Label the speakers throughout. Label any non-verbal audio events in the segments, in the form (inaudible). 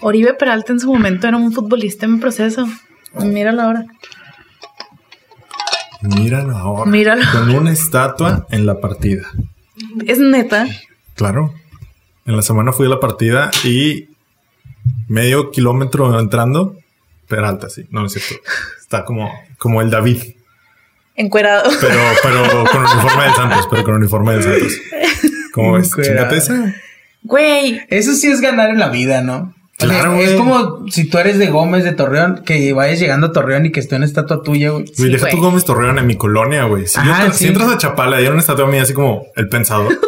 Speaker 1: Oribe Peralta en su momento era un futbolista en proceso. Míralo ahora.
Speaker 2: Míralo ahora.
Speaker 1: Míralo.
Speaker 2: Con una estatua en la partida.
Speaker 1: Es neta.
Speaker 2: Claro. En la semana fui a la partida y medio kilómetro entrando, Peralta, sí. No, no es cierto. Está como, como el David.
Speaker 1: Encuerado. (laughs)
Speaker 2: Pero, pero con uniforme del Santos, pero con uniforme del Santos. ¿Cómo ves?
Speaker 3: Encuerado.
Speaker 2: Chingate esa.
Speaker 1: Güey.
Speaker 3: Eso sí es ganar en la vida, ¿no? O sea,
Speaker 2: Claro,
Speaker 3: es
Speaker 2: güey.
Speaker 3: como si tú eres de Gómez, de Torreón, que vayas llegando a Torreón y que esté una estatua tuya, güey.
Speaker 2: Güey, deja
Speaker 1: güey.
Speaker 2: tú Gómez Torreón en mi colonia, güey. Si, yo
Speaker 3: Ajá,
Speaker 2: entro-
Speaker 3: Ah, sí.
Speaker 2: si entras a Chapala y hay una estatua mía así como
Speaker 1: (laughs)
Speaker 2: el pensador.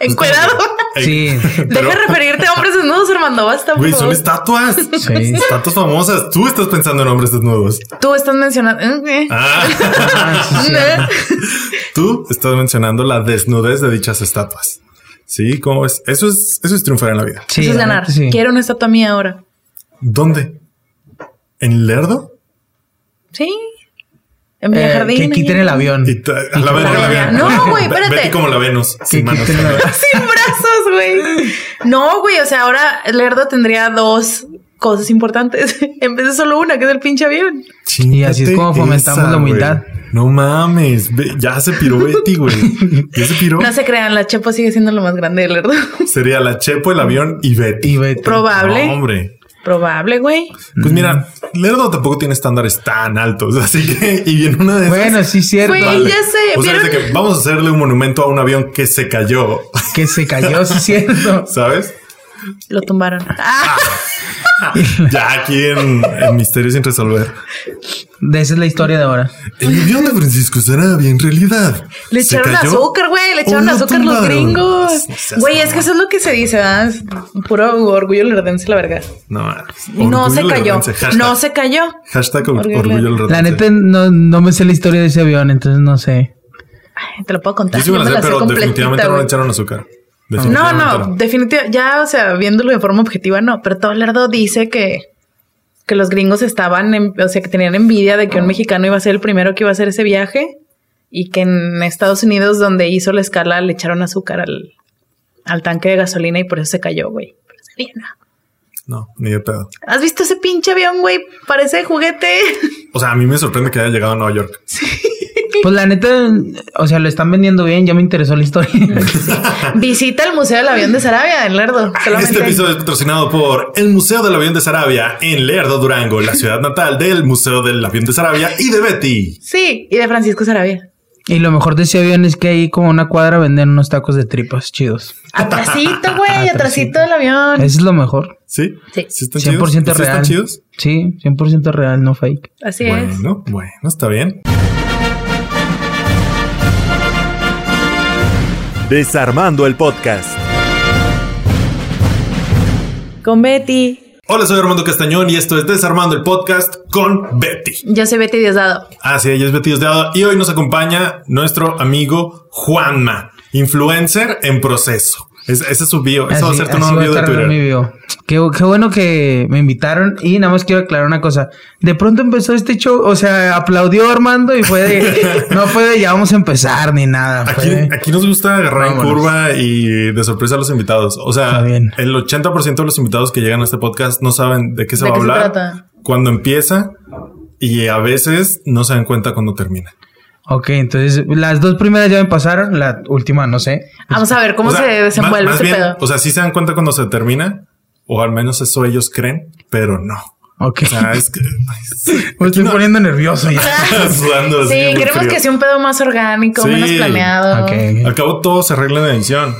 Speaker 1: Encuerado.
Speaker 3: Sí.
Speaker 2: Pero-
Speaker 1: Deja de referirte a hombres desnudos, Armando. Basta, por
Speaker 2: Güey, son
Speaker 1: favor.
Speaker 2: estatuas.
Speaker 3: Sí.
Speaker 2: Estatuas famosas. Tú estás pensando en hombres desnudos.
Speaker 1: Tú estás mencionando. eh, eh.
Speaker 3: (laughs)
Speaker 2: Ah,
Speaker 3: Ah,
Speaker 1: (laughs)
Speaker 3: sí, sí.
Speaker 2: tú estás mencionando la desnudez de dichas estatuas. Sí, ¿cómo ves? Eso es, eso es triunfar en la vida.
Speaker 3: Sí,
Speaker 1: Eso es
Speaker 3: la
Speaker 1: ganar.
Speaker 3: neta, sí.
Speaker 1: Quiero una estatua mía ahora.
Speaker 2: ¿Dónde? ¿En Lerdo?
Speaker 1: Sí. En
Speaker 3: Eh,
Speaker 1: mi jardín.
Speaker 3: que quiten el avión.
Speaker 2: Y ta- a la verga, la verga.
Speaker 1: No, güey,
Speaker 2: Ve-
Speaker 1: espérate.
Speaker 2: Vete como la Venus.
Speaker 3: Que
Speaker 2: Sin manos.
Speaker 3: quiten el avión.
Speaker 1: Sin brazos, güey. No, güey. O sea, ahora Lerdo tendría dos cosas importantes (laughs) en vez de solo una, que es el pinche avión.
Speaker 2: Chíngate
Speaker 3: Y así es como fomentamos la
Speaker 2: güey.
Speaker 3: humildad.
Speaker 2: No mames. ve- ya se piró Betty, güey. Ya se
Speaker 3: (laughs)
Speaker 2: piró.
Speaker 1: No se crean, la chepa sigue siendo lo más grande de Lerdo. (laughs)
Speaker 2: Sería la Chepo, el avión y Betty.
Speaker 3: Y vete.
Speaker 1: Probable.
Speaker 2: No, hombre.
Speaker 1: Probable, güey.
Speaker 2: Pues mira,
Speaker 3: Mm.
Speaker 2: Lerdo tampoco tiene estándares tan altos, así que y viene una de esas.
Speaker 3: Bueno, sí, cierto.
Speaker 1: Güey,
Speaker 2: Vale.
Speaker 1: ya sé,
Speaker 2: O sea, es de
Speaker 1: ¿vieron?
Speaker 2: que vamos a hacerle un monumento a un avión que se cayó, (laughs)
Speaker 3: Que se cayó, sí, cierto.
Speaker 2: ¿sabes?
Speaker 1: Lo tumbaron. Ah,
Speaker 2: Ya aquí en, en Misterio sin resolver.
Speaker 3: De esa es la historia de ahora.
Speaker 2: El avión de Francisco Sarabia, en realidad.
Speaker 1: le
Speaker 2: se
Speaker 1: echaron
Speaker 2: cayó
Speaker 1: azúcar, güey. Le
Speaker 2: o
Speaker 1: echaron
Speaker 2: lo
Speaker 1: azúcar los
Speaker 2: tumbaron.
Speaker 1: gringos.
Speaker 2: No seas
Speaker 1: Güey, es que
Speaker 2: mamón.
Speaker 1: eso es lo que se dice, ¿verdad? Es Puro orgullo lerdense, la verga.
Speaker 2: No,
Speaker 1: No
Speaker 2: orgullo
Speaker 1: se cayó.
Speaker 2: lerdense. Hashtag-
Speaker 1: No se cayó.
Speaker 2: Hashtag or-
Speaker 1: Orgullo
Speaker 2: orgullo lerdense.
Speaker 3: La neta, no, no me sé la historia de ese avión, entonces no sé.
Speaker 1: Ay, te lo puedo contar.
Speaker 2: Yo sí me
Speaker 1: yo
Speaker 2: la
Speaker 1: me
Speaker 2: sé,
Speaker 1: la sé
Speaker 2: pero
Speaker 1: completita,
Speaker 2: definitivamente no le
Speaker 1: güey.
Speaker 2: echaron azúcar.
Speaker 1: No,
Speaker 2: Definitivamente
Speaker 1: no, definitivamente, ya, o sea, viéndolo de forma objetiva, no, pero Tolerdo dice que, que los gringos estaban, en- o sea, que tenían envidia de que un mexicano iba a ser el primero que iba a hacer ese viaje y que en Estados Unidos, donde hizo la escala, le echaron azúcar al, al tanque de gasolina y por eso se cayó, güey. Pero sería nada.
Speaker 2: No, ni de pedo.
Speaker 1: ¿Has visto ese pinche avión, güey? Parece juguete.
Speaker 2: (laughs) O sea, a mí me sorprende que haya llegado a Nueva York.
Speaker 3: Pues la neta, o sea, lo están vendiendo bien, ya me interesó la historia.
Speaker 2: (laughs)
Speaker 1: Visita el Museo del Avión de Sarabia, en Lerdo.
Speaker 2: Este
Speaker 1: Solamente.
Speaker 2: episodio es patrocinado por el Museo del Avión de Sarabia en Lerdo, Durango, la ciudad natal del Museo del Avión de Sarabia y de Betty.
Speaker 1: Sí, y de Francisco Sarabia.
Speaker 3: y lo mejor de ese avión es que ahí como una cuadra venden unos tacos de tripas chidos.
Speaker 1: Atrasito,
Speaker 2: (laughs)
Speaker 1: güey, atrasito
Speaker 3: Atrasito.
Speaker 1: del avión.
Speaker 3: Eso es lo mejor.
Speaker 2: ¿Sí?
Speaker 1: Sí.
Speaker 2: están
Speaker 3: 100%
Speaker 2: chidos? ¿Sí
Speaker 3: real.
Speaker 2: están chidos?
Speaker 3: Sí, 100% real, no fake.
Speaker 1: Así es.
Speaker 2: Bueno, bueno, está bien.
Speaker 4: Desarmando el podcast.
Speaker 1: Con Betty.
Speaker 2: Hola, soy Armando Castañón y esto es Desarmando el Podcast con Betty.
Speaker 1: Yo soy Betty Diosdado.
Speaker 2: Ah, sí, ella es Betty Diosdado y hoy nos acompaña nuestro amigo Juanma, influencer en proceso. Es- ese es su bio. Eso va a
Speaker 3: Así-
Speaker 2: ser tu
Speaker 3: así
Speaker 2: nuevo
Speaker 3: va a
Speaker 2: bio de
Speaker 3: estar
Speaker 2: Twitter.
Speaker 3: mi bio. Qué, bu- qué bueno que me invitaron y nada más quiero aclarar una cosa. De pronto empezó este show, o sea, aplaudió Armando y
Speaker 2: (laughs)
Speaker 3: fue de, no fue de ya vamos a empezar ni nada. Fue
Speaker 2: Aquí,
Speaker 3: de-
Speaker 2: aquí nos gusta agarrar en
Speaker 3: Vámonos.
Speaker 2: curva y de sorpresa a los invitados. O sea,
Speaker 3: Está bien.
Speaker 2: el 80% de los invitados que llegan a este podcast no saben de qué se
Speaker 1: ¿De
Speaker 2: va a
Speaker 1: qué se
Speaker 2: hablar
Speaker 1: trata?
Speaker 2: cuando empieza y a veces no se dan cuenta cuando termina.
Speaker 3: Ok, entonces las dos primeras ya me pasaron, la última no sé.
Speaker 1: Vamos a ver cómo
Speaker 2: O sea,
Speaker 1: se desenvuelve
Speaker 2: más- más
Speaker 1: este
Speaker 2: bien,
Speaker 1: pedo.
Speaker 2: O sea, sí se dan cuenta cuando se termina, o al menos eso ellos creen, pero no.
Speaker 3: Ok.
Speaker 2: O sea, es que ay,
Speaker 3: me estoy poniendo nervioso
Speaker 1: (laughs)
Speaker 3: ya.
Speaker 2: (laughs) sudando así,
Speaker 1: sí,
Speaker 2: bien
Speaker 1: queremos
Speaker 2: frío.
Speaker 1: que sea un pedo más orgánico,
Speaker 2: Sí.
Speaker 1: menos planeado.
Speaker 3: Ok.
Speaker 2: Al cabo todo se arregla en edición.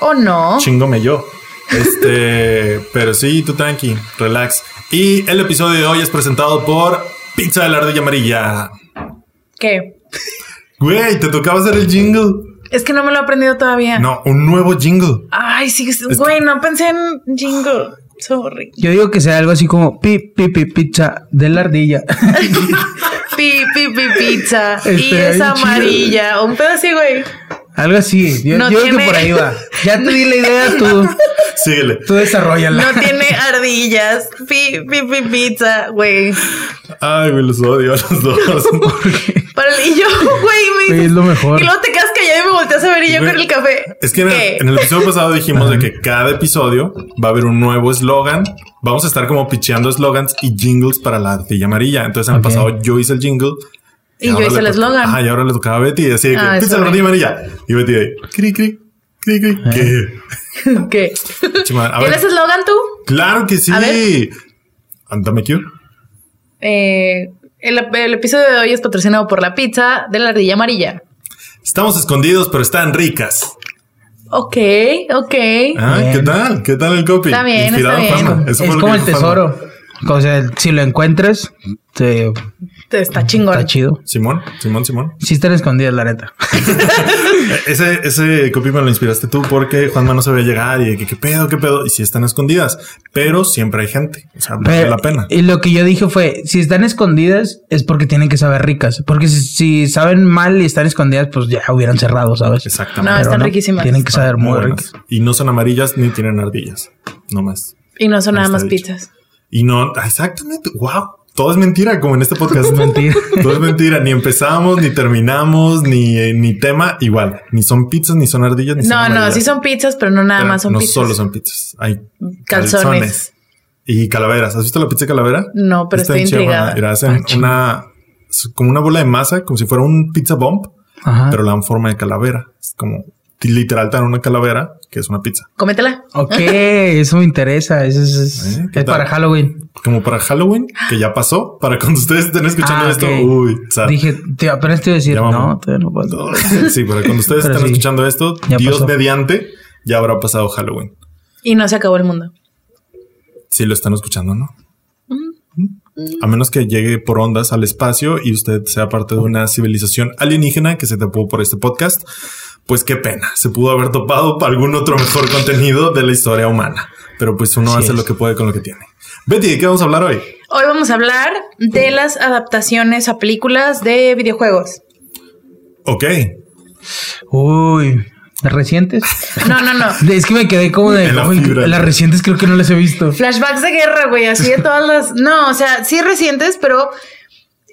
Speaker 1: O no.
Speaker 2: Chingome yo.
Speaker 1: (laughs)
Speaker 2: Este, pero sí, tú tranqui, relax. Y el episodio de hoy es presentado por Pizza de la Ardilla Amarilla.
Speaker 1: ¿Qué?
Speaker 2: Güey, te tocaba hacer el jingle.
Speaker 1: Es que no me lo he aprendido todavía.
Speaker 2: No, un nuevo jingle.
Speaker 1: Ay, sí, es- güey, no pensé en jingo. Sorry.
Speaker 3: Yo digo que sea algo así como pi, pi, pi, pizza de la ardilla. (laughs)
Speaker 1: Pi, pi, pi, pizza. y
Speaker 3: Estaría
Speaker 1: es
Speaker 3: bien
Speaker 1: amarilla. Un pedo así, güey.
Speaker 3: algo así. Yo,
Speaker 1: No
Speaker 3: yo digo
Speaker 1: tiene-
Speaker 3: que por ahí va. Ya te di la idea, tú,
Speaker 2: Síguele.
Speaker 3: tú desarrollala. (laughs)
Speaker 1: No tiene ardillas. Pi, pi, pi, pizza, güey. (laughs)
Speaker 2: Ay, güey, los odio a los dos.
Speaker 1: Para el- y yo, (laughs) güey, me
Speaker 3: Güey,
Speaker 1: dices-
Speaker 3: es lo mejor.
Speaker 1: Y luego te quedas callado y me volteas a ver y yo
Speaker 2: Güey,
Speaker 1: con el café.
Speaker 2: Es que en el,
Speaker 1: ¿qué?
Speaker 2: en el episodio pasado dijimos de que cada episodio va a haber un nuevo eslogan. Vamos a estar como picheando eslogans y jingles para la artilla amarilla. Entonces, en el
Speaker 3: Ok.
Speaker 2: pasado yo hice el jingle.
Speaker 1: Y yo
Speaker 2: ahora
Speaker 1: hice
Speaker 2: le
Speaker 1: el
Speaker 2: tocó-
Speaker 1: eslogan.
Speaker 2: Ajá, y ahora le tocaba a Betty y decía que
Speaker 1: Ah,
Speaker 2: pizza la
Speaker 1: sorry.
Speaker 2: ardilla amarilla. Y Betty de cri, cri, cri, cri. ¿Qué?
Speaker 1: ¿Qué?
Speaker 2: Chimada. A ver,
Speaker 1: ¿Tienes eslogan tú?
Speaker 2: claro que
Speaker 1: A ver.
Speaker 2: sí. Andame Q.
Speaker 1: Eh, el, el episodio de hoy es patrocinado por la pizza de la ardilla amarilla.
Speaker 2: Estamos escondidos, pero están ricas.
Speaker 1: Ok, ok.
Speaker 2: Ah,
Speaker 3: Bien.
Speaker 2: ¿Qué tal? ¿Qué tal el copy?
Speaker 1: Está bien,
Speaker 2: Inspirado
Speaker 1: está
Speaker 2: en
Speaker 1: bien.
Speaker 2: Juanma.
Speaker 3: Em, Es,
Speaker 2: Eso fue lo
Speaker 3: como
Speaker 2: que
Speaker 3: el
Speaker 2: dijo Juanma.
Speaker 3: tesoro. O sea, el- si lo encuentres, te,
Speaker 1: Está chingón.
Speaker 3: está chido.
Speaker 2: Simón, Simón, Simón.
Speaker 3: Sí están escondidas, la neta.
Speaker 2: Ese, ese copy me lo inspiraste tú porque Juanma no sabía llegar y de que qué pedo, qué pedo. Y si están escondidas, pero siempre hay gente. O sea, vale
Speaker 3: Pero-
Speaker 2: la pena.
Speaker 3: Y lo que yo dije fue, si están escondidas es porque tienen que saber ricas. Porque si, si saben mal y están escondidas, pues ya hubieran cerrado, ¿sabes?
Speaker 1: No,
Speaker 2: Exactamente.
Speaker 1: están riquísimas.
Speaker 3: Tienen que saber muy,
Speaker 2: Muy buenas.
Speaker 3: ricas.
Speaker 2: Y no son amarillas ni tienen ardillas. No más.
Speaker 1: Y no son
Speaker 2: Ahí
Speaker 1: nada
Speaker 2: está
Speaker 1: más
Speaker 2: dicho.
Speaker 1: pizzas.
Speaker 2: Y no, ah, exactamente. Wow. Todo es mentira, como en
Speaker 1: (laughs)
Speaker 2: este podcast. (laughs)
Speaker 3: Mentira.
Speaker 2: Todo es mentira. Ni empezamos, ni terminamos, ni, eh, ni tema. Igual. Ni son pizzas, ni son ardillas, ni son
Speaker 1: No, no,
Speaker 2: amarillas.
Speaker 1: sí son pizzas, pero no nada
Speaker 2: Pero
Speaker 1: más son
Speaker 2: No
Speaker 1: pizzas.
Speaker 2: solo son pizzas. Hay
Speaker 1: Calzones.
Speaker 2: Y calaveras. ¿Has visto la pizza de calavera?
Speaker 1: No, pero
Speaker 2: Está
Speaker 1: estoy
Speaker 2: bien chida,
Speaker 1: intrigada.
Speaker 2: ¿verdad? Mira, hacen
Speaker 3: Ah, chinga.
Speaker 2: una es como una bola de masa, como si fuera un pizza bomb,
Speaker 3: Ajá.
Speaker 2: pero la dan forma de calavera. Es como literal te dan una calavera que es una pizza.
Speaker 1: Cómetela.
Speaker 3: Ok, eso me interesa. Eso es, es-
Speaker 2: ¿Eh? ¿Qué
Speaker 3: es
Speaker 2: tal?
Speaker 3: para Halloween.
Speaker 2: Como para Halloween, que ya pasó, para cuando ustedes estén escuchando
Speaker 3: Ah,
Speaker 2: esto,
Speaker 3: ok.
Speaker 2: uy, o sea,
Speaker 3: Dije, te, apenas te iba a decir,
Speaker 2: Ya vamos.
Speaker 3: no, todavía no puedo.
Speaker 2: no, sí, para cuando ustedes
Speaker 3: Pero
Speaker 2: estén
Speaker 3: sí,
Speaker 2: escuchando esto,
Speaker 3: ya
Speaker 2: Dios
Speaker 3: pasó.
Speaker 2: mediante, ya habrá pasado Halloween.
Speaker 1: Y no se acabó el mundo.
Speaker 2: Si lo están escuchando, ¿no?
Speaker 1: Mm.
Speaker 2: Mm. A menos que llegue por ondas al espacio y usted sea parte de una civilización alienígena que se tapó por este podcast, pues qué pena. Se pudo haber topado para algún otro mejor contenido de la historia humana. Pero pues uno
Speaker 3: Así
Speaker 2: hace
Speaker 3: es.
Speaker 2: lo que puede con lo que tiene. Betty, ¿de qué vamos a hablar hoy?
Speaker 1: Hoy vamos a hablar de las adaptaciones a películas de videojuegos.
Speaker 2: Ok.
Speaker 3: Uy, ¿las recientes?
Speaker 1: No, no,
Speaker 2: (laughs)
Speaker 1: no.
Speaker 3: Es que me quedé como de,
Speaker 2: En la
Speaker 3: "Uy,
Speaker 2: fibra".
Speaker 3: las recientes creo que no las he visto.
Speaker 1: Flashbacks de guerra, güey, así de todas las. No, o sea, sí recientes, pero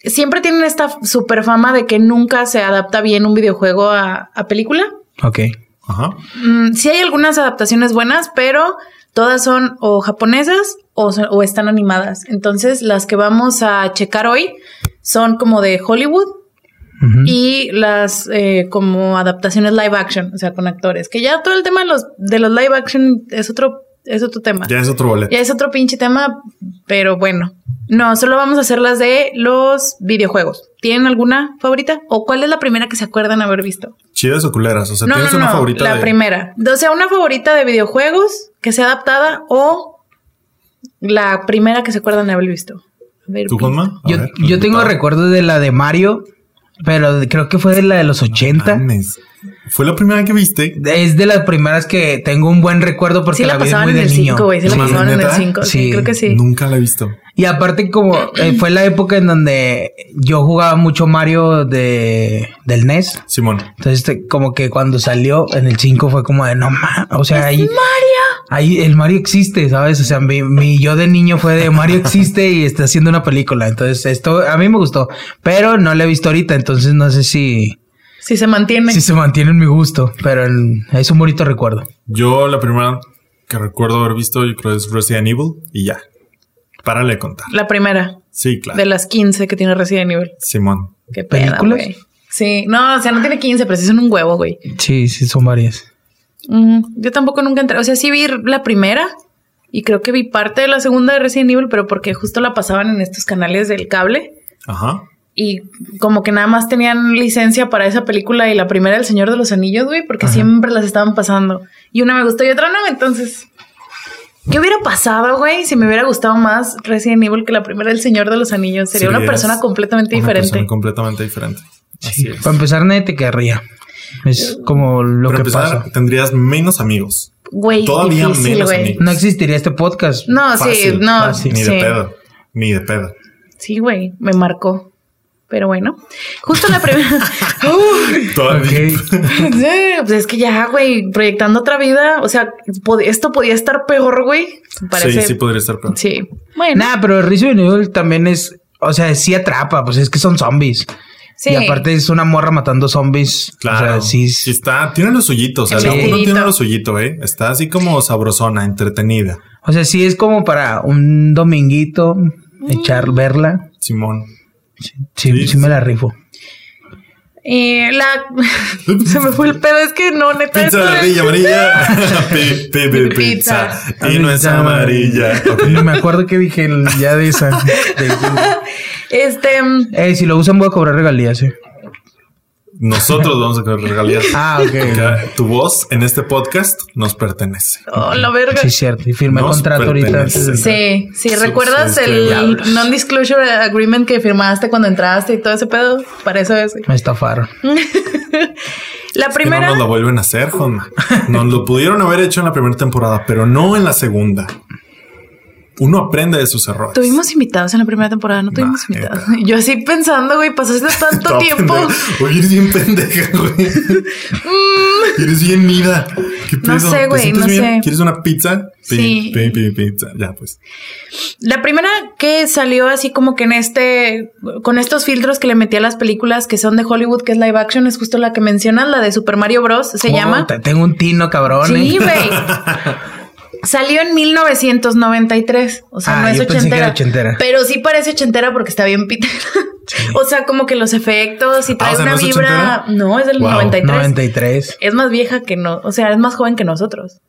Speaker 1: siempre tienen esta super fama de que nunca se adapta bien un videojuego a, a película.
Speaker 3: Ok.
Speaker 2: Ajá.
Speaker 1: Mm, sí hay algunas adaptaciones buenas, pero todas son o japonesas o, son- o están animadas. Entonces, las que vamos a checar hoy son como de Hollywood
Speaker 3: Ujú.
Speaker 1: y las eh, como adaptaciones live action, o sea, con actores. Que ya todo el tema de los, de los live action es otro, es otro tema.
Speaker 2: Ya es otro boleto.
Speaker 1: Ya es otro pinche tema, pero bueno. No, solo vamos a hacer las de los videojuegos. ¿Tienen alguna favorita? ¿O cuál es la primera que se acuerdan haber visto?
Speaker 2: Chidas o culeras. O sea,
Speaker 1: no,
Speaker 2: tienes
Speaker 1: no,
Speaker 2: una
Speaker 1: no.
Speaker 2: favorita.
Speaker 1: la
Speaker 2: de-
Speaker 1: primera. O sea, una favorita de videojuegos que sea adaptada o la primera que se acuerdan haber visto. Haber visto.
Speaker 2: ¿Tú, Juanma? A
Speaker 3: Yo,
Speaker 2: ver,
Speaker 3: yo tengo
Speaker 2: invitado.
Speaker 3: recuerdos de la de Mario, pero de- creo que fue de la de los 80.
Speaker 2: Mames. Fue la primera que viste.
Speaker 3: Es de las primeras que tengo un buen recuerdo porque
Speaker 1: Sí la,
Speaker 3: la, vi
Speaker 1: pasaban
Speaker 3: muy
Speaker 1: en
Speaker 3: de
Speaker 1: el
Speaker 3: niño.
Speaker 1: 5, güey. Sí la
Speaker 2: Sí,
Speaker 1: pasaban en el
Speaker 2: ¿neta?
Speaker 1: 5. Sí,
Speaker 3: Sí.
Speaker 1: creo que sí.
Speaker 2: Nunca la he visto.
Speaker 3: Y aparte como eh, fue la época en donde yo jugaba mucho Mario de del E NES.
Speaker 2: Simón.
Speaker 3: Entonces te- como que cuando salió en el 5 fue como de no ma, o sea, ahí
Speaker 1: Mario.
Speaker 3: ahí el Mario existe, ¿sabes? O sea, mi, mi yo de niño fue de Mario existe y está haciendo una película. Entonces esto a mí me gustó, pero no la he visto ahorita, entonces no sé si
Speaker 1: Sí, se mantiene.
Speaker 3: Sí se mantiene en mi gusto, pero el- es un bonito recuerdo.
Speaker 2: Yo la primera que recuerdo haber visto, yo creo es Resident Evil y ya. Párale de contar.
Speaker 1: La primera.
Speaker 2: Sí, claro.
Speaker 1: De las 15 que tiene Resident Evil.
Speaker 2: Simón.
Speaker 1: Qué pena,
Speaker 3: ¿Películas?
Speaker 1: güey. Sí, no, o sea, no tiene 15, pero sí son un huevo, güey.
Speaker 3: Sí, sí, son varias.
Speaker 1: Mm, yo tampoco nunca entré. O sea, sí vi la primera y creo que vi parte de la segunda de Resident Evil, pero porque justo la pasaban en estos canales del cable
Speaker 2: Ajá.
Speaker 1: y como que nada más tenían licencia para esa película y la primera El Señor de los Anillos, güey, porque siempre las estaban pasando. Y una me gustó y otra no, entonces... ¿Qué hubiera pasado, güey, si me hubiera gustado más Resident Evil que la primera El Señor de los Anillos? Sería una
Speaker 2: Serías
Speaker 1: persona completamente
Speaker 2: una
Speaker 1: diferente.
Speaker 2: persona completamente diferente. Así es.
Speaker 3: Para empezar, nadie te querría. Es como lo
Speaker 2: Para
Speaker 3: que
Speaker 2: empezar,
Speaker 3: pasa.
Speaker 2: tendrías menos amigos.
Speaker 1: Güey,
Speaker 2: Todavía
Speaker 1: difícil,
Speaker 2: menos
Speaker 1: güey.
Speaker 2: amigos.
Speaker 3: No existiría este podcast.
Speaker 1: No, sí,
Speaker 2: Fácil,
Speaker 1: no.
Speaker 3: fácil.
Speaker 2: Ni
Speaker 1: sí.
Speaker 2: de pedo. Ni de pedo.
Speaker 1: Sí, güey, me marcó. Pero bueno, justo la
Speaker 2: (laughs)
Speaker 1: primera. Uf,
Speaker 2: Todavía.
Speaker 3: Ok.
Speaker 1: (laughs) sí, pues es que ya, güey, proyectando otra vida. O sea, pod- esto podía estar peor, güey. Parece.
Speaker 2: Sí, sí podría estar peor.
Speaker 1: Sí. Bueno,
Speaker 3: Nah, pero Resident Evil también es. O sea, sí atrapa, pues es que son zombies.
Speaker 1: Sí.
Speaker 3: Y aparte es una morra matando zombies.
Speaker 2: Claro.
Speaker 3: O sea, sí.
Speaker 2: Sí Está, tiene los suyitos. O sea,
Speaker 1: El
Speaker 2: la uno
Speaker 1: vestidito.
Speaker 2: tiene los suyitos, ¿eh? Está así como sabrosona, entretenida.
Speaker 3: O sea, sí es como para un dominguito
Speaker 1: Mm.
Speaker 3: echar, verla.
Speaker 2: Simón.
Speaker 3: Sí,
Speaker 2: Sí,
Speaker 3: sí, me la rifo.
Speaker 1: Y la. (laughs) se me fue el pedo, es que no, neta.
Speaker 2: Pizza
Speaker 1: esto de-
Speaker 2: verde y amarilla. (laughs) Pi- pi- pi-
Speaker 1: Pizza.
Speaker 2: pizza. Y no es amarilla. Ok.
Speaker 3: No me acuerdo que dije el- ya de esa.
Speaker 1: (laughs)
Speaker 3: De-
Speaker 1: Este. mm,
Speaker 3: Eh, si lo usan voy a cobrar regalías, eh.
Speaker 2: Nosotros vamos a coger (laughs) regalías.
Speaker 3: Ah, ok.
Speaker 2: Porque Tu voz en este podcast nos pertenece.
Speaker 1: Oh, la verga.
Speaker 3: Sí, es cierto. Y firmé
Speaker 2: Nos
Speaker 3: contrato ahorita.
Speaker 2: pertenece.
Speaker 3: antes de-
Speaker 1: Sí, sí,
Speaker 2: Sus-
Speaker 1: ¿recuerdas
Speaker 2: sus
Speaker 1: el
Speaker 2: diablos.
Speaker 1: non-disclosure agreement que firmaste cuando entraste y todo ese pedo? Para eso es.
Speaker 3: Me estafaron.
Speaker 1: La
Speaker 2: Que no
Speaker 1: primera.
Speaker 2: nos lo vuelven a hacer, Juanma. Nos lo pudieron haber hecho en la primera temporada, pero no en la segunda. Uno aprende de sus errores.
Speaker 1: Tuvimos invitados en la primera temporada, no tuvimos
Speaker 2: neta.
Speaker 1: invitados. (laughs) Yo así pensando, güey, pasaste tanto
Speaker 2: (laughs) Todo
Speaker 1: tiempo.
Speaker 2: pendejo. Oye, eres bien pendeja, güey. eres bien mida. ¿Qué
Speaker 1: Mm. No
Speaker 2: pedo?
Speaker 1: sé,
Speaker 2: ¿Te
Speaker 1: güey,
Speaker 2: sientes
Speaker 1: no
Speaker 2: bien?
Speaker 1: sé.
Speaker 2: ¿Quieres una pizza? Pi,
Speaker 1: Sí.
Speaker 2: pi, pi, pizza. Ya, pues.
Speaker 1: La primera que salió así como que en este, con estos filtros que le metí a las películas que son de Hollywood, que es live action, es justo la que mencionas, la de Super Mario Bros. Se
Speaker 3: Oh,
Speaker 1: llama.
Speaker 3: te- Tengo un tino, cabrón.
Speaker 1: Sí,
Speaker 3: eh.
Speaker 1: güey.
Speaker 2: (laughs)
Speaker 1: Salió en 1993, o sea,
Speaker 3: Ah,
Speaker 1: no es
Speaker 3: yo pensé que
Speaker 1: ochentera,
Speaker 3: era ochentera.
Speaker 1: Pero sí parece ochentera porque está bien pita. (laughs) O sea, como que los efectos y trae
Speaker 2: Ah, o sea,
Speaker 1: una
Speaker 2: ¿no es
Speaker 1: vibra.
Speaker 2: ochentera?
Speaker 1: No, es del
Speaker 2: Wow.
Speaker 1: 93.
Speaker 3: 93.
Speaker 1: Es más vieja que no, o sea, es más joven que nosotros.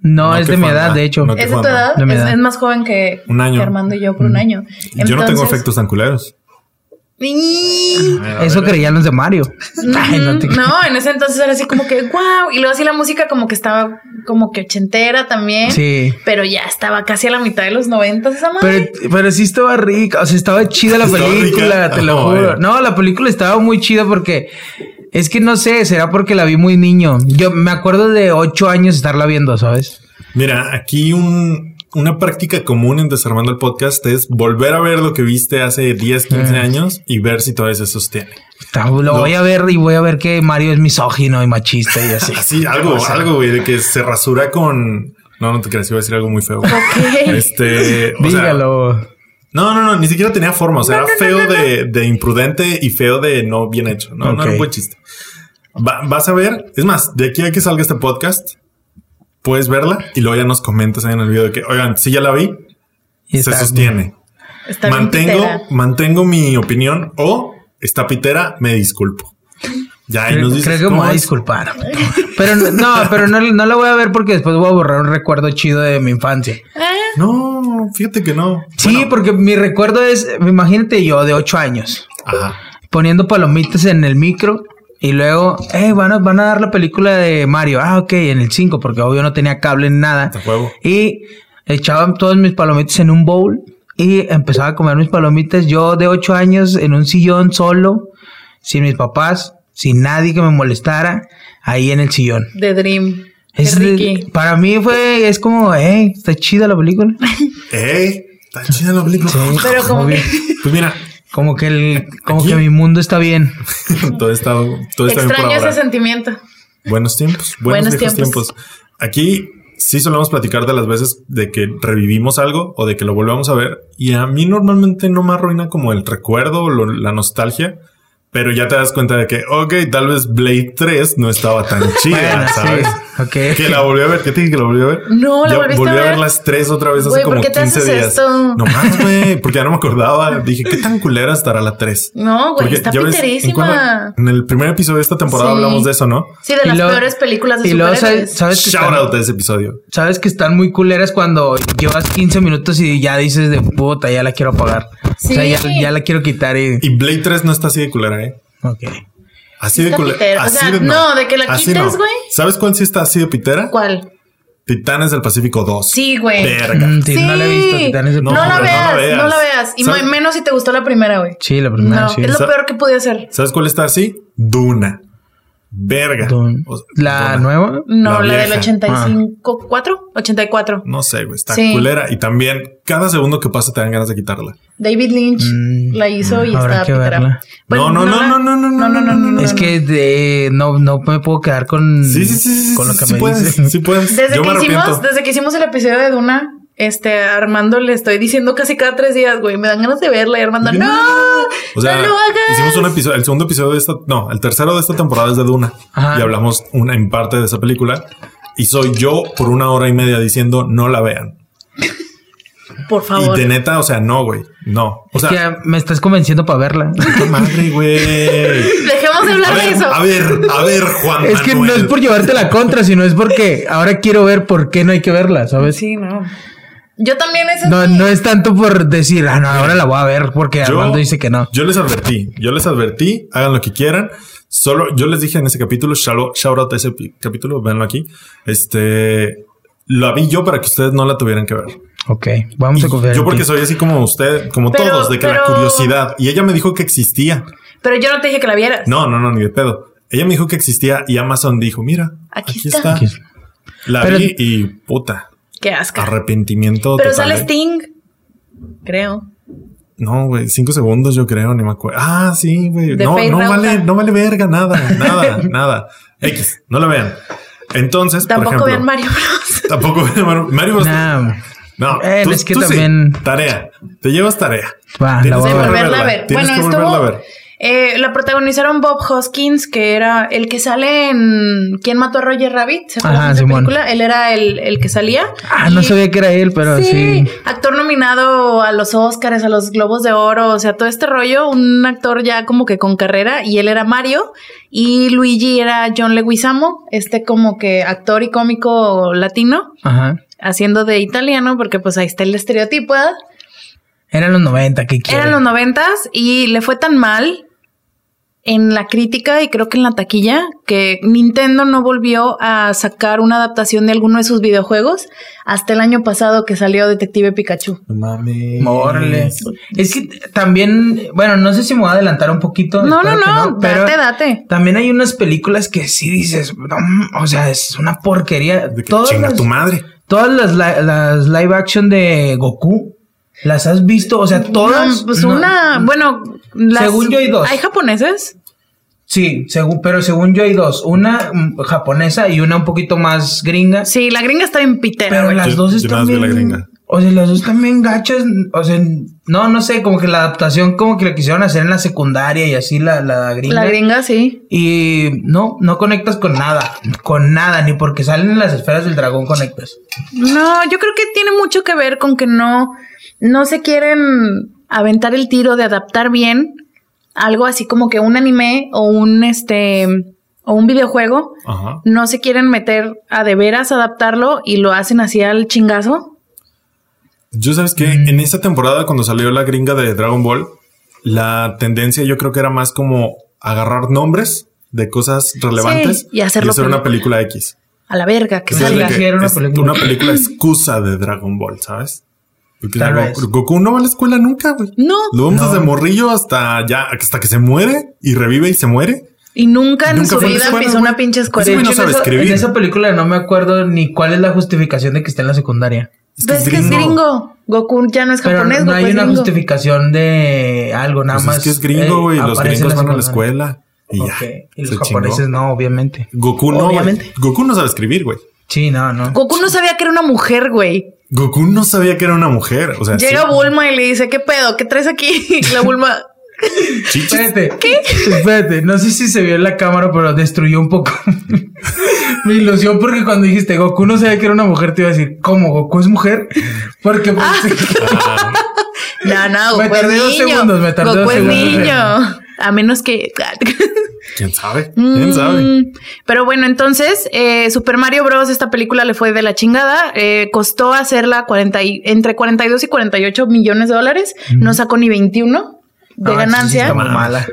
Speaker 3: No,
Speaker 2: No,
Speaker 3: es
Speaker 2: qué
Speaker 3: de mi
Speaker 2: fama.
Speaker 3: edad, de hecho.
Speaker 2: No, qué
Speaker 1: Es de tu
Speaker 2: fama.
Speaker 1: edad,
Speaker 3: De mi
Speaker 1: es,
Speaker 3: edad.
Speaker 1: es más joven que,
Speaker 2: Un año. Mm.
Speaker 1: que Armando y yo por un año.
Speaker 2: Yo no tengo
Speaker 1: Entonces-
Speaker 2: efectos tan culeros.
Speaker 1: Y-
Speaker 3: Eso creían los de Mario. (laughs) Ay, no te-
Speaker 1: (laughs) No, en ese entonces era así como que wow. Y luego así la música como que estaba como que ochentera también.
Speaker 3: Sí.
Speaker 1: Pero ya estaba casi a la mitad de los noventas esa
Speaker 3: Pero, (laughs)
Speaker 1: madre.
Speaker 3: pero sí estaba rica, o sea, estaba chida la
Speaker 2: Estaba
Speaker 3: película,
Speaker 2: rica.
Speaker 3: te lo
Speaker 2: No,
Speaker 3: juro.
Speaker 2: eh.
Speaker 3: No, la película estaba muy chida porque es que no sé, será porque la vi muy niño. Yo me acuerdo de ocho años estarla viendo, ¿sabes?
Speaker 2: Mira, aquí un, una práctica común en Desarmando el Podcast es volver a ver lo que viste hace 10, 15 años y ver si todavía se sostiene.
Speaker 3: Está- Lo voy a ver y voy a ver que Mario es misógino y machista y así. (laughs)
Speaker 2: Así, algo,
Speaker 3: O sea,
Speaker 2: algo, güey, de que se rasura con... No, no te creas, iba a decir algo muy
Speaker 3: (laughs)
Speaker 2: feo.
Speaker 1: Ok.
Speaker 2: Este, (laughs) o sea,
Speaker 3: Dígalo.
Speaker 2: No, no, no, ni siquiera tenía forma. O sea, era feo De, de imprudente y feo de no bien hecho. No, no era
Speaker 3: Ok.
Speaker 2: un buen chiste. Va- vas a ver, es más, de aquí a que salga este podcast, puedes verla y luego ya nos comentas ahí en el video de que, oigan, si ya la vi,
Speaker 3: Y
Speaker 2: se
Speaker 3: está-
Speaker 2: sostiene.
Speaker 1: Está bien
Speaker 2: mantengo,
Speaker 1: pitera.
Speaker 2: mantengo mi opinión o está pitera, me disculpo. Ya ahí
Speaker 3: Creo,
Speaker 2: nos dices.
Speaker 3: creo que me
Speaker 2: ¿cómo
Speaker 3: voy a
Speaker 2: es?
Speaker 3: disculpar. Pero no, no, pero no, no la voy a ver porque después voy a borrar un recuerdo chido de mi infancia.
Speaker 1: Ah,
Speaker 2: No, fíjate que no.
Speaker 3: Sí,
Speaker 2: Bueno,
Speaker 3: porque mi recuerdo es, imagínate yo de ocho años.
Speaker 2: ajá.
Speaker 3: poniendo palomitas en el micro y luego, eh, van a, van a dar la película de Mario. Ah, ok, en el 5, porque obvio no tenía cable en nada.
Speaker 2: Te juego.
Speaker 3: Y echaban todas mis palomitas en un bowl y empezaba a comer mis palomitas. Yo de 8 años en un sillón solo, sin mis papás, sin nadie que me molestara, ahí en el sillón.
Speaker 1: The Dream. Qué
Speaker 3: Es de-
Speaker 1: Ricky.
Speaker 3: para mí fue, es como, eh, está chida la película.
Speaker 2: Eh, está chida la película.
Speaker 1: Pero como
Speaker 3: Muy
Speaker 1: que
Speaker 3: bien.
Speaker 2: Pues mira, (laughs)
Speaker 3: Como que el, como
Speaker 2: Aquí-
Speaker 3: que mi mundo está bien.
Speaker 2: todo está, todo está bien por
Speaker 1: extraño ese
Speaker 2: ahora.
Speaker 1: sentimiento.
Speaker 2: Buenos tiempos, buenos,
Speaker 1: Buenos
Speaker 2: viejos
Speaker 1: tiempos.
Speaker 2: tiempos. Aquí sí solemos platicar de las veces de que revivimos algo o de que lo volvemos a ver. Y a mí normalmente no me arruina como el recuerdo o lo- la nostalgia. Pero ya te das cuenta de que, ok, tal vez Blade 3 no estaba
Speaker 1: (laughs)
Speaker 2: tan chida,
Speaker 3: Bueno, sí,
Speaker 2: ¿sabes?
Speaker 3: ok.
Speaker 2: Que la volví a ver. ¿Qué te dije que la volví a ver?
Speaker 1: No, la
Speaker 2: Ya
Speaker 1: volviste
Speaker 2: volví
Speaker 1: a
Speaker 2: a ver
Speaker 1: ver.
Speaker 2: las tres otra vez hace
Speaker 1: Güey, ¿por
Speaker 2: como
Speaker 1: qué te
Speaker 2: 15
Speaker 1: haces
Speaker 2: días.
Speaker 1: esto?
Speaker 2: No más, güey,
Speaker 1: (laughs)
Speaker 2: porque ya no me acordaba. Dije, ¿qué tan culera estará la 3?
Speaker 1: No, güey, está
Speaker 2: ya ves, ¿en
Speaker 1: piterísima.
Speaker 2: cuál- En, el primer episodio de esta temporada
Speaker 1: Sí.
Speaker 2: hablamos de eso, ¿no?
Speaker 1: Sí, de
Speaker 3: Y
Speaker 1: las
Speaker 3: luego-
Speaker 1: peores películas de
Speaker 3: y luego, ¿sabes,
Speaker 1: superhéroes.
Speaker 3: sabes que
Speaker 2: Shout
Speaker 3: están-
Speaker 2: out de ese episodio.
Speaker 3: Sabes que están muy culeras cuando llevas 15 minutos y ya dices de puta, ya la quiero apagar.
Speaker 1: Sí.
Speaker 3: O sea, ya, ya la quiero quitar y.
Speaker 2: Y Blade 3 no está así de culera, ¿eh?
Speaker 3: Ok.
Speaker 2: Así de
Speaker 1: Está pitera,
Speaker 2: culera.
Speaker 1: o
Speaker 2: Así
Speaker 1: sea,
Speaker 2: de,
Speaker 1: no, de que la
Speaker 2: Así
Speaker 1: quites,
Speaker 2: no.
Speaker 1: güey.
Speaker 2: ¿Sabes cuál sí está así de pitera?
Speaker 1: ¿Cuál?
Speaker 2: Titanes del Pacífico 2.
Speaker 1: Sí, güey.
Speaker 2: Verga.
Speaker 3: Mm, sí, No la he visto.
Speaker 1: Sí.
Speaker 3: Titanes de
Speaker 1: no,
Speaker 2: No,
Speaker 3: Pacífico.
Speaker 1: la
Speaker 2: hombre,
Speaker 1: veas, no la veas, Y
Speaker 2: ¿Sabes?
Speaker 1: me- menos si te gustó la primera, güey.
Speaker 3: Sí, la primera.
Speaker 1: No,
Speaker 3: sí.
Speaker 1: es lo
Speaker 2: Sa-
Speaker 1: peor que pude hacer.
Speaker 2: ¿Sabes cuál está así? Duna. Verga.
Speaker 3: Dun-
Speaker 2: O sea,
Speaker 3: La
Speaker 2: Duna.
Speaker 3: nueva.
Speaker 1: No,
Speaker 2: La
Speaker 1: la, del
Speaker 2: vieja. Ah.
Speaker 1: 85, ¿4? 84.
Speaker 2: No sé, güey. Está
Speaker 1: Sí.
Speaker 2: culera. Y también, cada segundo que pasa te dan ganas de quitarla.
Speaker 1: David Lynch
Speaker 3: Mm,
Speaker 1: la hizo y
Speaker 3: habrá
Speaker 1: estaba
Speaker 3: que
Speaker 1: pitera.
Speaker 3: verla.
Speaker 2: No, no,
Speaker 1: la-
Speaker 2: no, no, no, no, no, no, no.
Speaker 3: es que de- no, no me puedo quedar con,
Speaker 2: Sí, sí, sí. sí,
Speaker 3: con lo
Speaker 2: sí,
Speaker 3: que
Speaker 2: sí
Speaker 3: me
Speaker 2: puedes,
Speaker 3: dices.
Speaker 2: Sí puedes.
Speaker 1: Desde
Speaker 2: Yo
Speaker 1: que
Speaker 2: me
Speaker 1: hicimos,
Speaker 2: arrepiento.
Speaker 1: desde que hicimos el episodio de Duna, este, a Armando le estoy diciendo casi cada tres días, güey, me dan ganas de verla y Armando,
Speaker 2: Yo,
Speaker 1: no,
Speaker 2: O sea,
Speaker 1: no lo hagas.
Speaker 2: hicimos un episodio, el segundo episodio de esta, no, el tercero de esta temporada es de Duna
Speaker 3: Ajá.
Speaker 2: y hablamos una en parte de esa película y soy yo por una hora y media diciendo no la vean.
Speaker 1: Por favor.
Speaker 2: Y de neta, o sea, no, güey, no. O
Speaker 3: Es
Speaker 2: sea,
Speaker 3: que me estás convenciendo para
Speaker 2: (laughs)
Speaker 3: verla.
Speaker 2: puta madre, güey.
Speaker 3: (laughs)
Speaker 1: Dejemos de
Speaker 2: A
Speaker 1: hablar de
Speaker 2: ver,
Speaker 1: eso.
Speaker 2: a ver, a ver, Juan
Speaker 3: Es que no
Speaker 2: Manuel.
Speaker 3: es por llevarte la contra, sino es porque ahora quiero ver por qué no hay que verla, ¿sabes?
Speaker 1: Sí, no. Yo también ese es
Speaker 3: No,
Speaker 1: mi-
Speaker 3: no es tanto por decir, ah, no, ahora la voy a ver porque Armando dice que no.
Speaker 2: Yo les advertí, yo les advertí, hagan lo que quieran. Solo yo les dije en ese capítulo, shalo- shout out a ese pi- capítulo, véanlo aquí. Este la vi yo para que ustedes no la tuvieran que ver.
Speaker 3: Ok, vamos a confiar.
Speaker 2: Yo
Speaker 3: en
Speaker 2: porque
Speaker 3: ti.
Speaker 2: soy así como usted, como
Speaker 1: Pero-
Speaker 2: todos, de que la
Speaker 1: pero-
Speaker 2: curiosidad. Y ella me dijo que existía.
Speaker 1: Pero yo no te dije que la vieras.
Speaker 2: No, no, no, ni de pedo. Ella me dijo que existía y Amazon dijo, mira,
Speaker 1: Aquí
Speaker 2: aquí,
Speaker 1: está.
Speaker 2: está.
Speaker 3: Aquí está.
Speaker 2: La
Speaker 3: Pero-
Speaker 2: vi y puta,
Speaker 1: Qué asco.
Speaker 2: arrepentimiento.
Speaker 1: Pero
Speaker 2: total,
Speaker 1: sale
Speaker 2: ¿eh?
Speaker 1: Sting. Creo.
Speaker 2: No, güey, cinco segundos yo creo, ni me acuerdo. Ah, sí, güey.
Speaker 1: De
Speaker 2: No,
Speaker 1: Faye
Speaker 2: no
Speaker 1: Rauta.
Speaker 2: vale, no vale verga, nada,
Speaker 1: (laughs)
Speaker 2: nada, nada. X, no la vean. Entonces,
Speaker 1: Tampoco
Speaker 2: por ejemplo,
Speaker 1: vean Mario Bros.
Speaker 2: Tampoco vean Mario, Mario Bros.
Speaker 3: Nah,
Speaker 2: No,
Speaker 3: Eh,
Speaker 2: tú-
Speaker 3: es que
Speaker 2: tú sí.
Speaker 3: también-
Speaker 2: Tarea, te llevas tarea.
Speaker 3: Va, la
Speaker 2: Tienes
Speaker 3: voy
Speaker 2: que
Speaker 3: a ver.
Speaker 1: volverla a ver.
Speaker 2: Tienes
Speaker 1: Bueno,
Speaker 2: que volverla a
Speaker 1: estuvo.
Speaker 2: ver.
Speaker 1: eh, la protagonizaron Bob Hoskins, que era el que sale en ¿Quién mató a Roger Rabbit? ¿Se acuerdan
Speaker 3: Ajá,
Speaker 1: de esa
Speaker 3: Simón.
Speaker 1: película? Él era el, el que salía.
Speaker 3: Ah, no
Speaker 1: Y-
Speaker 3: sabía que era él, pero sí.
Speaker 1: Actor nominado a los Oscars, a los Globos de Oro, o sea, todo este rollo. Un actor ya como que con carrera y él era Mario y Luigi era John Leguizamo, este como que actor y cómico latino,
Speaker 3: Ajá.
Speaker 1: haciendo de italiano, porque pues ahí está el estereotipo. ¿eh? ¿verdad?
Speaker 3: Eran los 90, ¿qué quieres?
Speaker 1: Eran los noventas y le fue tan mal en la crítica y creo que en la taquilla que Nintendo no volvió a sacar una adaptación de alguno de sus videojuegos hasta el año pasado que salió Detective Pikachu.
Speaker 2: No mames.
Speaker 3: Órale. Es que también, bueno, no sé si me voy a adelantar un poquito.
Speaker 1: No, no,
Speaker 3: espero que
Speaker 1: no,
Speaker 3: pero
Speaker 1: date, date.
Speaker 3: También hay unas películas que sí dices, no, o sea, es una porquería.
Speaker 2: De que
Speaker 3: Todas
Speaker 2: chinga
Speaker 3: las-
Speaker 2: tu madre.
Speaker 3: Todas las, li- las live action de Goku, ¿las has visto? O sea, todas.
Speaker 1: No, pues
Speaker 3: no-
Speaker 1: una, bueno, las-
Speaker 3: Según yo hay dos.
Speaker 1: japoneses?
Speaker 3: Sí, según, pero según yo hay dos. Una mm, japonesa y una un poquito más gringa.
Speaker 1: Sí, la gringa está bien pitera.
Speaker 3: Pero
Speaker 1: güey.
Speaker 3: las
Speaker 2: Yo-
Speaker 3: dos
Speaker 2: yo
Speaker 3: están
Speaker 2: nada más vi la
Speaker 3: bien.
Speaker 2: gringa.
Speaker 3: O sea, las dos también gachas. O sea, no, no sé, como que la adaptación, como que la quisieron hacer en la secundaria y así la, la gringa.
Speaker 1: La gringa sí.
Speaker 3: Y no, no conectas con nada. Con nada, ni porque salen las esferas del dragón conectas.
Speaker 1: No, yo creo que tiene mucho que ver con que no, no se quieren aventar el tiro de adaptar bien algo así como que un anime o un este o un videojuego.
Speaker 2: Ajá.
Speaker 1: No se quieren meter a de veras adaptarlo y lo hacen así al chingazo.
Speaker 2: Yo sabes que
Speaker 1: Mm.
Speaker 2: en esa temporada cuando salió la gringa de Dragon Ball, la tendencia yo creo que era más como agarrar nombres de cosas relevantes
Speaker 1: y hacerlo
Speaker 2: hacer una película X.
Speaker 1: A la verga, que
Speaker 2: O sea,
Speaker 3: Sí,
Speaker 2: de
Speaker 1: salga.
Speaker 2: que
Speaker 3: sí, era una
Speaker 2: es
Speaker 3: película.
Speaker 2: una película excusa de Dragon Ball, ¿sabes? Porque
Speaker 3: Tal
Speaker 2: Dragon-
Speaker 3: vez.
Speaker 2: Goku no va a la escuela nunca, güey.
Speaker 1: No,
Speaker 2: Lo vemos
Speaker 3: No.
Speaker 2: desde morrillo hasta ya, hasta que se muere y revive y se muere.
Speaker 1: y nunca en
Speaker 2: Nunca
Speaker 1: su
Speaker 2: fue a la
Speaker 1: vida
Speaker 2: escuela,
Speaker 1: pisó
Speaker 2: güey.
Speaker 1: una pinche escuela.
Speaker 2: Ese güey no
Speaker 3: en
Speaker 2: sabe
Speaker 3: esa-
Speaker 2: escribir.
Speaker 3: en esa película no me acuerdo ni cuál es la justificación de que esté en la secundaria.
Speaker 2: Es
Speaker 1: Pues es que es gringo. Goku ya no es
Speaker 3: Pero
Speaker 1: japonés,
Speaker 3: no
Speaker 1: Goku
Speaker 3: hay
Speaker 1: es
Speaker 3: una
Speaker 1: gringo.
Speaker 3: justificación de algo, nada
Speaker 2: Pues
Speaker 3: más.
Speaker 2: es que es
Speaker 3: eh,
Speaker 2: gringo, güey. los
Speaker 3: aparece en
Speaker 2: gringos van a la
Speaker 3: secundaria.
Speaker 2: escuela y
Speaker 3: Ok,
Speaker 2: ya.
Speaker 3: Y los
Speaker 2: se chingó.
Speaker 3: japoneses no, obviamente.
Speaker 2: Goku no, güey.
Speaker 1: Obviamente.
Speaker 2: Goku no sabe escribir, güey.
Speaker 3: Sí, no, no.
Speaker 1: Goku no sabía que era una mujer, güey.
Speaker 2: Goku no sabía que era una mujer. O sea,
Speaker 1: Llega
Speaker 2: sí,
Speaker 1: Bulma y le dice, ¿qué pedo? ¿Qué traes aquí? (laughs) Y la Bulma,
Speaker 2: chichis.
Speaker 3: Espérate. ¿Qué? Espérate. No sé si se vio en la cámara, pero destruyó un poco (laughs) mi ilusión porque cuando dijiste Goku no sabía que era una mujer, te iba a decir, ¿cómo? ¿Goku es mujer? Porque pues, pensé-
Speaker 2: Ah,
Speaker 1: no, no,
Speaker 3: Me
Speaker 1: Goku es
Speaker 3: tardé dos
Speaker 1: niño.
Speaker 3: segundos, me tardé
Speaker 1: Goku
Speaker 3: dos
Speaker 1: es
Speaker 3: segundos.
Speaker 1: niño. A menos que... (laughs)
Speaker 2: ¿Quién sabe? ¿Quién sabe?
Speaker 1: Mm, Pero bueno, entonces, eh, Super Mario Bros. Esta película le fue de la chingada. Eh, costó hacerla 40 y- entre 42 y 48 millones de dólares. No sacó ni 21 de
Speaker 3: Ah,
Speaker 1: ganancia.
Speaker 3: sí, está muy mala.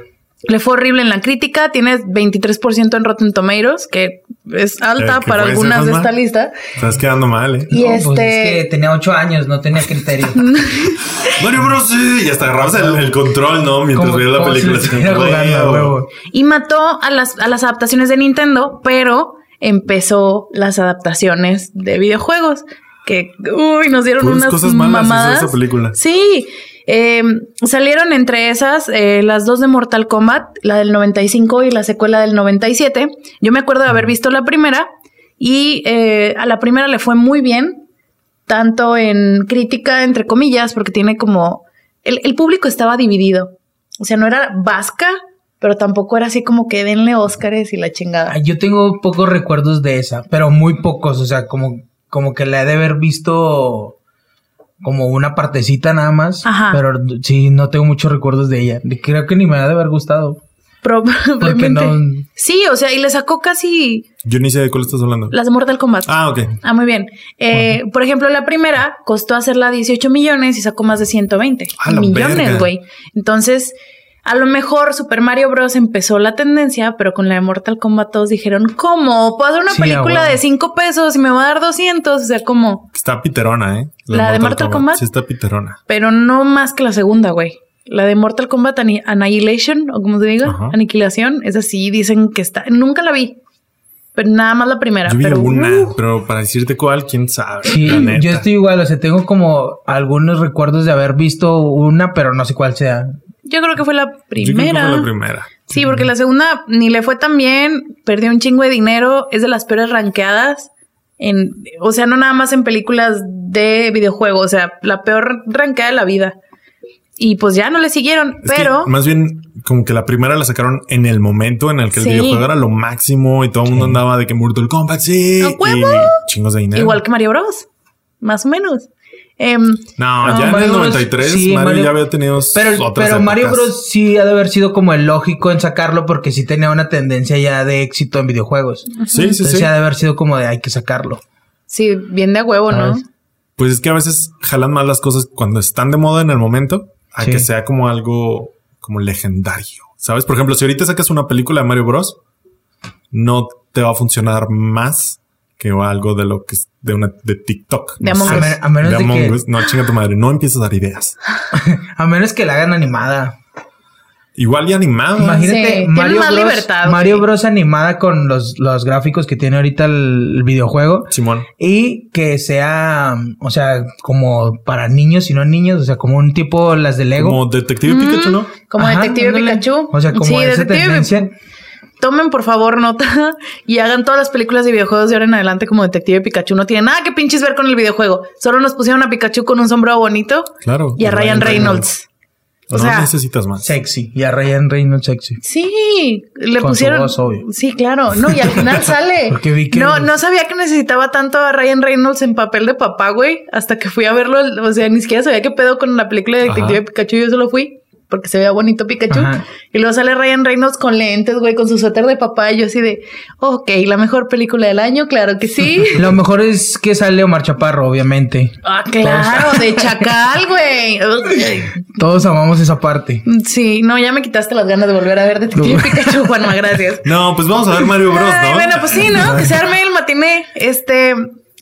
Speaker 1: Le fue horrible en la crítica, tiene 23% en Rotten Tomatoes, que es alta
Speaker 2: Eh, ¿qué
Speaker 1: para
Speaker 2: puede ser,
Speaker 1: algunas de
Speaker 2: Juanma?
Speaker 1: esta lista.
Speaker 2: Estás quedando mal, eh.
Speaker 1: Y
Speaker 3: No,
Speaker 1: este,
Speaker 3: pues es que tenía ocho años, no tenía criterio.
Speaker 2: Mario Bros. sí, Y hasta agarrabas el, el control, ¿no? Mientras
Speaker 3: Como-
Speaker 2: veías la
Speaker 3: como si
Speaker 2: película.
Speaker 3: lo estuviera
Speaker 2: Güey,
Speaker 3: jugando, a huevo.
Speaker 1: y mató a las, a las adaptaciones de Nintendo, pero empezó las adaptaciones de videojuegos, que, uy, nos dieron
Speaker 2: Puras
Speaker 1: unas
Speaker 2: cosas malas hizo
Speaker 1: mamadas.
Speaker 2: esa película.
Speaker 1: Sí, eh, salieron entre esas eh, las dos de Mortal Kombat, la del 95 y la secuela del 97. Yo me acuerdo de haber visto la primera y eh, a la primera le fue muy bien, tanto en crítica, entre comillas, porque tiene como... El, el público estaba dividido. O sea, no era vasca, pero tampoco era así como que denle Óscares y la chingada.
Speaker 3: Ah, Yo tengo pocos recuerdos de esa, pero muy pocos, o sea, como, como que la he de haber visto como una partecita nada más,
Speaker 1: Ajá.
Speaker 3: pero sí, no tengo muchos recuerdos de ella. Creo que ni me ha de haber gustado.
Speaker 1: (laughs) Probablemente.
Speaker 3: no-
Speaker 1: Sí, o sea, y le sacó casi
Speaker 2: Yo ni sé de cuál estás hablando.
Speaker 1: las Mortal Kombat.
Speaker 2: Ah, ok.
Speaker 1: Ah, muy bien. Eh, Por ejemplo, la primera costó hacerla 18 millones y sacó más de 120
Speaker 2: A la verga.
Speaker 1: millones, güey. Entonces, a lo mejor Super Mario Bros. empezó la tendencia, pero con la de Mortal Kombat todos dijeron, ¿cómo? ¿Puedo hacer una
Speaker 3: Sí, a
Speaker 1: película
Speaker 3: huevo.
Speaker 1: de 5 pesos y me va a dar 200? O sea, como...
Speaker 2: Está piterona, ¿eh?
Speaker 1: ¿La de Mortal Kombat?
Speaker 2: Sí, está piterona.
Speaker 1: Pero no más que la segunda, güey. La de Mortal Kombat Anni- Annihilation, o como se diga,
Speaker 2: Ajá.
Speaker 1: Aniquilación, es así, dicen que está... Nunca la vi, pero nada más la primera.
Speaker 2: Yo vi
Speaker 1: pero,
Speaker 2: una,
Speaker 1: uh,
Speaker 2: pero para decirte cuál, quién sabe.
Speaker 3: Sí,
Speaker 2: la neta.
Speaker 3: yo estoy igual, o sea, tengo como algunos recuerdos de haber visto una, pero no sé cuál sea.
Speaker 1: yo creo que fue la
Speaker 2: Yo creo que
Speaker 1: primera.
Speaker 2: fue la primera.
Speaker 1: Sí, porque la segunda ni le fue tan bien, perdió un chingo de dinero, es de las peores ranqueadas. En, o sea, no nada más en películas de videojuego, o sea, la peor ranqueada de la vida. Y pues ya no le siguieron,
Speaker 2: Es que,
Speaker 1: pero
Speaker 2: más bien, como que la primera la sacaron en el momento en el que el
Speaker 1: Sí.
Speaker 2: videojuego era lo máximo y todo el mundo andaba de que Mortal Kombat, sí.
Speaker 1: ¡A huevo!
Speaker 2: Y chingos de dinero.
Speaker 1: igual que Mario Bros. Más o menos. Em,
Speaker 2: No, ya en
Speaker 3: Mario
Speaker 2: el
Speaker 3: Bros,
Speaker 2: 93
Speaker 3: sí,
Speaker 2: Mario,
Speaker 3: Mario-
Speaker 2: ya había tenido
Speaker 3: Pero,
Speaker 2: otras
Speaker 3: pero Mario
Speaker 2: épocas.
Speaker 3: Bros. sí ha de haber sido como el lógico en sacarlo porque sí tenía una tendencia ya de éxito en videojuegos.
Speaker 2: Sí, sí,
Speaker 3: Entonces
Speaker 2: sí.
Speaker 3: sí ha de haber sido como de hay que sacarlo.
Speaker 1: sí, bien de a huevo,
Speaker 3: Ah,
Speaker 1: ¿no?
Speaker 3: es-
Speaker 2: Pues es que a veces jalan más las cosas cuando están de moda en el momento a
Speaker 3: Sí.
Speaker 2: que sea como algo como legendario. ¿Sabes? Por ejemplo, si ahorita sacas una película de Mario Bros, no te va a funcionar más que algo de lo que es de una de TikTok.
Speaker 1: De
Speaker 2: No
Speaker 1: Among
Speaker 2: sé.
Speaker 3: A,
Speaker 1: Us.
Speaker 3: men- a menos
Speaker 2: de
Speaker 3: de
Speaker 2: Among
Speaker 3: que,
Speaker 2: Us. No, chinga tu madre. No empieces a dar ideas.
Speaker 3: a menos que la hagan animada.
Speaker 2: Igual y animado.
Speaker 1: Sí,
Speaker 3: Imagínate
Speaker 1: tienen
Speaker 3: Mario,
Speaker 1: más
Speaker 3: Bros,
Speaker 1: libertad,
Speaker 3: Mario
Speaker 1: güey.
Speaker 3: Bros animada con los, los gráficos que tiene ahorita el, el videojuego
Speaker 2: Simón.
Speaker 3: y que sea, o sea, como para niños y no niños, o sea, como un tipo las de Lego.
Speaker 2: Como Detective Pikachu, ¿no?
Speaker 1: Como
Speaker 3: Ajá,
Speaker 1: Detective
Speaker 3: ándale.
Speaker 1: Pikachu.
Speaker 3: O sea, como
Speaker 1: Sí,
Speaker 3: esa
Speaker 1: Detective-
Speaker 3: tendencia.
Speaker 1: Tomen por favor nota (laughs) y hagan todas las películas de videojuegos de ahora en adelante como Detective Pikachu. No tiene nada que pinches ver con el videojuego. Solo nos pusieron a Pikachu con un sombrero bonito
Speaker 2: Claro.
Speaker 1: y a Ryan Reynolds. O
Speaker 2: no
Speaker 1: sea,
Speaker 2: necesitas más.
Speaker 3: Sexy. Y a Ryan Reynolds sexy.
Speaker 1: sí, le
Speaker 3: Con su
Speaker 1: pusieron.
Speaker 3: voz, obvio.
Speaker 1: Sí, claro. No, y al
Speaker 3: (laughs)
Speaker 1: final sale.
Speaker 3: Porque vi que-
Speaker 1: No, no sabía que necesitaba tanto a Ryan Reynolds en papel de papá, güey. Hasta que fui a verlo. O sea, ni siquiera sabía qué pedo con la película de Detective
Speaker 2: Ajá.
Speaker 1: Pikachu. Yo solo fui porque se veía bonito Pikachu.
Speaker 3: Ajá.
Speaker 1: Y luego sale Ryan Reynolds con lentes, güey, con su suéter de papá. Y yo así de, ok, la mejor película del año, claro que
Speaker 3: (laughs)
Speaker 1: sí.
Speaker 3: Lo mejor es que sale Omar Chaparro, obviamente.
Speaker 1: ah, claro, de chacal,
Speaker 3: (laughs)
Speaker 1: güey.
Speaker 3: Todos amamos esa parte.
Speaker 1: Sí, no, ya me quitaste las ganas de volver a ver Detective Pikachu, Juanma, gracias.
Speaker 2: No, pues vamos a ver Mario Bros,
Speaker 1: Ay,
Speaker 2: ¿no?
Speaker 1: bueno, pues sí, ¿no? Que se arme el matiné. Este,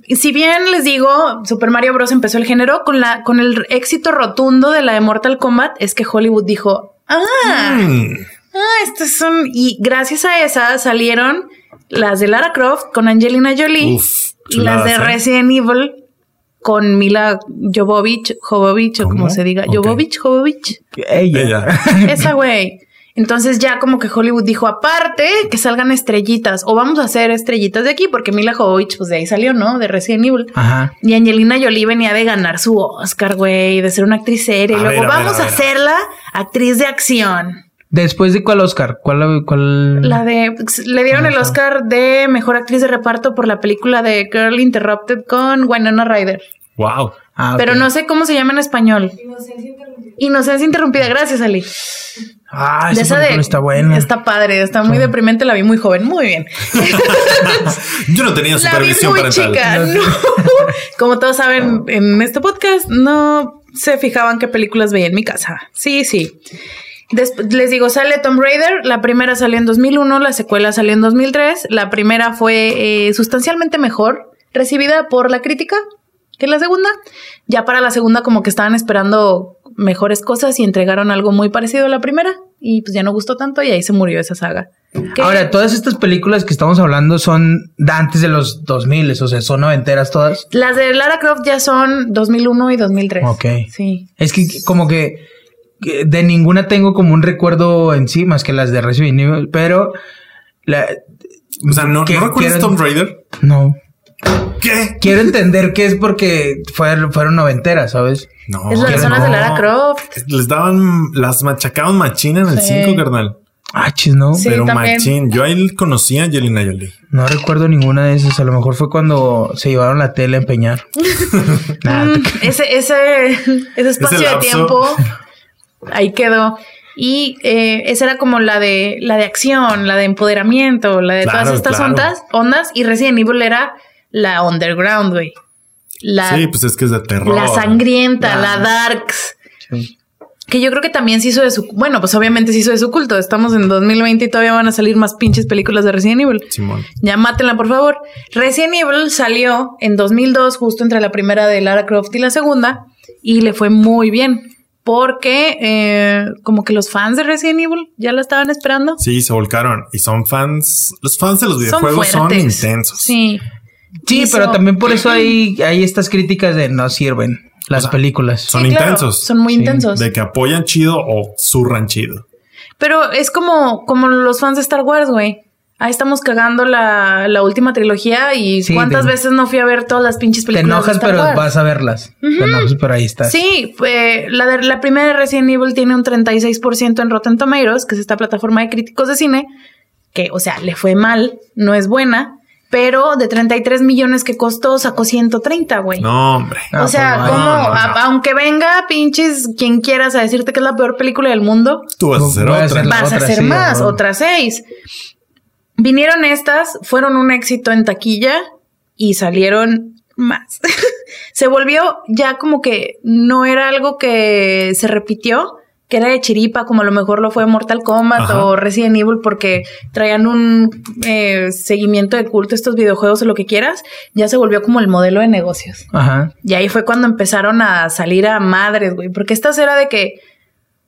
Speaker 1: si bien les digo, Super Mario Bros. empezó el género con la, con el éxito rotundo de la de Mortal Kombat, es que Hollywood dijo, ah,
Speaker 2: Mm.
Speaker 1: ah, estas son. Y gracias a esas salieron las de Lara Croft con Angelina Jolie
Speaker 2: Uf,
Speaker 1: y las de
Speaker 2: chuladas, ¿eh?
Speaker 1: Resident Evil con Mila Jovovich, Jovovich, o
Speaker 2: ¿Cómo?
Speaker 1: como se diga,
Speaker 2: Ok.
Speaker 1: Jovovich, Jovovich.
Speaker 3: Ella.
Speaker 2: Ella.
Speaker 1: (laughs) Esa güey. Entonces ya como que Hollywood dijo, aparte que salgan estrellitas, o vamos a hacer estrellitas de aquí, porque Mila Jovovich, pues de ahí salió, ¿no? De Resident Evil.
Speaker 3: Ajá.
Speaker 1: Y Angelina Jolie venía de ganar su Oscar, güey, de ser una actriz seria. Y
Speaker 2: A
Speaker 1: luego
Speaker 2: ver, a ver,
Speaker 1: vamos
Speaker 2: a
Speaker 1: a,
Speaker 2: ver, a ver".
Speaker 1: hacerla actriz de acción.
Speaker 3: Después de cuál Oscar? ¿Cuál? cuál...
Speaker 1: La de. pues, Le dieron el
Speaker 3: Ajá.
Speaker 1: Oscar de mejor actriz de reparto por la película de Girl Interrupted con Winona Ryder.
Speaker 2: Wow.
Speaker 3: Ah, ok.
Speaker 1: Pero no sé cómo se llama en español. Inocencia interrumpida. Gracias, Ali.
Speaker 3: Ah,
Speaker 1: De
Speaker 3: esa
Speaker 1: esa
Speaker 3: película
Speaker 1: de-
Speaker 3: está buena.
Speaker 1: Está padre, está muy deprimente. La vi muy joven. Muy bien.
Speaker 2: Yo no tenía
Speaker 1: La vi
Speaker 2: supervisión
Speaker 1: muy
Speaker 2: parental.
Speaker 1: chica. no. (laughs) Como todos saben, en este podcast no se fijaban qué películas veía en mi casa. Sí, sí. Desp- les digo, sale Tomb Raider, la primera salió en 2001, la secuela salió en 2003, la primera fue eh, sustancialmente mejor recibida por la crítica que la segunda. Ya para la segunda como que estaban esperando mejores cosas y entregaron algo muy parecido a la primera y pues ya no gustó tanto y ahí se murió esa saga. Que-
Speaker 3: Ahora, todas estas películas que estamos hablando son de antes de los 2000, o sea, son noventeras todas.
Speaker 1: Las de Lara Croft ya son 2001 y 2003.
Speaker 3: Ok.
Speaker 1: Sí.
Speaker 3: Es que como que que de ninguna tengo como un recuerdo en sí, más que las de Resident Evil, pero... La,
Speaker 2: O sea, ¿no,
Speaker 3: que-
Speaker 2: ¿no recuerdas
Speaker 3: que eran-
Speaker 2: Tomb Raider?
Speaker 3: No.
Speaker 2: ¿Qué?
Speaker 3: Quiero entender que es porque fue- fueron noventeras, ¿sabes?
Speaker 2: No.
Speaker 1: es las
Speaker 3: quiero-
Speaker 1: zonas de
Speaker 2: no.
Speaker 1: Lara Croft.
Speaker 2: Les daban, las machacaban machina en el
Speaker 1: Sí.
Speaker 2: 5, carnal.
Speaker 3: Ah, chis, no.
Speaker 1: Sí,
Speaker 2: Pero
Speaker 1: también.
Speaker 2: machín. Yo ahí conocí a Angelina Jolie.
Speaker 3: No recuerdo ninguna de esas. A lo mejor fue cuando se llevaron la tele a empeñar.
Speaker 1: (laughs)
Speaker 3: Nah,
Speaker 1: Mm, ese, ese, ese espacio de
Speaker 2: lapso. (laughs)
Speaker 1: tiempo ahí quedó. Y eh, esa era como la de la de acción, la de empoderamiento, la de
Speaker 2: Claro,
Speaker 1: todas estas
Speaker 2: claro.
Speaker 1: ondas, ondas. Y Resident Evil era la underground, güey. La,
Speaker 2: Sí, pues es que es de terror.
Speaker 1: la sangrienta,
Speaker 3: Ya.
Speaker 1: la darks.
Speaker 3: Sí.
Speaker 1: Que yo creo que también se hizo de su... Bueno, pues obviamente se hizo de su culto. Estamos en 2020 y todavía van a salir más pinches películas de Resident Evil.
Speaker 2: Simón.
Speaker 1: Ya mátenla, por favor. Resident Evil salió en 2002, justo entre la primera de Lara Croft y la segunda, y le fue muy bien. Porque eh, como que los fans de Resident Evil ya la estaban esperando.
Speaker 2: Sí, se volcaron. Y son fans. Los fans de los
Speaker 1: Son
Speaker 2: videojuegos
Speaker 1: fuertes.
Speaker 2: son, intensos.
Speaker 1: Sí.
Speaker 3: Sí,
Speaker 1: Hizo-
Speaker 3: pero también
Speaker 1: (clears throat)
Speaker 3: por eso hay, hay estas críticas de no sirven las películas.
Speaker 2: son
Speaker 1: Sí, claro,
Speaker 2: intensos.
Speaker 1: son muy
Speaker 3: Sí,
Speaker 1: intensos.
Speaker 2: De que apoyan chido o zurran chido.
Speaker 1: Pero es como, como los fans de Star Wars, güey. Ahí estamos cagando la, la última trilogía y
Speaker 3: Sí,
Speaker 1: cuántas
Speaker 3: te-
Speaker 1: veces no fui a ver todas las pinches
Speaker 3: Te
Speaker 1: películas. de
Speaker 3: enojas,
Speaker 1: Star
Speaker 3: pero
Speaker 1: Wars?
Speaker 3: vas a verlas. Te enojas, pero ahí estás.
Speaker 1: Sí, pues, la, de- la primera de Resident Evil tiene un 36% en Rotten Tomatoes, que es esta plataforma de críticos de cine, que, o sea, le fue mal, no es buena, pero de 33 millones que costó, sacó 130, güey.
Speaker 2: No, hombre.
Speaker 3: No,
Speaker 1: o sea,
Speaker 3: pues,
Speaker 1: como,
Speaker 2: no, no, no.
Speaker 1: a- aunque venga pinches quien quieras a decirte que es la peor película del mundo,
Speaker 2: Tú vas a
Speaker 3: Voy
Speaker 2: hacer
Speaker 3: a
Speaker 2: otra.
Speaker 3: hacer la-
Speaker 1: vas a
Speaker 3: otra,
Speaker 1: hacer
Speaker 3: sí,
Speaker 1: más,
Speaker 3: ajá.
Speaker 1: otras seis. Vinieron estas, fueron un éxito en taquilla y salieron más. (laughs) se volvió ya como que no era algo que se repitió, que era de chiripa, como a lo mejor lo fue Mortal Kombat
Speaker 2: Ajá.
Speaker 1: o Resident Evil, porque traían un eh, seguimiento de culto estos videojuegos o lo que quieras, ya se volvió como el modelo de negocios.
Speaker 3: Ajá.
Speaker 1: Y ahí fue cuando empezaron a salir a madres, güey. Porque estas era de que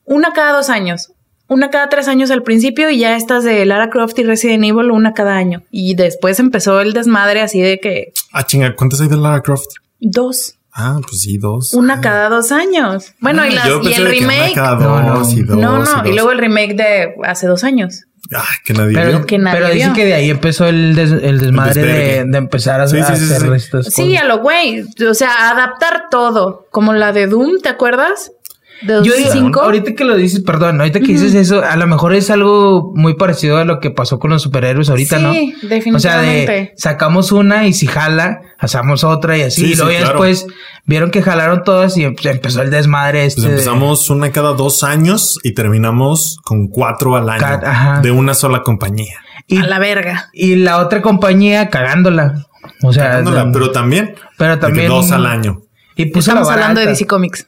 Speaker 1: una cada dos años, una cada tres años al principio y ya estas de Lara Croft y Resident Evil una cada año. Y después empezó el desmadre así de que
Speaker 2: Ah, chinga, ¿cuántas hay de Lara Croft?
Speaker 1: dos,
Speaker 2: Ah, pues sí, dos.
Speaker 1: una cada dos años. Bueno, y,
Speaker 2: Ah,
Speaker 1: las,
Speaker 2: yo
Speaker 1: y
Speaker 2: pensé
Speaker 1: el
Speaker 2: de que una
Speaker 1: remake.
Speaker 2: cada
Speaker 3: No, no.
Speaker 2: dos y dos
Speaker 1: No, no,
Speaker 2: y
Speaker 1: y
Speaker 2: dos.
Speaker 1: luego el remake de hace dos años.
Speaker 2: Ah, que nadie
Speaker 3: Pero,
Speaker 2: vio.
Speaker 1: que nadie
Speaker 3: pero dicen
Speaker 1: vio.
Speaker 3: que de ahí empezó el, des- el desmadre de,
Speaker 2: desvergue.
Speaker 3: de empezar a,
Speaker 2: Sí, sí,
Speaker 3: a
Speaker 2: sí, sí,
Speaker 3: hacer
Speaker 2: sí.
Speaker 3: estas cosas.
Speaker 1: Sí, a lo güey. O sea, adaptar todo. Como la de Doom, ¿te acuerdas? De
Speaker 3: Yo digo,
Speaker 1: 2005.
Speaker 3: ahorita que lo dices, perdón, ahorita que dices eso, a lo mejor es algo muy parecido a lo que pasó con los superhéroes ahorita,
Speaker 1: Sí,
Speaker 3: ¿no? O sea, de
Speaker 1: definitivamente.
Speaker 3: sacamos una y si jala, hacemos otra y así.
Speaker 2: Sí,
Speaker 3: y luego
Speaker 2: sí,
Speaker 3: ya
Speaker 2: claro.
Speaker 3: después vieron que jalaron todas y empe- empezó el desmadre este.
Speaker 2: Pues
Speaker 3: de-
Speaker 2: empezamos una cada dos años y terminamos con cuatro al año
Speaker 3: Ca- ajá.
Speaker 2: de una sola compañía.
Speaker 3: y,
Speaker 1: A la verga.
Speaker 3: y la otra compañía cagándola. O sea,
Speaker 2: Dándola,
Speaker 3: de-
Speaker 2: pero también,
Speaker 3: Ah, pero
Speaker 2: de que
Speaker 3: también-
Speaker 2: dos al año.
Speaker 3: y
Speaker 2: pues
Speaker 3: puso la
Speaker 1: Estamos
Speaker 3: vara
Speaker 1: hablando de
Speaker 3: alta.
Speaker 1: DC Comics.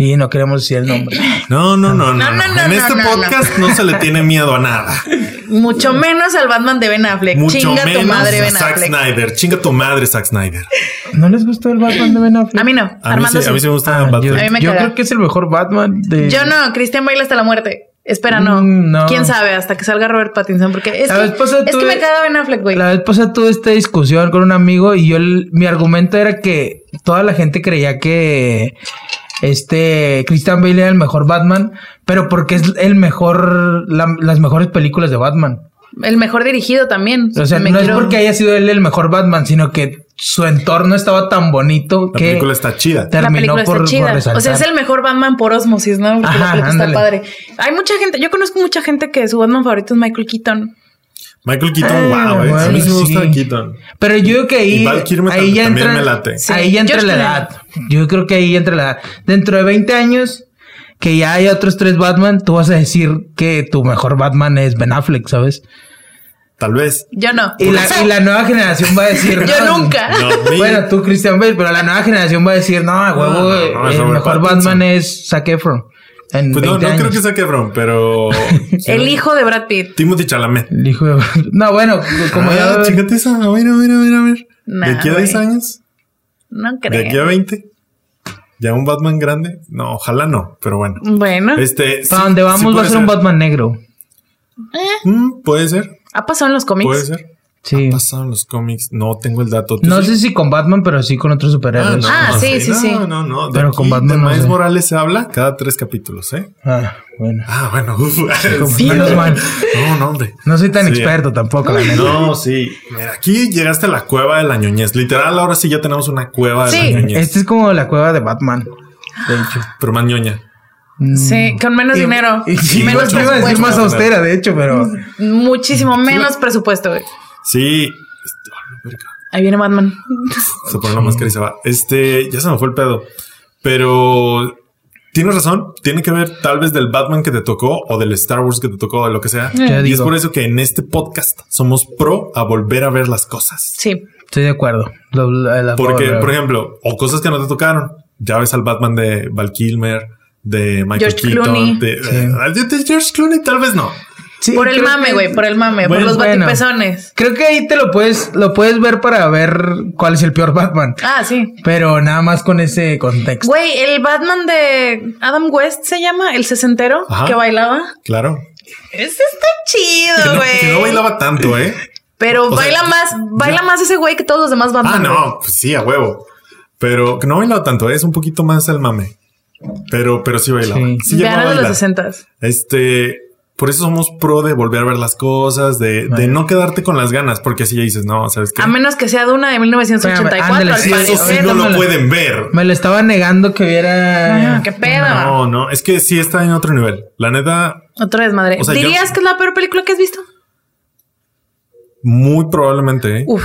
Speaker 3: Y no queremos decir
Speaker 1: (laughs)
Speaker 3: el nombre.
Speaker 2: No, no, no, no.
Speaker 1: No,
Speaker 2: no.
Speaker 1: no, no,
Speaker 2: en
Speaker 1: no,
Speaker 2: este
Speaker 1: no,
Speaker 2: podcast no. se le tiene miedo a nada.
Speaker 1: Mucho
Speaker 3: Mm.
Speaker 1: menos al Batman de Ben Affleck.
Speaker 2: Mucho
Speaker 1: Chinga
Speaker 2: menos
Speaker 1: tu madre,
Speaker 2: a
Speaker 1: Ben
Speaker 2: Zack
Speaker 1: Affleck.
Speaker 2: Snyder. Chinga tu madre, Zack Snyder.
Speaker 3: ¿No les gustó el Batman de Ben Affleck?
Speaker 1: A mí no.
Speaker 2: A mí, sí,
Speaker 1: Armando
Speaker 2: a mí sí
Speaker 1: sí.
Speaker 2: me gusta
Speaker 3: Ah, yo,
Speaker 2: Batman.
Speaker 1: A mí me
Speaker 3: yo
Speaker 1: caga.
Speaker 3: creo que es el mejor Batman de.
Speaker 1: Yo no, Christian Bale hasta la muerte. Espera, no.
Speaker 3: Mm, no.
Speaker 1: ¿Quién sabe? Hasta que salga Robert Pattinson. Porque es,
Speaker 3: La vez
Speaker 1: que,
Speaker 3: pasada
Speaker 1: es que
Speaker 3: tuve-
Speaker 1: me caga Ben Affleck, güey.
Speaker 3: La vez pasada tuve esta discusión con un amigo y yo el- mi argumento era que toda la gente creía que este Christian Bale era el mejor Batman, pero porque es el mejor la- las mejores películas de Batman.
Speaker 1: El mejor dirigido también.
Speaker 3: O sea,
Speaker 1: Me
Speaker 3: no
Speaker 1: quiero-
Speaker 3: es porque haya sido él el mejor Batman, sino que su entorno estaba tan bonito
Speaker 2: La
Speaker 3: que
Speaker 2: película está chida.
Speaker 1: La
Speaker 3: terminó
Speaker 1: película
Speaker 3: por,
Speaker 1: está
Speaker 3: por
Speaker 1: chida.
Speaker 3: resaltar.
Speaker 1: o sea, es el mejor Batman por osmosis, ¿no? Porque
Speaker 3: Ajá,
Speaker 1: la película
Speaker 3: ándale.
Speaker 1: está padre. Hay mucha gente, yo conozco mucha gente que su Batman favorito es Michael Keaton.
Speaker 2: Michael Keaton,
Speaker 3: Ah,
Speaker 2: wow, eh. A mí sí me
Speaker 3: bueno,
Speaker 2: gusta
Speaker 3: sí.
Speaker 2: Keaton.
Speaker 3: Pero yo creo que
Speaker 2: Y
Speaker 3: ahí,
Speaker 2: Val Kilmer
Speaker 3: ahí
Speaker 2: tam-
Speaker 3: ya
Speaker 2: también
Speaker 3: entra,
Speaker 2: me late.
Speaker 3: ahí
Speaker 1: Sí,
Speaker 3: ya entra
Speaker 1: George
Speaker 3: la edad.
Speaker 1: Clooney.
Speaker 3: Yo creo que ahí ya entra la edad. Dentro de 20 años, que ya hay otros tres Batman, tú vas a decir que tu mejor Batman es Ben Affleck, ¿sabes?
Speaker 2: Tal vez.
Speaker 1: Yo no.
Speaker 3: Y la, y la nueva generación va a (laughs) decir...
Speaker 1: yo
Speaker 3: "No,
Speaker 1: nunca.
Speaker 2: No,
Speaker 3: Bueno, tú Christian Bale, pero la nueva generación va a decir, no, a huevo,
Speaker 2: no, no, es
Speaker 3: el
Speaker 2: Robert Pattinson".
Speaker 3: mejor Batman es Zac Efron. En
Speaker 2: pues no,
Speaker 3: 20
Speaker 2: no creo
Speaker 3: años.
Speaker 2: que sea quebrón,
Speaker 3: (laughs)
Speaker 2: pero.
Speaker 1: El hijo de Brad Pitt.
Speaker 2: Timothy Chalamet.
Speaker 3: El hijo de- No, bueno, pues como
Speaker 2: ah,
Speaker 3: ya...
Speaker 2: chingate esa. A ver, a ver, a ver, a ver.
Speaker 1: Nah,
Speaker 2: de aquí a
Speaker 1: güey.
Speaker 2: 10 años,
Speaker 1: No
Speaker 2: de aquí a
Speaker 1: creo.
Speaker 2: 20, ya un Batman grande. No, ojalá no, pero bueno.
Speaker 1: Bueno,
Speaker 2: Este. sí-
Speaker 3: Para donde
Speaker 2: sí
Speaker 3: vamos va a
Speaker 2: puede
Speaker 3: ser un Batman negro.
Speaker 2: Mm, puede ser,
Speaker 1: ha pasado en los cómics.
Speaker 2: puede ser.
Speaker 3: Sí.
Speaker 2: Pasaron los cómics. No tengo el dato. ¿tú
Speaker 3: No
Speaker 2: Ah, pues sí?
Speaker 3: sé si con Batman, pero sí con otros
Speaker 2: Ah,
Speaker 3: superhéroes.
Speaker 2: no,
Speaker 1: Ah,
Speaker 2: no
Speaker 1: sí,
Speaker 2: sé.
Speaker 1: sí, sí.
Speaker 2: No, no, no. De
Speaker 3: Pero
Speaker 2: aquí
Speaker 3: con Batman
Speaker 2: de
Speaker 3: no
Speaker 2: Miles
Speaker 3: sé.
Speaker 2: Morales se habla cada tres capítulos, ¿eh?
Speaker 3: Ah, Bueno.
Speaker 2: Ah, bueno, uf.
Speaker 1: Sí,
Speaker 3: menos
Speaker 1: güey.
Speaker 3: mal.
Speaker 2: No, no, hombre.
Speaker 3: No soy tan
Speaker 2: Sí.
Speaker 3: experto tampoco, la neta.
Speaker 2: No, sí. Mira, aquí llegaste a la cueva de la ñoñez. Literal, ahora sí ya tenemos una cueva de
Speaker 1: Sí.
Speaker 2: la ñoñez.
Speaker 3: Este es como la cueva de Batman. De hecho.
Speaker 2: Pero más ñoña.
Speaker 1: Sí, con menos
Speaker 3: Mm. Y-
Speaker 1: dinero.
Speaker 3: Y,
Speaker 2: Sí,
Speaker 1: menos
Speaker 3: menos iba a decir
Speaker 1: presupuesto.
Speaker 3: más austera, de hecho, pero.
Speaker 1: Muchísimo menos presupuesto, güey.
Speaker 2: Sí. Este, ay, verga.
Speaker 1: Ahí viene Batman.
Speaker 2: Se pone la máscara y se va. Este, ya se me fue el pedo. Pero tienes razón. Tiene que ver tal vez del Batman que te tocó o del Star Wars que te tocó o de lo que sea.
Speaker 3: Yo
Speaker 2: Y es
Speaker 3: digo,
Speaker 2: por eso que en este podcast somos pro a volver a ver las cosas.
Speaker 1: Sí.
Speaker 3: estoy de acuerdo. Lo- la- la-
Speaker 2: Porque,
Speaker 3: la-
Speaker 2: por ejemplo, o cosas que no te tocaron. Ya ves al Batman de Val Kilmer, de Michael
Speaker 1: George
Speaker 2: Keaton,
Speaker 1: Clooney.
Speaker 2: De,
Speaker 3: Sí.
Speaker 2: eh, de- de George Clooney, tal vez no.
Speaker 3: Sí,
Speaker 1: por el
Speaker 3: creo
Speaker 1: mame,
Speaker 3: que-
Speaker 1: güey, por el mame, por
Speaker 3: Bueno,
Speaker 1: los
Speaker 3: bueno.
Speaker 1: batipezones.
Speaker 3: Creo que ahí te lo puedes, lo puedes ver para ver cuál es el peor Batman.
Speaker 1: Ah, sí.
Speaker 3: Pero nada más con ese contexto.
Speaker 1: Güey, el Batman de Adam West se llama, el sesentero
Speaker 2: Ajá.
Speaker 1: que bailaba.
Speaker 2: Claro.
Speaker 1: Ese está
Speaker 2: Que
Speaker 1: chido,
Speaker 2: no, que no
Speaker 1: güey.
Speaker 2: bailaba tanto, ¿eh?
Speaker 1: Pero
Speaker 2: o sea,
Speaker 1: baila más, baila más ese güey que todos los demás Batman. güey.
Speaker 2: Ah, no, pues sí, a huevo. Pero que no bailaba tanto, ¿eh? es un poquito más al mame. Pero, pero sí bailaba. Sí,
Speaker 3: Sí.
Speaker 2: llegó
Speaker 1: Vean
Speaker 2: a
Speaker 1: a los
Speaker 2: bailar.
Speaker 1: sesentas.
Speaker 2: Este, por eso somos pro de volver a ver las cosas, de, de no quedarte con las ganas, porque si ya dices, no, ¿sabes qué?
Speaker 1: A menos que sea de una de 1984,
Speaker 3: Ándale,
Speaker 1: al
Speaker 3: sí,
Speaker 2: Eso
Speaker 1: parecer.
Speaker 2: sí
Speaker 3: Vale,
Speaker 2: no lo
Speaker 3: dámela.
Speaker 2: pueden ver.
Speaker 3: Me lo estaba negando que viera.
Speaker 1: Ah, qué pedo.
Speaker 2: No, no, es que sí está en otro nivel. La neta,
Speaker 1: Otra desmadre.
Speaker 2: O sea, yo-
Speaker 1: ¿Dirías que es la peor película que has visto?
Speaker 2: Muy probablemente. ¿eh?
Speaker 1: Uf.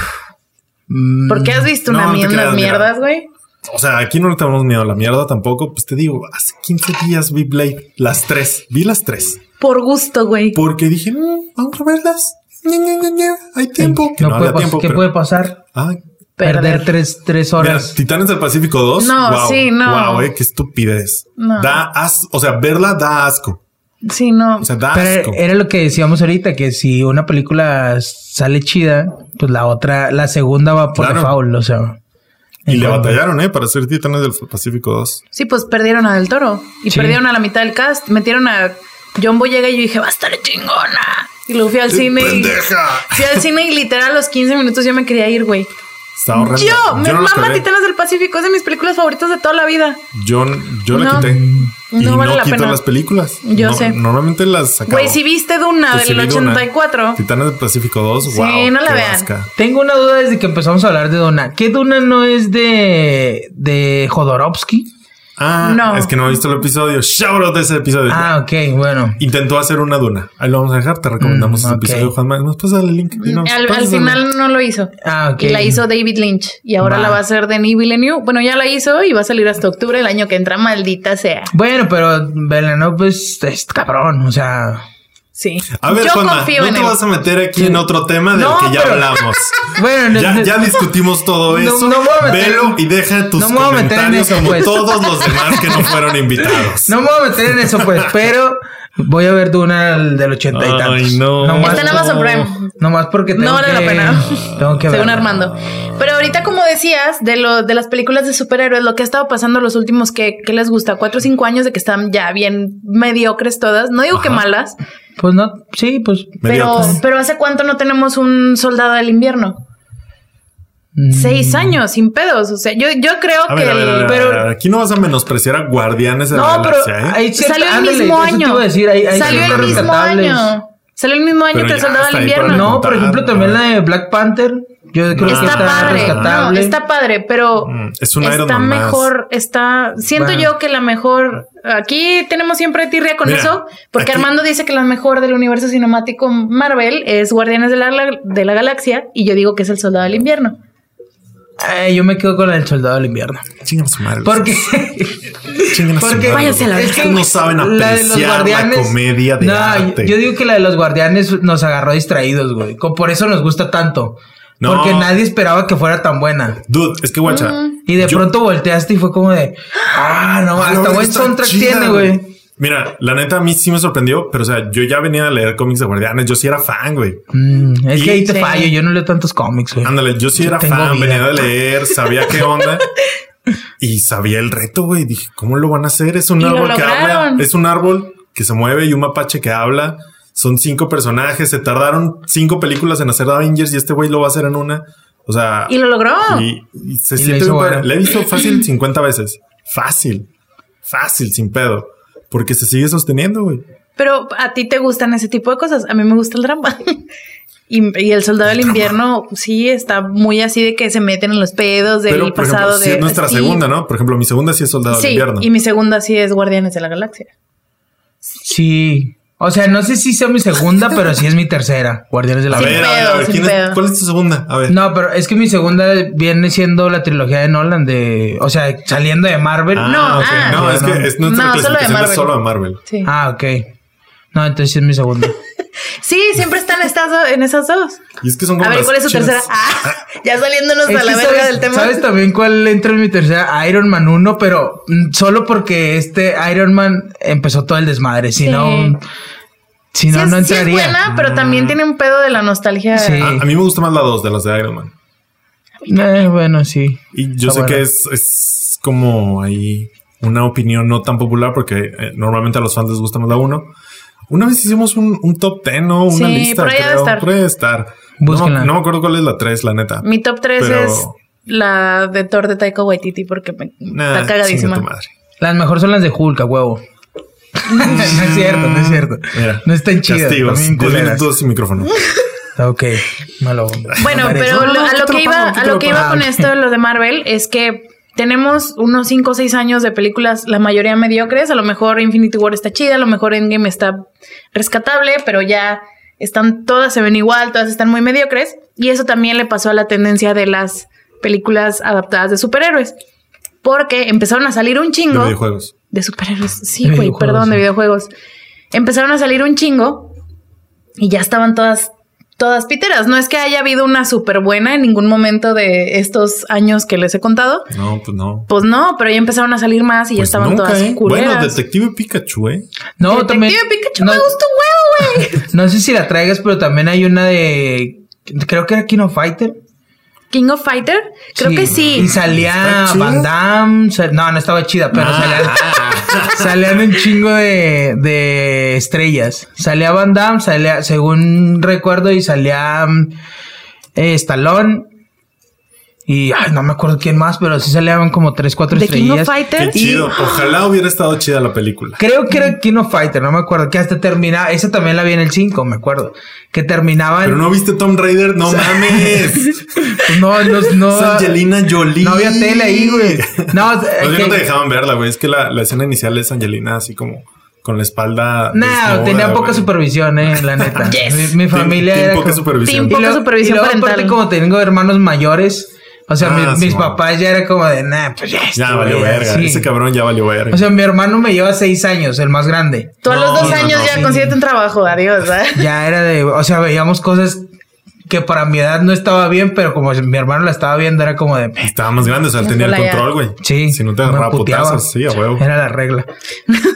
Speaker 3: Mm,
Speaker 1: ¿Por qué has visto una
Speaker 2: No, no te
Speaker 1: mierda,
Speaker 2: creas, mira.
Speaker 1: mierdas, güey?
Speaker 2: O sea, aquí no le tenemos miedo a la mierda tampoco. Pues te digo, hace 15 días vi Blade. Las tres. Vi las tres.
Speaker 1: Por gusto, güey.
Speaker 2: Porque dije, "Mm, vamos a verlas. Ña, Ña, Ña, Ña, Hay tiempo. Que
Speaker 3: No
Speaker 2: no
Speaker 3: puede
Speaker 2: había
Speaker 3: pas-
Speaker 2: tiempo.
Speaker 3: ¿Qué
Speaker 2: pero-
Speaker 3: puede pasar?
Speaker 2: Ay,
Speaker 1: Perder.
Speaker 3: Perder tres, tres
Speaker 2: mira,
Speaker 3: horas.
Speaker 2: Titanes del Pacífico 2.
Speaker 1: No,
Speaker 2: wow,
Speaker 1: sí, no.
Speaker 2: Wow, eh, qué estupidez.
Speaker 1: No.
Speaker 2: Da as o sea, verla da asco.
Speaker 1: Sí, no.
Speaker 2: O sea, da
Speaker 3: Pero
Speaker 2: asco.
Speaker 3: era lo que decíamos ahorita, que si una película sale chida, pues la otra, la segunda va por
Speaker 2: Claro.
Speaker 3: default, o sea.
Speaker 2: y le
Speaker 3: Entonces,
Speaker 2: batallaron, eh, para hacer Titanes del Pacífico 2.
Speaker 1: Sí, pues perdieron a Del Toro. Y
Speaker 3: Sí.
Speaker 1: perdieron a la mitad del cast. Metieron a John Boyega y yo dije, va a estar chingona. Y luego fui al cine y...
Speaker 2: ¡Pendeja!
Speaker 1: Fui al cine y literal a los 15 minutos yo me quería ir, güey.
Speaker 2: Está horrendo.
Speaker 1: Yo, me
Speaker 2: no lo
Speaker 1: mama
Speaker 2: acabé.
Speaker 1: Titanes del Pacífico. Es de mis películas favoritas de toda la vida.
Speaker 2: Yo, yo la
Speaker 1: No.
Speaker 2: quité. y no,
Speaker 1: No vale la
Speaker 2: quito
Speaker 1: pena.
Speaker 2: las películas.
Speaker 1: Yo
Speaker 2: No-
Speaker 1: sé.
Speaker 2: Normalmente las sacaba.
Speaker 1: Güey, si viste Duna
Speaker 2: Pues sí
Speaker 1: del
Speaker 2: vi Duna.
Speaker 1: 84.
Speaker 2: Titanes del Pacífico
Speaker 1: Sí,
Speaker 2: 2. wow.
Speaker 1: no la
Speaker 2: qué
Speaker 1: vean.
Speaker 2: vasca.
Speaker 3: Tengo una duda desde que empezamos a hablar de Duna. ¿Qué Duna no es de, de Jodorowsky?
Speaker 2: Ah,
Speaker 1: No.
Speaker 2: es que no he visto el episodio. Shout out de ese episodio.
Speaker 3: Ah, ok, bueno.
Speaker 2: Intentó hacer una duna. Ahí lo vamos a dejar. Te recomendamos
Speaker 3: Mm,
Speaker 2: ese
Speaker 3: ok.
Speaker 2: episodio, Juanma. Nos pasa el link. Dinos,
Speaker 1: Al, al
Speaker 2: pásamelo.
Speaker 1: final no lo hizo.
Speaker 3: Ah, ok.
Speaker 1: Y la hizo David Lynch. Y ahora
Speaker 3: Va.
Speaker 1: la va a hacer Denis Villeneuve. Bueno, ya la hizo y va a salir hasta octubre del año que entra, maldita sea.
Speaker 3: Bueno, pero Villeneuve pues, es cabrón, o sea.
Speaker 1: Sí.
Speaker 2: A ver,
Speaker 1: Yo
Speaker 2: Juanma,
Speaker 1: confío
Speaker 2: no
Speaker 1: en
Speaker 2: te
Speaker 1: él.
Speaker 2: vas a meter aquí en otro tema del
Speaker 3: No,
Speaker 2: que ya
Speaker 3: pero-
Speaker 2: hablamos.
Speaker 3: (laughs) Bueno,
Speaker 2: Ya,
Speaker 3: no-
Speaker 2: ya discutimos todo
Speaker 3: No,
Speaker 2: eso.
Speaker 3: no me voy a meter-
Speaker 2: Velo y deja tus
Speaker 3: no me voy a meter en
Speaker 2: comentarios
Speaker 3: eso,
Speaker 2: como
Speaker 3: pues.
Speaker 2: todos
Speaker 3: (laughs)
Speaker 2: los demás que no fueron invitados.
Speaker 3: No me voy a meter en eso, pues, pero voy a ver Duna del ochenta y
Speaker 2: Ay,
Speaker 3: tantos.
Speaker 2: no.
Speaker 3: Nomás
Speaker 1: Está en Amazon
Speaker 3: por-
Speaker 1: Prime.
Speaker 3: Nomás porque tengo
Speaker 1: No vale
Speaker 3: que,
Speaker 1: la pena.
Speaker 3: (laughs) Tengo que
Speaker 1: Según
Speaker 3: verla.
Speaker 1: Armando. Pero ahorita, como decías, de lo, de las películas de superhéroes, lo que ha estado pasando los últimos que, que les gusta, cuatro o cinco años de que están ya bien mediocres todas. No digo que
Speaker 2: Ajá.
Speaker 1: malas,
Speaker 3: Pues no, sí, pues.
Speaker 1: pero,
Speaker 2: Mediocres.
Speaker 1: pero hace cuánto no tenemos un soldado del invierno.
Speaker 3: mm,
Speaker 1: Seis años, sin pedos. O sea, yo, yo creo
Speaker 2: A
Speaker 1: que
Speaker 2: ver, a ver, a
Speaker 1: el-
Speaker 2: ver,
Speaker 1: pero-
Speaker 2: a ver, aquí no vas a menospreciar a Guardianes de la
Speaker 3: No, pero
Speaker 2: Galaxia, ¿eh?
Speaker 3: hay cierta-
Speaker 1: salió el
Speaker 3: ándale,
Speaker 1: mismo
Speaker 3: eso te
Speaker 1: año.
Speaker 3: iba a decir, hay- hay
Speaker 1: salió el
Speaker 3: ciertas
Speaker 1: mismo
Speaker 3: rescatables.
Speaker 1: año. Salió el mismo año
Speaker 2: Pero
Speaker 1: que el
Speaker 2: ya
Speaker 1: soldado
Speaker 2: hasta
Speaker 1: del
Speaker 2: ahí para
Speaker 1: invierno.
Speaker 3: No, por ejemplo,
Speaker 2: Ah.
Speaker 3: también la de Black Panther. Yo creo que
Speaker 1: está padre.
Speaker 3: rescatable.
Speaker 1: No, está padre, pero
Speaker 2: Mm, es un Iron
Speaker 1: está
Speaker 2: Man más.
Speaker 1: mejor, está. Siento
Speaker 3: Bueno.
Speaker 1: yo que la mejor. Aquí tenemos siempre tirria con
Speaker 2: Mira,
Speaker 1: eso, porque
Speaker 2: aquí-
Speaker 1: Armando dice que la mejor del universo cinemático Marvel es Guardianes de la, la- de la Galaxia, y yo digo que es el Soldado del Invierno.
Speaker 3: Ay, yo me quedo con la del soldado del invierno.
Speaker 2: Chingan a su madre. (laughs)
Speaker 3: Porque.
Speaker 2: Chingan a su
Speaker 3: (laughs) Porque
Speaker 2: madre.
Speaker 1: Váyanse a la
Speaker 2: Es que no saben
Speaker 3: la de los
Speaker 2: apreciar la,
Speaker 3: guardianes-
Speaker 2: comedia de
Speaker 3: No,
Speaker 2: arte.
Speaker 3: Yo digo que la de los guardianes nos agarró distraídos, güey. Co- Por eso nos gusta tanto.
Speaker 2: No.
Speaker 3: Porque nadie esperaba que fuera tan buena.
Speaker 2: Dude, es que guacha.
Speaker 3: Y de
Speaker 2: yo-
Speaker 3: pronto volteaste y fue como de. Ah,
Speaker 2: Ah,
Speaker 3: no,
Speaker 2: la
Speaker 3: hasta
Speaker 2: verdad
Speaker 3: buen
Speaker 2: está
Speaker 3: soundtrack
Speaker 2: chida,
Speaker 3: tiene, güey.
Speaker 2: Mira, la neta a mí sí me sorprendió, pero o sea, yo ya venía a leer cómics de Guardianes, yo sí era fan, güey.
Speaker 3: Mm, es
Speaker 2: Y-
Speaker 3: que ahí te
Speaker 1: Sí.
Speaker 3: fallo, yo no leo tantos cómics, güey.
Speaker 2: Ándale, yo sí
Speaker 3: Yo
Speaker 2: era
Speaker 3: tengo
Speaker 2: fan,
Speaker 3: vida.
Speaker 2: venía a leer, sabía qué
Speaker 3: (laughs)
Speaker 2: onda. Y sabía el reto, güey. Dije, ¿cómo lo van a hacer? Es un
Speaker 1: Y lo
Speaker 2: árbol que habla.
Speaker 1: lograron.
Speaker 2: Es un árbol que se mueve y un mapache que habla. Son cinco personajes. Se tardaron cinco películas en hacer Avengers y este güey lo va a hacer en una. O sea,
Speaker 1: Y lo logró.
Speaker 2: Ah, y, y se
Speaker 3: Y la
Speaker 2: siente
Speaker 3: hizo
Speaker 2: bien (clears throat)
Speaker 3: buena.
Speaker 2: padre. La he visto fácil 50 veces. Fácil. Fácil, sin pedo. Porque se sigue sosteniendo, güey.
Speaker 1: Pero a ti te gustan ese tipo de cosas. A mí me gusta el drama. (laughs) y, y el soldado del invierno, sí, está muy así de que se meten en los pedos del
Speaker 2: Pero, por
Speaker 1: pasado
Speaker 2: ejemplo, sí
Speaker 1: de.
Speaker 2: es nuestra
Speaker 1: sí.
Speaker 2: segunda, ¿no? Por ejemplo, mi segunda sí es Soldado
Speaker 1: Sí,
Speaker 2: del Invierno.
Speaker 1: y mi segunda sí es Guardianes de la Galaxia.
Speaker 3: Sí. O sea, no sé si sea
Speaker 1: (laughs)
Speaker 3: mi segunda, pero sí es mi tercera. Guardianes de la
Speaker 2: A
Speaker 1: Sin
Speaker 2: ver, a ver, a
Speaker 1: pedo,
Speaker 2: ver,
Speaker 1: sin
Speaker 2: ¿quién es-
Speaker 1: pedo.
Speaker 2: ¿cuál es tu segunda? A ver.
Speaker 3: No, pero es que mi segunda viene siendo la trilogía de Nolan de, o sea, saliendo de Marvel.
Speaker 2: Ah,
Speaker 1: no,
Speaker 2: ok.
Speaker 1: ah.
Speaker 2: no, es que es nuestra
Speaker 1: No, solo de
Speaker 2: clasificación es
Speaker 1: Marvel.
Speaker 2: solo de Marvel.
Speaker 1: Sí.
Speaker 3: Ah, ok. No, entonces sí es
Speaker 1: (laughs)
Speaker 3: mi segunda.
Speaker 1: Sí, siempre están estas do- en esas dos.
Speaker 2: Y es que son como
Speaker 1: A ver,
Speaker 2: las
Speaker 1: ¿cuál es su
Speaker 2: chidas.
Speaker 1: tercera? Ah, ya saliéndonos
Speaker 3: Es
Speaker 1: a
Speaker 3: que
Speaker 1: la verga
Speaker 3: ¿sabes,
Speaker 1: del tema.
Speaker 3: ¿Sabes también cuál entra en mi tercera? Iron Man 1, pero mm, solo porque este Iron Man empezó todo el desmadre. Si
Speaker 1: Sí.
Speaker 3: no, si no,
Speaker 1: sí, es,
Speaker 3: no
Speaker 1: sí es
Speaker 3: entraría. Mm.
Speaker 1: buena, pero también tiene un pedo de la nostalgia.
Speaker 3: Sí.
Speaker 2: Ah, a mí me gusta más la 2 de las de Iron Man.
Speaker 3: Eh, bueno, sí.
Speaker 2: Y yo
Speaker 3: Ah,
Speaker 2: sé
Speaker 3: bueno.
Speaker 2: que es, es como ahí una opinión no tan popular porque eh, normalmente a los fans les gusta más la 1. Una vez hicimos un, un top 10 o una
Speaker 1: Sí,
Speaker 2: lista,
Speaker 1: por ahí debe
Speaker 2: creo.
Speaker 1: estar.
Speaker 2: Por ahí debe estar. No,
Speaker 3: Búsquenla.
Speaker 2: me- no me acuerdo cuál es la 3, la neta.
Speaker 1: Mi top 3
Speaker 2: Pero-
Speaker 1: es la de Thor de Taika Waititi porque me
Speaker 2: Nah,
Speaker 1: está cagadísima.
Speaker 2: chinga tu madre.
Speaker 3: Las mejores son las de Hulk, a huevo. (laughs) no es cierto, no es cierto.
Speaker 2: Mm. Mira,
Speaker 3: no están chidas.
Speaker 2: Castigos.
Speaker 3: también
Speaker 2: 10
Speaker 3: culeras. Ah,
Speaker 2: minutos sin micrófono.
Speaker 1: (laughs)
Speaker 3: Ok, me lo.
Speaker 1: Bueno,
Speaker 3: me
Speaker 1: pero
Speaker 3: merezco.
Speaker 1: lo- a lo
Speaker 2: te lo
Speaker 1: que iba,
Speaker 2: pago,
Speaker 1: a
Speaker 2: yo te
Speaker 1: lo
Speaker 2: lo Ah,
Speaker 1: que iba
Speaker 3: pago.
Speaker 1: con esto de lo de Marvel es que tenemos unos 5 o 6 años de películas, la mayoría mediocres. A lo mejor Infinity War está chida, a lo mejor Endgame está rescatable, pero ya están todas se ven igual, todas están muy mediocres. Y eso también le pasó a la tendencia de las películas adaptadas de superhéroes. Porque empezaron a salir un
Speaker 2: De
Speaker 1: chingo.
Speaker 2: videojuegos.
Speaker 1: De superhéroes. Sí,
Speaker 3: De
Speaker 1: güey,
Speaker 3: videojuegos,
Speaker 1: perdón, de
Speaker 3: sí.
Speaker 1: videojuegos. Empezaron a salir un chingo y ya estaban todas, todas piteras. No es que haya habido una súper buena en ningún momento de estos años que les he contado.
Speaker 2: No, pues no.
Speaker 1: Pues no, pero ya empezaron a salir más y ya
Speaker 2: Pues
Speaker 1: estaban
Speaker 2: nunca,
Speaker 1: todas
Speaker 2: ¿eh?
Speaker 1: culeras.
Speaker 2: Bueno, Detective Pikachu, ¿eh?
Speaker 3: (laughs) No,
Speaker 1: Detective
Speaker 3: también.
Speaker 1: Pikachu
Speaker 3: no,
Speaker 1: me gusta un huevo,
Speaker 2: (laughs)
Speaker 1: güey.
Speaker 3: no sé si la traigas, pero también hay una de. Creo que era Kino Fighter.
Speaker 1: King of Fighter, creo que sí.
Speaker 3: Y salía
Speaker 2: ¿Está chida?
Speaker 3: Van Damme. sal- no, no estaba chida, pero
Speaker 2: Ah. (laughs)
Speaker 3: salían, salían un chingo de, de estrellas. Salía Van Damme, salía, según recuerdo, y salía mm, eh, Stallone. Y ay, no me acuerdo quién más, pero sí salían como tres, cuatro
Speaker 1: The King of
Speaker 3: estrellas.
Speaker 2: Qué
Speaker 1: Fighter.
Speaker 2: chido. Ojalá hubiera estado chida la película.
Speaker 3: Creo que era Kino Fighter, no me acuerdo. Que hasta terminaba. Esa también la vi en el 5, me acuerdo. Que terminaban.
Speaker 2: Pero no viste Tom Raider,
Speaker 3: (laughs)
Speaker 2: no mames.
Speaker 3: no, no, no.
Speaker 2: (laughs) Es Angelina Jolie.
Speaker 3: No había tele ahí,
Speaker 2: (laughs)
Speaker 3: güey. No,
Speaker 2: No,
Speaker 3: eh,
Speaker 2: es que
Speaker 3: que-
Speaker 2: no te dejaban verla, güey. Es que la, la escena inicial es Angelina así como con la espalda.
Speaker 3: No,
Speaker 2: desnuda,
Speaker 3: tenía poca
Speaker 2: Este, güey.
Speaker 3: supervisión,
Speaker 2: (laughs)
Speaker 3: eh, la neta.
Speaker 1: Yes.
Speaker 3: mi,
Speaker 2: Ten-
Speaker 3: mi familia
Speaker 2: ten
Speaker 3: era.
Speaker 2: poca
Speaker 3: como-
Speaker 2: supervisión.
Speaker 3: Y
Speaker 1: Poca
Speaker 3: luego-
Speaker 1: supervisión
Speaker 3: y luego aparte,
Speaker 1: parental.
Speaker 3: como tengo hermanos mayores, o sea,
Speaker 2: Ah,
Speaker 3: mis,
Speaker 2: sí,
Speaker 3: mis
Speaker 2: bueno.
Speaker 3: papás ya era como de, nah, pues ya.
Speaker 2: Ya
Speaker 3: esto,
Speaker 2: valió
Speaker 3: güey,
Speaker 2: verga.
Speaker 3: sí".
Speaker 2: Ese cabrón ya valió verga.
Speaker 3: O sea, mi hermano me lleva seis años, el más grande.
Speaker 1: Tú a los
Speaker 2: No,
Speaker 1: dos
Speaker 2: no,
Speaker 1: años
Speaker 2: no,
Speaker 1: ya
Speaker 2: sí.
Speaker 1: consigues un trabajo, adiós,
Speaker 2: (laughs)
Speaker 1: ¿verdad?
Speaker 3: Ya era de, o sea, veíamos cosas que para mi edad no estaba bien, pero como mi hermano la estaba viendo, era como de, "Eh,
Speaker 2: Estaba más grande, o sea, él tenía el
Speaker 1: Ojalá ya.
Speaker 2: control, güey.
Speaker 3: sí.
Speaker 2: Si no te
Speaker 3: me
Speaker 2: agarraba
Speaker 3: puteaba.
Speaker 2: putazos, sí, a huevo.
Speaker 3: Era la regla.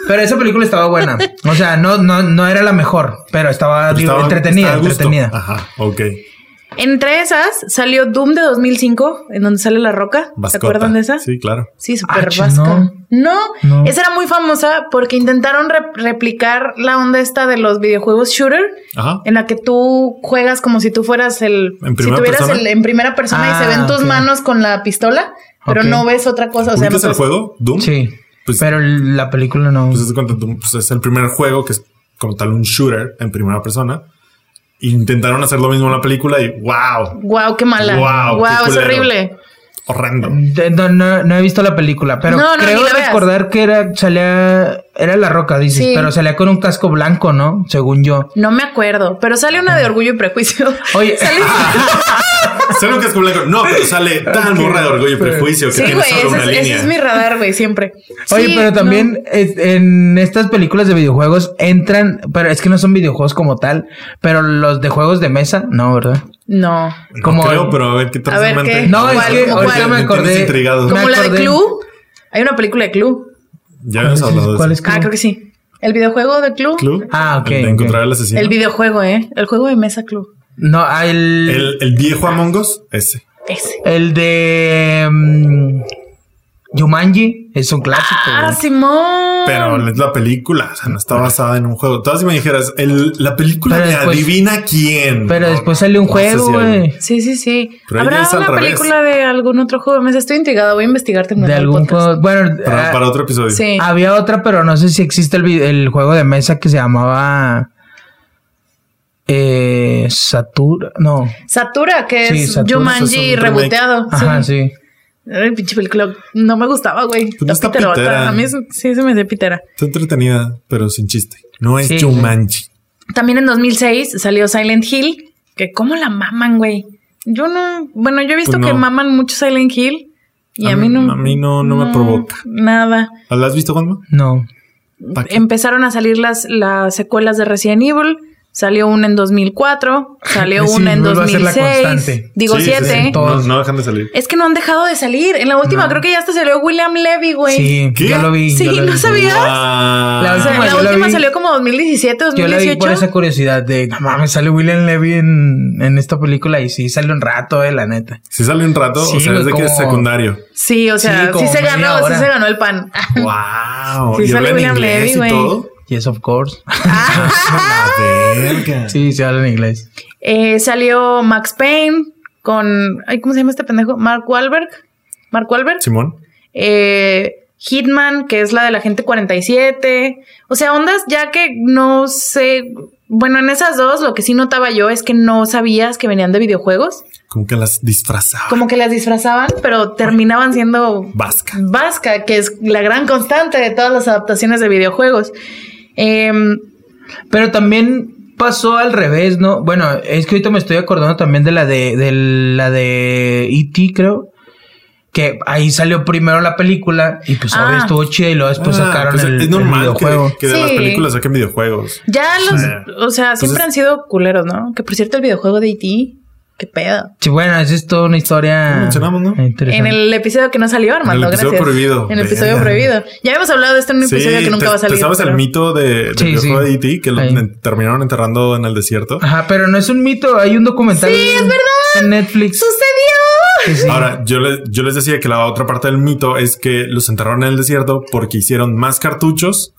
Speaker 3: Pero esa película estaba buena. O sea, no, no, no era la mejor, pero estaba,
Speaker 2: Pero
Speaker 3: digo,
Speaker 2: estaba-
Speaker 3: entretenida,
Speaker 2: estaba a gusto.
Speaker 3: entretenida.
Speaker 2: Ajá, ok.
Speaker 1: Entre esas salió Doom de 2005, en donde sale la roca. ¿Se
Speaker 2: Vascota.
Speaker 1: acuerdan de esa?
Speaker 2: Sí, claro.
Speaker 1: Sí, super
Speaker 3: Ach,
Speaker 1: vasca.
Speaker 3: no.
Speaker 1: No.
Speaker 3: No.
Speaker 1: esa era muy famosa porque intentaron rep- replicar la onda esta de los videojuegos shooter,
Speaker 2: Ajá.
Speaker 1: en la que tú juegas como si tú fueras el,
Speaker 2: ¿En
Speaker 1: si
Speaker 2: primera
Speaker 1: tuvieras
Speaker 2: persona?
Speaker 1: el en primera persona
Speaker 3: Ah,
Speaker 1: y se ven tus
Speaker 3: ok.
Speaker 1: manos con la pistola, pero
Speaker 3: Ok.
Speaker 1: no ves otra cosa. O sea,
Speaker 2: ¿Ubicas
Speaker 1: no
Speaker 2: el
Speaker 1: puedes-
Speaker 2: juego? Doom.
Speaker 3: Sí.
Speaker 2: Pues-
Speaker 3: pero la película no.
Speaker 2: Pues, haz de cuenta, tú- pues, es el primer juego que es como tal un shooter en primera persona. Intentaron hacer lo mismo en la película y wow,
Speaker 1: Guau, qué mala.
Speaker 2: Guau,
Speaker 1: Guau,
Speaker 2: qué
Speaker 1: es
Speaker 2: culero.
Speaker 1: horrible.
Speaker 2: horrendo.
Speaker 3: (laughs) De- no, no, no he visto la película, pero
Speaker 1: No, no,
Speaker 3: creo
Speaker 1: ni la veas.
Speaker 3: recordar que era salía era la roca, dices,
Speaker 1: Sí.
Speaker 3: pero salía con un casco blanco, ¿no? Según yo.
Speaker 1: No me acuerdo, pero sale una de orgullo y
Speaker 2: (laughs)
Speaker 1: prejuicio. (laughs)
Speaker 3: Oye,
Speaker 1: Sale-
Speaker 2: Sé lo que es como blanco. No, pero sale tan borra de orgullo y prejuicio que
Speaker 1: sí,
Speaker 2: tiene
Speaker 1: güey,
Speaker 2: solo
Speaker 1: ese,
Speaker 2: una
Speaker 1: es- ese
Speaker 2: línea.
Speaker 1: es mi radar, güey, siempre.
Speaker 3: (laughs) oye,
Speaker 1: Sí,
Speaker 3: pero
Speaker 1: no.
Speaker 3: también es- en estas películas de videojuegos entran, pero es que no son videojuegos como tal, pero los de juegos de mesa, no, ¿verdad?
Speaker 1: No.
Speaker 2: No
Speaker 3: como-
Speaker 2: creo, pero a ver qué traes
Speaker 1: A ver,
Speaker 2: en mente.
Speaker 1: ¿qué?
Speaker 3: No,
Speaker 1: ¿Cuál,
Speaker 3: es que
Speaker 1: cómo
Speaker 3: ahorita
Speaker 1: cuál?
Speaker 3: me
Speaker 2: Me tienes
Speaker 3: acordé.
Speaker 2: intrigado.
Speaker 3: me
Speaker 1: Como la de
Speaker 3: acordé.
Speaker 1: Clue. Hay una película de Clue.
Speaker 2: Ya habíamos hablado de
Speaker 3: ¿Cuál
Speaker 2: eso.
Speaker 3: es
Speaker 1: Ah, creo que sí. El videojuego de Clue.
Speaker 2: Club.
Speaker 3: Ah, ok,
Speaker 2: El
Speaker 3: ok.
Speaker 2: De encontrar al asesino.
Speaker 1: El
Speaker 2: El,
Speaker 1: videojuego, ¿eh? El juego de mesa Clue.
Speaker 3: No, ah, el el,
Speaker 2: el viejo Among Us, ese.
Speaker 1: Ese.
Speaker 3: de mm, Jumanji es un clásico.
Speaker 1: Ah,
Speaker 3: güey.
Speaker 1: Simón.
Speaker 2: Pero es la película, o sea, no está basada en un juego. Todas si me dijeras, el- la película
Speaker 3: Pero
Speaker 2: de
Speaker 3: después-
Speaker 2: adivina quién.
Speaker 3: Pero
Speaker 2: No,
Speaker 3: después salió un
Speaker 2: no sé
Speaker 3: juego,
Speaker 2: si hay-
Speaker 3: güey.
Speaker 1: Sí, sí, sí.
Speaker 2: Pero ella
Speaker 1: ¿Habrá
Speaker 2: es al
Speaker 1: una
Speaker 2: revés.
Speaker 1: película de algún otro juego? Me estoy intrigada, voy a investigarte
Speaker 3: de algún juego. Bueno,
Speaker 2: Para,
Speaker 3: ah,
Speaker 2: para otro episodio.
Speaker 1: Sí.
Speaker 3: había otra, pero no sé si existe el, vi- el juego de mesa que se llamaba. Eh, Satura. No.
Speaker 1: Satura, que
Speaker 3: Sí,
Speaker 1: es
Speaker 3: Satura,
Speaker 2: eso es
Speaker 1: Jumanji
Speaker 2: un remake.
Speaker 1: reboteado.
Speaker 3: Ajá, sí.
Speaker 1: Ay, pinche película. No me gustaba, güey.
Speaker 2: Pues no está
Speaker 1: piterota.
Speaker 2: pitera.
Speaker 1: A mí es- sí se me hace pitera.
Speaker 2: Está entretenida, pero sin chiste. No es
Speaker 3: Sí, sí.
Speaker 2: Jumanji.
Speaker 1: También en 2006 salió Silent Hill, que cómo la maman, güey. Yo no, bueno, yo he visto
Speaker 2: Pues no.
Speaker 1: que maman mucho Silent Hill y
Speaker 2: A
Speaker 1: a,
Speaker 2: mí-
Speaker 1: mí no.
Speaker 2: a mí no- no me provoca.
Speaker 1: Nada.
Speaker 2: ¿La has visto, Juanma?
Speaker 3: No.
Speaker 2: ¿Pa' qué?
Speaker 1: Empezaron a salir las, las secuelas de Resident Evil. Salió una en 2004, salió
Speaker 3: Resident
Speaker 1: una en
Speaker 3: Evil va a ser la
Speaker 1: 2006.
Speaker 3: constante.
Speaker 1: Digo
Speaker 2: Sí, sí,
Speaker 1: siete.
Speaker 2: sí. No, no dejan de salir.
Speaker 1: Es que no han dejado de salir. En la última creo que ya hasta salió William Levy, güey.
Speaker 3: Sí,
Speaker 2: ¿Qué?
Speaker 3: yo lo vi.
Speaker 1: Pues, Sí,
Speaker 3: yo lo
Speaker 1: no
Speaker 3: vi.
Speaker 1: sabía.
Speaker 2: Guau.
Speaker 3: La
Speaker 1: O sea,
Speaker 3: última,
Speaker 1: la
Speaker 3: yo la
Speaker 1: última
Speaker 3: vi-
Speaker 1: salió como 2017,
Speaker 3: Yo la
Speaker 1: 2018.
Speaker 3: vi por esa curiosidad de, no mames, sale William Levy en, en esta película y sí, sale un rato, eh, la neta.
Speaker 2: Si sale un rato,
Speaker 3: Sí,
Speaker 2: o sea, es de
Speaker 3: güey,
Speaker 2: que es
Speaker 3: como-
Speaker 2: secundario.
Speaker 1: Sí, o
Speaker 3: Sí,
Speaker 1: sea, sí,
Speaker 3: como
Speaker 1: se
Speaker 3: media
Speaker 1: ganó, sí
Speaker 3: hora.
Speaker 1: se ganó el pan.
Speaker 2: Wow.
Speaker 1: Sí
Speaker 2: y
Speaker 1: sale
Speaker 2: habla en
Speaker 1: William
Speaker 2: inglés
Speaker 1: Levy,
Speaker 2: y
Speaker 1: güey.
Speaker 2: todo.
Speaker 3: Yes, of course.
Speaker 1: Ah.
Speaker 3: (laughs)
Speaker 2: A la verga.
Speaker 3: sí, se habla en inglés.
Speaker 1: Eh, salió Max Payne con. Ay, ¿Cómo se llama este pendejo? Mark Wahlberg. Mark Wahlberg.
Speaker 2: Simón.
Speaker 1: Eh, Hitman, que es la de la gente 47. O sea, ondas ya que no sé. Bueno, en esas dos lo que sí notaba yo es que no sabías que venían de videojuegos.
Speaker 2: Como que las disfrazaba.
Speaker 1: Como que las disfrazaban, pero terminaban siendo
Speaker 2: Vasca.
Speaker 1: vasca, que es la gran constante de todas las adaptaciones de videojuegos. Em,
Speaker 3: Pero también pasó al revés, ¿no? Bueno, es que ahorita me estoy acordando también de la de, de la de E.T., creo. Que ahí salió primero la película y pues
Speaker 1: Ah.
Speaker 3: obvio estuvo chida y luego después
Speaker 2: Ah,
Speaker 3: sacaron
Speaker 2: pues
Speaker 3: el,
Speaker 2: es
Speaker 3: el
Speaker 2: normal que-
Speaker 3: videojuego.
Speaker 2: que, de las
Speaker 1: Sí.
Speaker 2: películas saquen videojuegos.
Speaker 1: Ya los, o sea, siempre
Speaker 2: Entonces-
Speaker 1: han sido culeros, ¿no? Que por cierto, el videojuego de IT, qué pedo.
Speaker 3: Sí, bueno, esa es toda una historia.
Speaker 2: Lo mencionamos, ¿no?
Speaker 1: En
Speaker 3: Interesante.
Speaker 1: el episodio que no salió, Armando,
Speaker 2: episodio
Speaker 1: gracias.
Speaker 2: prohibido.
Speaker 1: En el episodio
Speaker 2: Verga.
Speaker 1: prohibido. Ya habíamos hablado de esto en un episodio que nunca
Speaker 2: te,
Speaker 1: va a salir.
Speaker 2: ¿Te sabes el
Speaker 1: pero-
Speaker 2: mito de, del
Speaker 3: Sí,
Speaker 2: videojuego
Speaker 3: sí.
Speaker 2: de E.T. que lo
Speaker 3: Ahí.
Speaker 2: en- terminaron enterrando en el desierto?
Speaker 3: Ajá, pero no es un mito, hay un documental.
Speaker 1: Sí, es verdad.
Speaker 3: En Netflix.
Speaker 1: ¡Sucedió!
Speaker 3: que sí.
Speaker 2: Ahora, yo, le- yo les decía que la otra parte del mito es que los enterraron en el desierto porque hicieron más cartuchos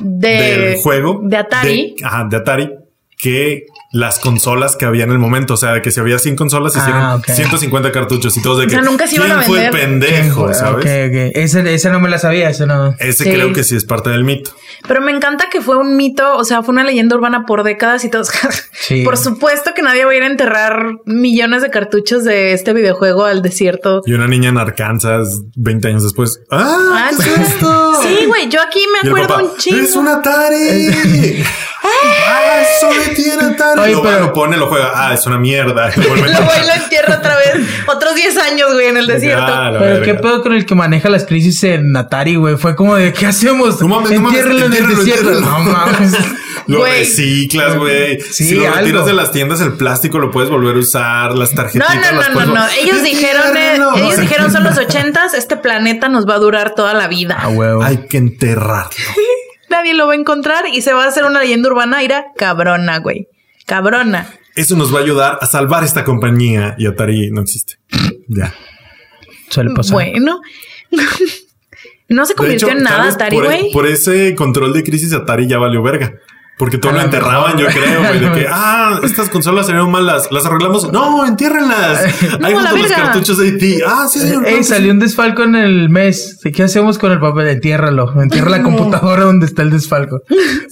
Speaker 1: De,
Speaker 2: del juego.
Speaker 1: Eh, De Atari.
Speaker 2: de- ajá, de Atari. Que las consolas que había en el momento. O sea, de que si había 100 consolas,
Speaker 3: Ah,
Speaker 2: hicieron
Speaker 3: ok.
Speaker 2: 150 cartuchos y todos de
Speaker 1: O
Speaker 2: que...
Speaker 1: sea, nunca se
Speaker 2: ¿Quién
Speaker 1: iban a
Speaker 2: fue el
Speaker 1: vender?
Speaker 2: pendejo? ¿Sabes?
Speaker 3: Ah, Ok, ok. Esa, esa no me la sabía, esa no.
Speaker 2: Ese
Speaker 1: Sí.
Speaker 2: creo que sí es parte del mito.
Speaker 1: Pero me encanta que fue un mito, o sea, fue una leyenda urbana por décadas (laughs) y todos.
Speaker 3: Sí.
Speaker 1: Por supuesto que nadie va a ir a enterrar millones de cartuchos de este videojuego al desierto.
Speaker 2: Y una niña en Arkansas, 20 años después. ¡Ah!
Speaker 1: Ah,
Speaker 2: pues
Speaker 1: sí.
Speaker 2: esto!
Speaker 1: Sí, güey, yo aquí
Speaker 2: Y
Speaker 1: me
Speaker 2: el
Speaker 1: acuerdo
Speaker 2: papá,
Speaker 1: un chingo.
Speaker 2: ¡Es un Atari! ¡Ah! ¡Solo tiene Atari!
Speaker 3: Oye,
Speaker 2: lo, va,
Speaker 3: pero-
Speaker 2: lo pone, lo juega. ¡Ah! Es una mierda. Lo (laughs) vuelve a
Speaker 1: (laughs) Lo
Speaker 2: comprar.
Speaker 1: bailo en tierra otra
Speaker 2: (laughs)
Speaker 1: vez. Otros 10 años, güey, en el
Speaker 2: Ah,
Speaker 1: desierto.
Speaker 2: la
Speaker 3: Pero
Speaker 2: verga.
Speaker 3: qué pedo con el que maneja las crisis en Atari, güey. Fue como de, ¿qué hacemos?
Speaker 2: No mames, no mames,
Speaker 3: Entiérrenlo en el
Speaker 2: entiérrenlo,
Speaker 3: desierto. No
Speaker 2: entiérrenlo. (laughs)
Speaker 3: mames.
Speaker 2: Lo
Speaker 1: Güey.
Speaker 2: reciclas, güey.
Speaker 3: Sí,
Speaker 2: si lo retiras
Speaker 3: algo.
Speaker 2: de las tiendas, el plástico lo puedes volver a usar. Las
Speaker 1: No,
Speaker 2: tarjetitas
Speaker 1: no,
Speaker 2: las
Speaker 1: no, no,
Speaker 2: puedes
Speaker 1: no.
Speaker 2: vol-
Speaker 1: Ellos dijeron, eh,
Speaker 2: Entiérrenlo.
Speaker 1: ellos dijeron
Speaker 2: (laughs)
Speaker 1: son los ochentas, este planeta nos va a durar toda la
Speaker 3: A
Speaker 1: vida.
Speaker 3: huevo.
Speaker 2: Hay que enterrarlo.
Speaker 1: Nadie lo va a encontrar y se va a hacer una leyenda urbana. Ira cabrona, güey. Cabrona.
Speaker 2: Eso nos va a ayudar a salvar esta compañía. Y Atari no existe. Ya.
Speaker 3: Suele pasar.
Speaker 1: Bueno. (laughs) no se
Speaker 2: Pues, De
Speaker 1: convirtió
Speaker 2: hecho,
Speaker 1: en
Speaker 2: tal
Speaker 1: nada,
Speaker 2: vez
Speaker 1: Atari,
Speaker 2: por, e-
Speaker 1: güey.
Speaker 2: por ese control de crisis, Atari ya valió verga. Porque todo
Speaker 3: A
Speaker 1: Ah,
Speaker 2: lo
Speaker 3: lo
Speaker 2: enterraban,
Speaker 3: mejor.
Speaker 2: yo creo, güey. De
Speaker 1: (laughs)
Speaker 2: que, ah, estas consolas salieron malas, las arreglamos. No,
Speaker 1: (laughs)
Speaker 2: entiérrenlas.
Speaker 1: No,
Speaker 2: Hay
Speaker 1: la
Speaker 2: junto los
Speaker 1: verga.
Speaker 2: cartuchos de IT. Ah, sí, señor.
Speaker 3: Eh, Ey,
Speaker 2: claro que sí.
Speaker 3: salió un desfalco en el mes. ¿Qué hacemos con el papel? Entiérralo. Entierra la computadora donde está el desfalco.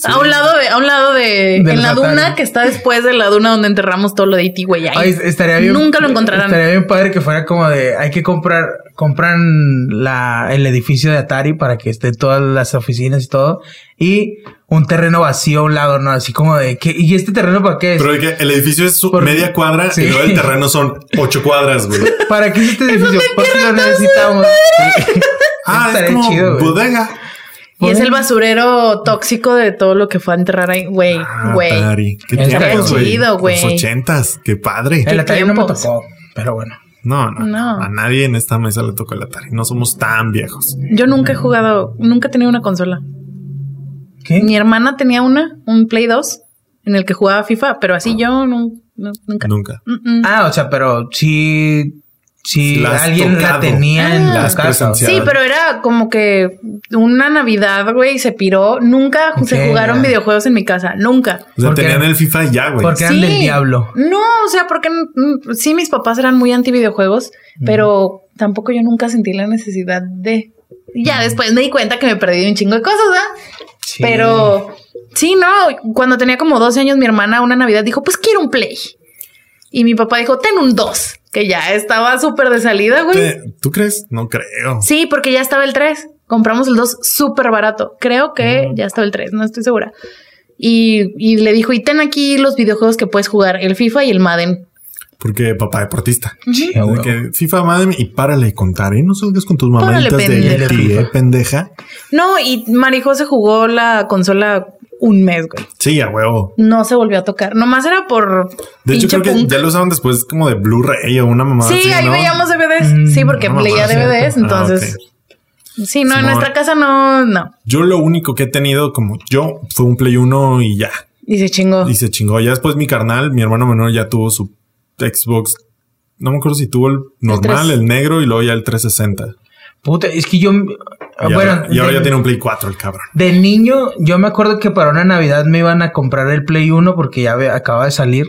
Speaker 1: A un lado de, a un lado de,
Speaker 3: De
Speaker 1: en
Speaker 3: los
Speaker 1: la
Speaker 3: Atari.
Speaker 1: duna que está después de la duna donde enterramos todo lo de IT, güey. ahí.
Speaker 3: Ay, estaría bien.
Speaker 1: Nunca lo encontrarán.
Speaker 3: Estaría bien padre que fuera como de hay que comprar, compran la, el edificio de Atari para que esté todas las oficinas y todo. Y un terreno vacío a un lado, ¿no? Así como de que, ¿y este terreno para qué es?
Speaker 2: Pero de que el edificio es su
Speaker 3: Por-
Speaker 2: media cuadra
Speaker 3: Sí.
Speaker 2: y luego el
Speaker 3: (laughs)
Speaker 2: terreno son ocho cuadras, güey.
Speaker 3: ¿Para qué es este edificio? Porque lo necesitamos. (laughs) Sí.
Speaker 2: Ah, es
Speaker 3: Estaría
Speaker 2: como
Speaker 3: chido, güey.
Speaker 1: Y
Speaker 2: bodega.
Speaker 1: es
Speaker 3: Bueno.
Speaker 1: el basurero tóxico de todo lo que fue a enterrar ahí, güey,
Speaker 2: Ah,
Speaker 1: güey.
Speaker 2: Atari. Qué
Speaker 3: Está
Speaker 2: tiempos, güey.
Speaker 1: chido, güey.
Speaker 2: Los ochentas. Qué padre.
Speaker 3: El Atari no me
Speaker 1: tiempos?
Speaker 3: tocó, pero bueno.
Speaker 2: No, no,
Speaker 1: No.
Speaker 2: A nadie en esta mesa le tocó el Atari. No somos tan viejos.
Speaker 1: Yo nunca he jugado, nunca he tenido una consola.
Speaker 3: ¿Qué?
Speaker 1: Mi hermana tenía una, un Play 2, en el que
Speaker 2: Ah.
Speaker 1: jugaba FIFA, pero así yo no, no- nunca.
Speaker 2: Nunca.
Speaker 1: Mm, mm.
Speaker 3: Ah, o sea, pero sí Si
Speaker 2: La has
Speaker 3: alguien la
Speaker 2: tocado.
Speaker 3: tenía en
Speaker 1: Ah. La
Speaker 3: la
Speaker 2: has
Speaker 3: casa.
Speaker 2: presenciado.
Speaker 1: Sí, pero era como que una Navidad, güey, se piró. Nunca
Speaker 3: Ok,
Speaker 1: se jugaron
Speaker 3: ya.
Speaker 1: videojuegos en mi casa, nunca.
Speaker 2: O sea,
Speaker 3: ¿Por qué?
Speaker 2: tenían el FIFA y ya, güey.
Speaker 3: Porque eran
Speaker 1: Sí.
Speaker 3: del diablo.
Speaker 1: No, o sea, porque mm, sí, mis papás eran muy anti videojuegos, pero tampoco yo nunca sentí la necesidad de. Ya después me di cuenta que me perdí de un chingo de cosas, ¿verdad?
Speaker 3: Sí.
Speaker 1: Pero sí, no, cuando tenía como 12 años, mi hermana una Navidad dijo, pues quiero un play. Y mi papá dijo, ten un 2, que ya estaba súper de salida, güey.
Speaker 2: Te- ¿Tú crees? No creo.
Speaker 1: Sí, porque ya estaba el 3. Compramos el 2 súper barato. Creo que ya estaba el 3, no estoy segura. Y, y le dijo, y ten aquí los videojuegos que puedes jugar, el FIFA y el Madden.
Speaker 2: Porque papá deportista.
Speaker 3: Sí,
Speaker 2: De
Speaker 3: güey.
Speaker 2: que FIFA, madre, y párale de contar, ¿eh? No salgas con tus
Speaker 1: Párale,
Speaker 2: mamaditas de
Speaker 1: pendeja.
Speaker 2: ti, ¿eh, pendeja?
Speaker 1: No, y Marijo se jugó la consola un mes, güey.
Speaker 2: Sí, a huevo.
Speaker 1: No se volvió a tocar. Nomás era por.
Speaker 2: De hecho,
Speaker 1: pinche
Speaker 2: creo que
Speaker 1: punk.
Speaker 2: ya lo usaban después como de Blu-ray o una mamada.
Speaker 1: Sí,
Speaker 2: así,
Speaker 1: ahí
Speaker 2: ¿no?
Speaker 1: veíamos DVDs.
Speaker 3: Mm,
Speaker 1: sí, porque
Speaker 2: no,
Speaker 1: leía
Speaker 2: mamá, cierto.
Speaker 1: DVDs,
Speaker 2: Ah,
Speaker 1: entonces. Sí, no, en
Speaker 2: Simón.
Speaker 1: nuestra casa no, no.
Speaker 2: Yo lo único que he tenido como yo fue un Play 1 y ya.
Speaker 1: Y se chingó.
Speaker 2: Y se chingó. Ya después mi carnal, mi hermano menor, ya tuvo su Xbox. No me acuerdo si tuvo el normal,
Speaker 1: tres.
Speaker 2: el, negro y luego ya el 360.
Speaker 3: Puta, es que yo.
Speaker 2: Y
Speaker 3: Ah, bueno,
Speaker 2: ahora, y ahora
Speaker 3: de,
Speaker 2: ya tiene un Play 4 el cabrón.
Speaker 3: de niño, yo me acuerdo que para una Navidad me iban a comprar el Play 1 porque ya ve- acaba de salir.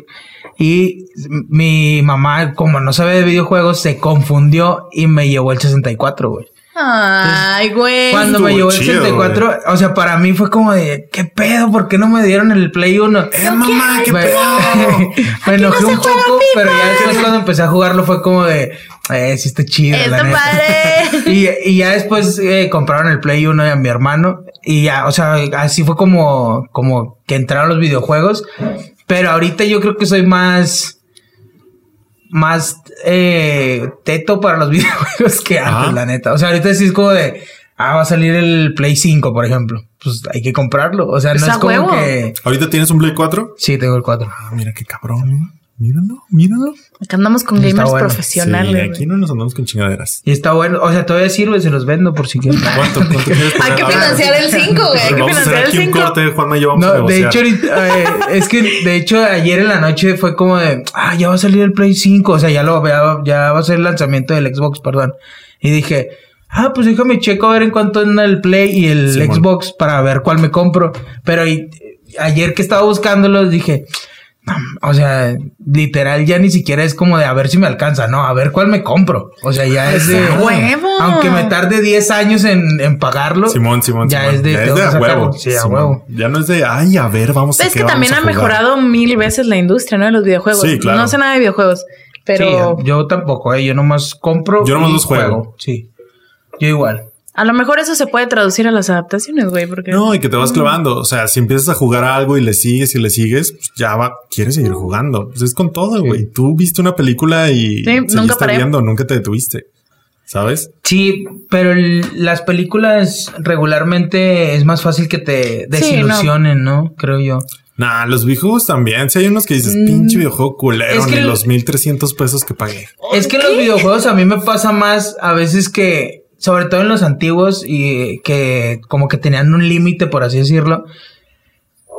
Speaker 3: Y mi mamá, como no sabe de videojuegos, se confundió y me llevó el 64, güey.
Speaker 1: Ay, güey.
Speaker 3: Cuando me
Speaker 2: Estuvo
Speaker 3: llevó el
Speaker 2: chido,
Speaker 3: 64, o sea, para mí fue como de, ¿qué pedo? ¿Por qué no me dieron el Play 1?
Speaker 2: ¡Eh, mamá! ¡Qué
Speaker 3: me,
Speaker 2: pedo!
Speaker 3: (laughs) me enojé
Speaker 1: se
Speaker 3: un
Speaker 1: juega
Speaker 3: poco, pero ya después cuando empecé a jugarlo fue como de, eh, sí está chido, la
Speaker 1: Está
Speaker 3: neta.
Speaker 1: padre.
Speaker 3: Y, (laughs) y ya después eh, compraron el Play 1 a mi hermano y ya, o sea, así fue como, como que entraron los videojuegos, pero ahorita yo creo que soy más... Más eh, teto para los (laughs) videojuegos que antes,
Speaker 2: Ah.
Speaker 3: la neta. O sea, ahorita sí es como de, ah, va a salir el Play 5, por ejemplo. Pues hay que comprarlo. O sea, no
Speaker 1: Pues
Speaker 3: es
Speaker 1: a
Speaker 3: como
Speaker 1: huevo.
Speaker 3: que...
Speaker 2: (laughs) ¿Ahorita tienes un Play 4?
Speaker 3: Sí, tengo el 4.
Speaker 2: Ah, mira qué cabrón. ¿eh? Míralo, míralo.
Speaker 1: Acá andamos con
Speaker 3: Está
Speaker 1: gamers
Speaker 3: bueno.
Speaker 1: profesionales.
Speaker 2: Sí,
Speaker 1: güey.
Speaker 2: aquí no nos andamos con chingaderas.
Speaker 3: Y está bueno. O sea, todavía sirve, se los vendo por si quieren.
Speaker 2: ¿Cuánto,
Speaker 3: (laughs)
Speaker 2: cuánto
Speaker 1: (laughs)
Speaker 2: quieres
Speaker 1: Hay
Speaker 2: poner
Speaker 1: que
Speaker 2: ahora?
Speaker 1: financiar el 5, güey. Hay que
Speaker 2: Vamos a hacer
Speaker 1: financiar el
Speaker 2: aquí un
Speaker 1: 5.
Speaker 2: corte, Juanma, y yo vamos a
Speaker 3: No, de
Speaker 2: negociar.
Speaker 3: hecho, ahorita, eh, es que de hecho ayer en la noche fue como de, ah, ya va a salir el Play 5, o sea, ya, lo, ya, va- ya va a ser el lanzamiento del Xbox, perdón. Y dije, ah, pues déjame checo a ver en cuánto anda el Play y el
Speaker 2: Simón.
Speaker 3: Xbox para ver cuál me compro. Pero y- ayer que estaba buscándolos dije, "No, o sea, literal ya ni siquiera es como de a ver si me alcanza, no, a ver cuál me compro. O sea, ya es de...
Speaker 1: Pues, ¡A huevo!
Speaker 3: Aunque me tarde 10 años en, en pagarlo.
Speaker 2: Simón, Simón,
Speaker 3: Ya
Speaker 2: Simón.
Speaker 3: es de...
Speaker 2: ya
Speaker 3: tengo que
Speaker 2: es de a
Speaker 3: sacarlo.
Speaker 2: huevo.
Speaker 3: Sí, a
Speaker 2: Simón.
Speaker 3: huevo.
Speaker 2: Ya no es de, ay, a ver, vamos a
Speaker 1: Es
Speaker 2: qué
Speaker 1: que
Speaker 2: vamos
Speaker 1: también
Speaker 2: a
Speaker 1: ha
Speaker 2: jugar".
Speaker 1: mejorado mil veces la industria, ¿no? De los videojuegos.
Speaker 2: Sí, claro.
Speaker 1: No sé nada de videojuegos, pero
Speaker 3: Sí, yo tampoco, eh, yo nomás compro.
Speaker 2: Yo nomás
Speaker 3: y
Speaker 2: los juego.
Speaker 3: Sí. Yo igual.
Speaker 1: a lo mejor eso se puede traducir a las adaptaciones, güey, porque
Speaker 2: No, y que te vas clavando. O sea, si empiezas a jugar a algo y le sigues y le sigues, pues ya va, quieres seguir jugando. Pues es con todo, güey. Tú viste una película y
Speaker 1: Sí,
Speaker 2: seguiste
Speaker 1: nunca paré.
Speaker 2: viendo, nunca te detuviste. ¿Sabes?
Speaker 3: Sí, pero el- las películas regularmente es más fácil que te desilusionen, ¿no? Creo yo.
Speaker 2: Nah, los videojuegos también. Si hay unos que dices, pinche
Speaker 1: Mm.
Speaker 2: videojuego culero,
Speaker 3: Es que
Speaker 2: ni
Speaker 3: el-
Speaker 2: los 1300 pesos que pagué.
Speaker 3: Es que los videojuegos a mí me pasa más a veces que, sobre todo en los antiguos, y que como que tenían un límite, por así decirlo,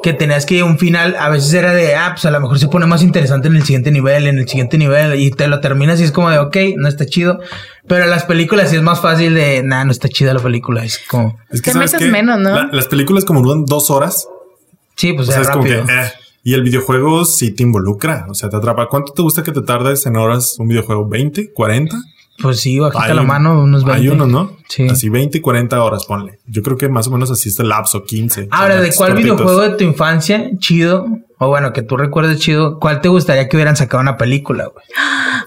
Speaker 3: que tenías que un final, a veces era de, ah, pues a lo mejor se pone más interesante en el siguiente nivel, en el siguiente nivel, y te lo terminas y es como de, ok, no está chido, pero en las películas sí es más fácil de, nah, no está chida la película, es como,
Speaker 2: Es que
Speaker 1: Te
Speaker 2: sabes
Speaker 1: metes
Speaker 2: qué?
Speaker 1: menos, ¿no?
Speaker 2: La- las películas como duran dos horas.
Speaker 3: sí, pues
Speaker 2: O sea,
Speaker 3: es
Speaker 2: es como que,
Speaker 3: rápido.
Speaker 2: eh. Y el videojuego sí te involucra, o sea, te atrapa. ¿Cuánto te gusta que te tardes en horas un videojuego? ¿20? ¿40?
Speaker 3: Pues sí, bajita
Speaker 2: Hay
Speaker 3: la
Speaker 2: un-
Speaker 3: mano, unos 20.
Speaker 2: Hay unos, ¿no?
Speaker 3: Sí.
Speaker 2: Así 20 y 40 horas, ponle. Yo creo que más o menos así está el lapso, 15.
Speaker 3: Ahora,
Speaker 2: Son
Speaker 3: ¿de cuál
Speaker 2: cortitos.
Speaker 3: videojuego de tu infancia chido? O bueno, que tú recuerdes chido, ¿cuál te gustaría que hubieran sacado una película, güey?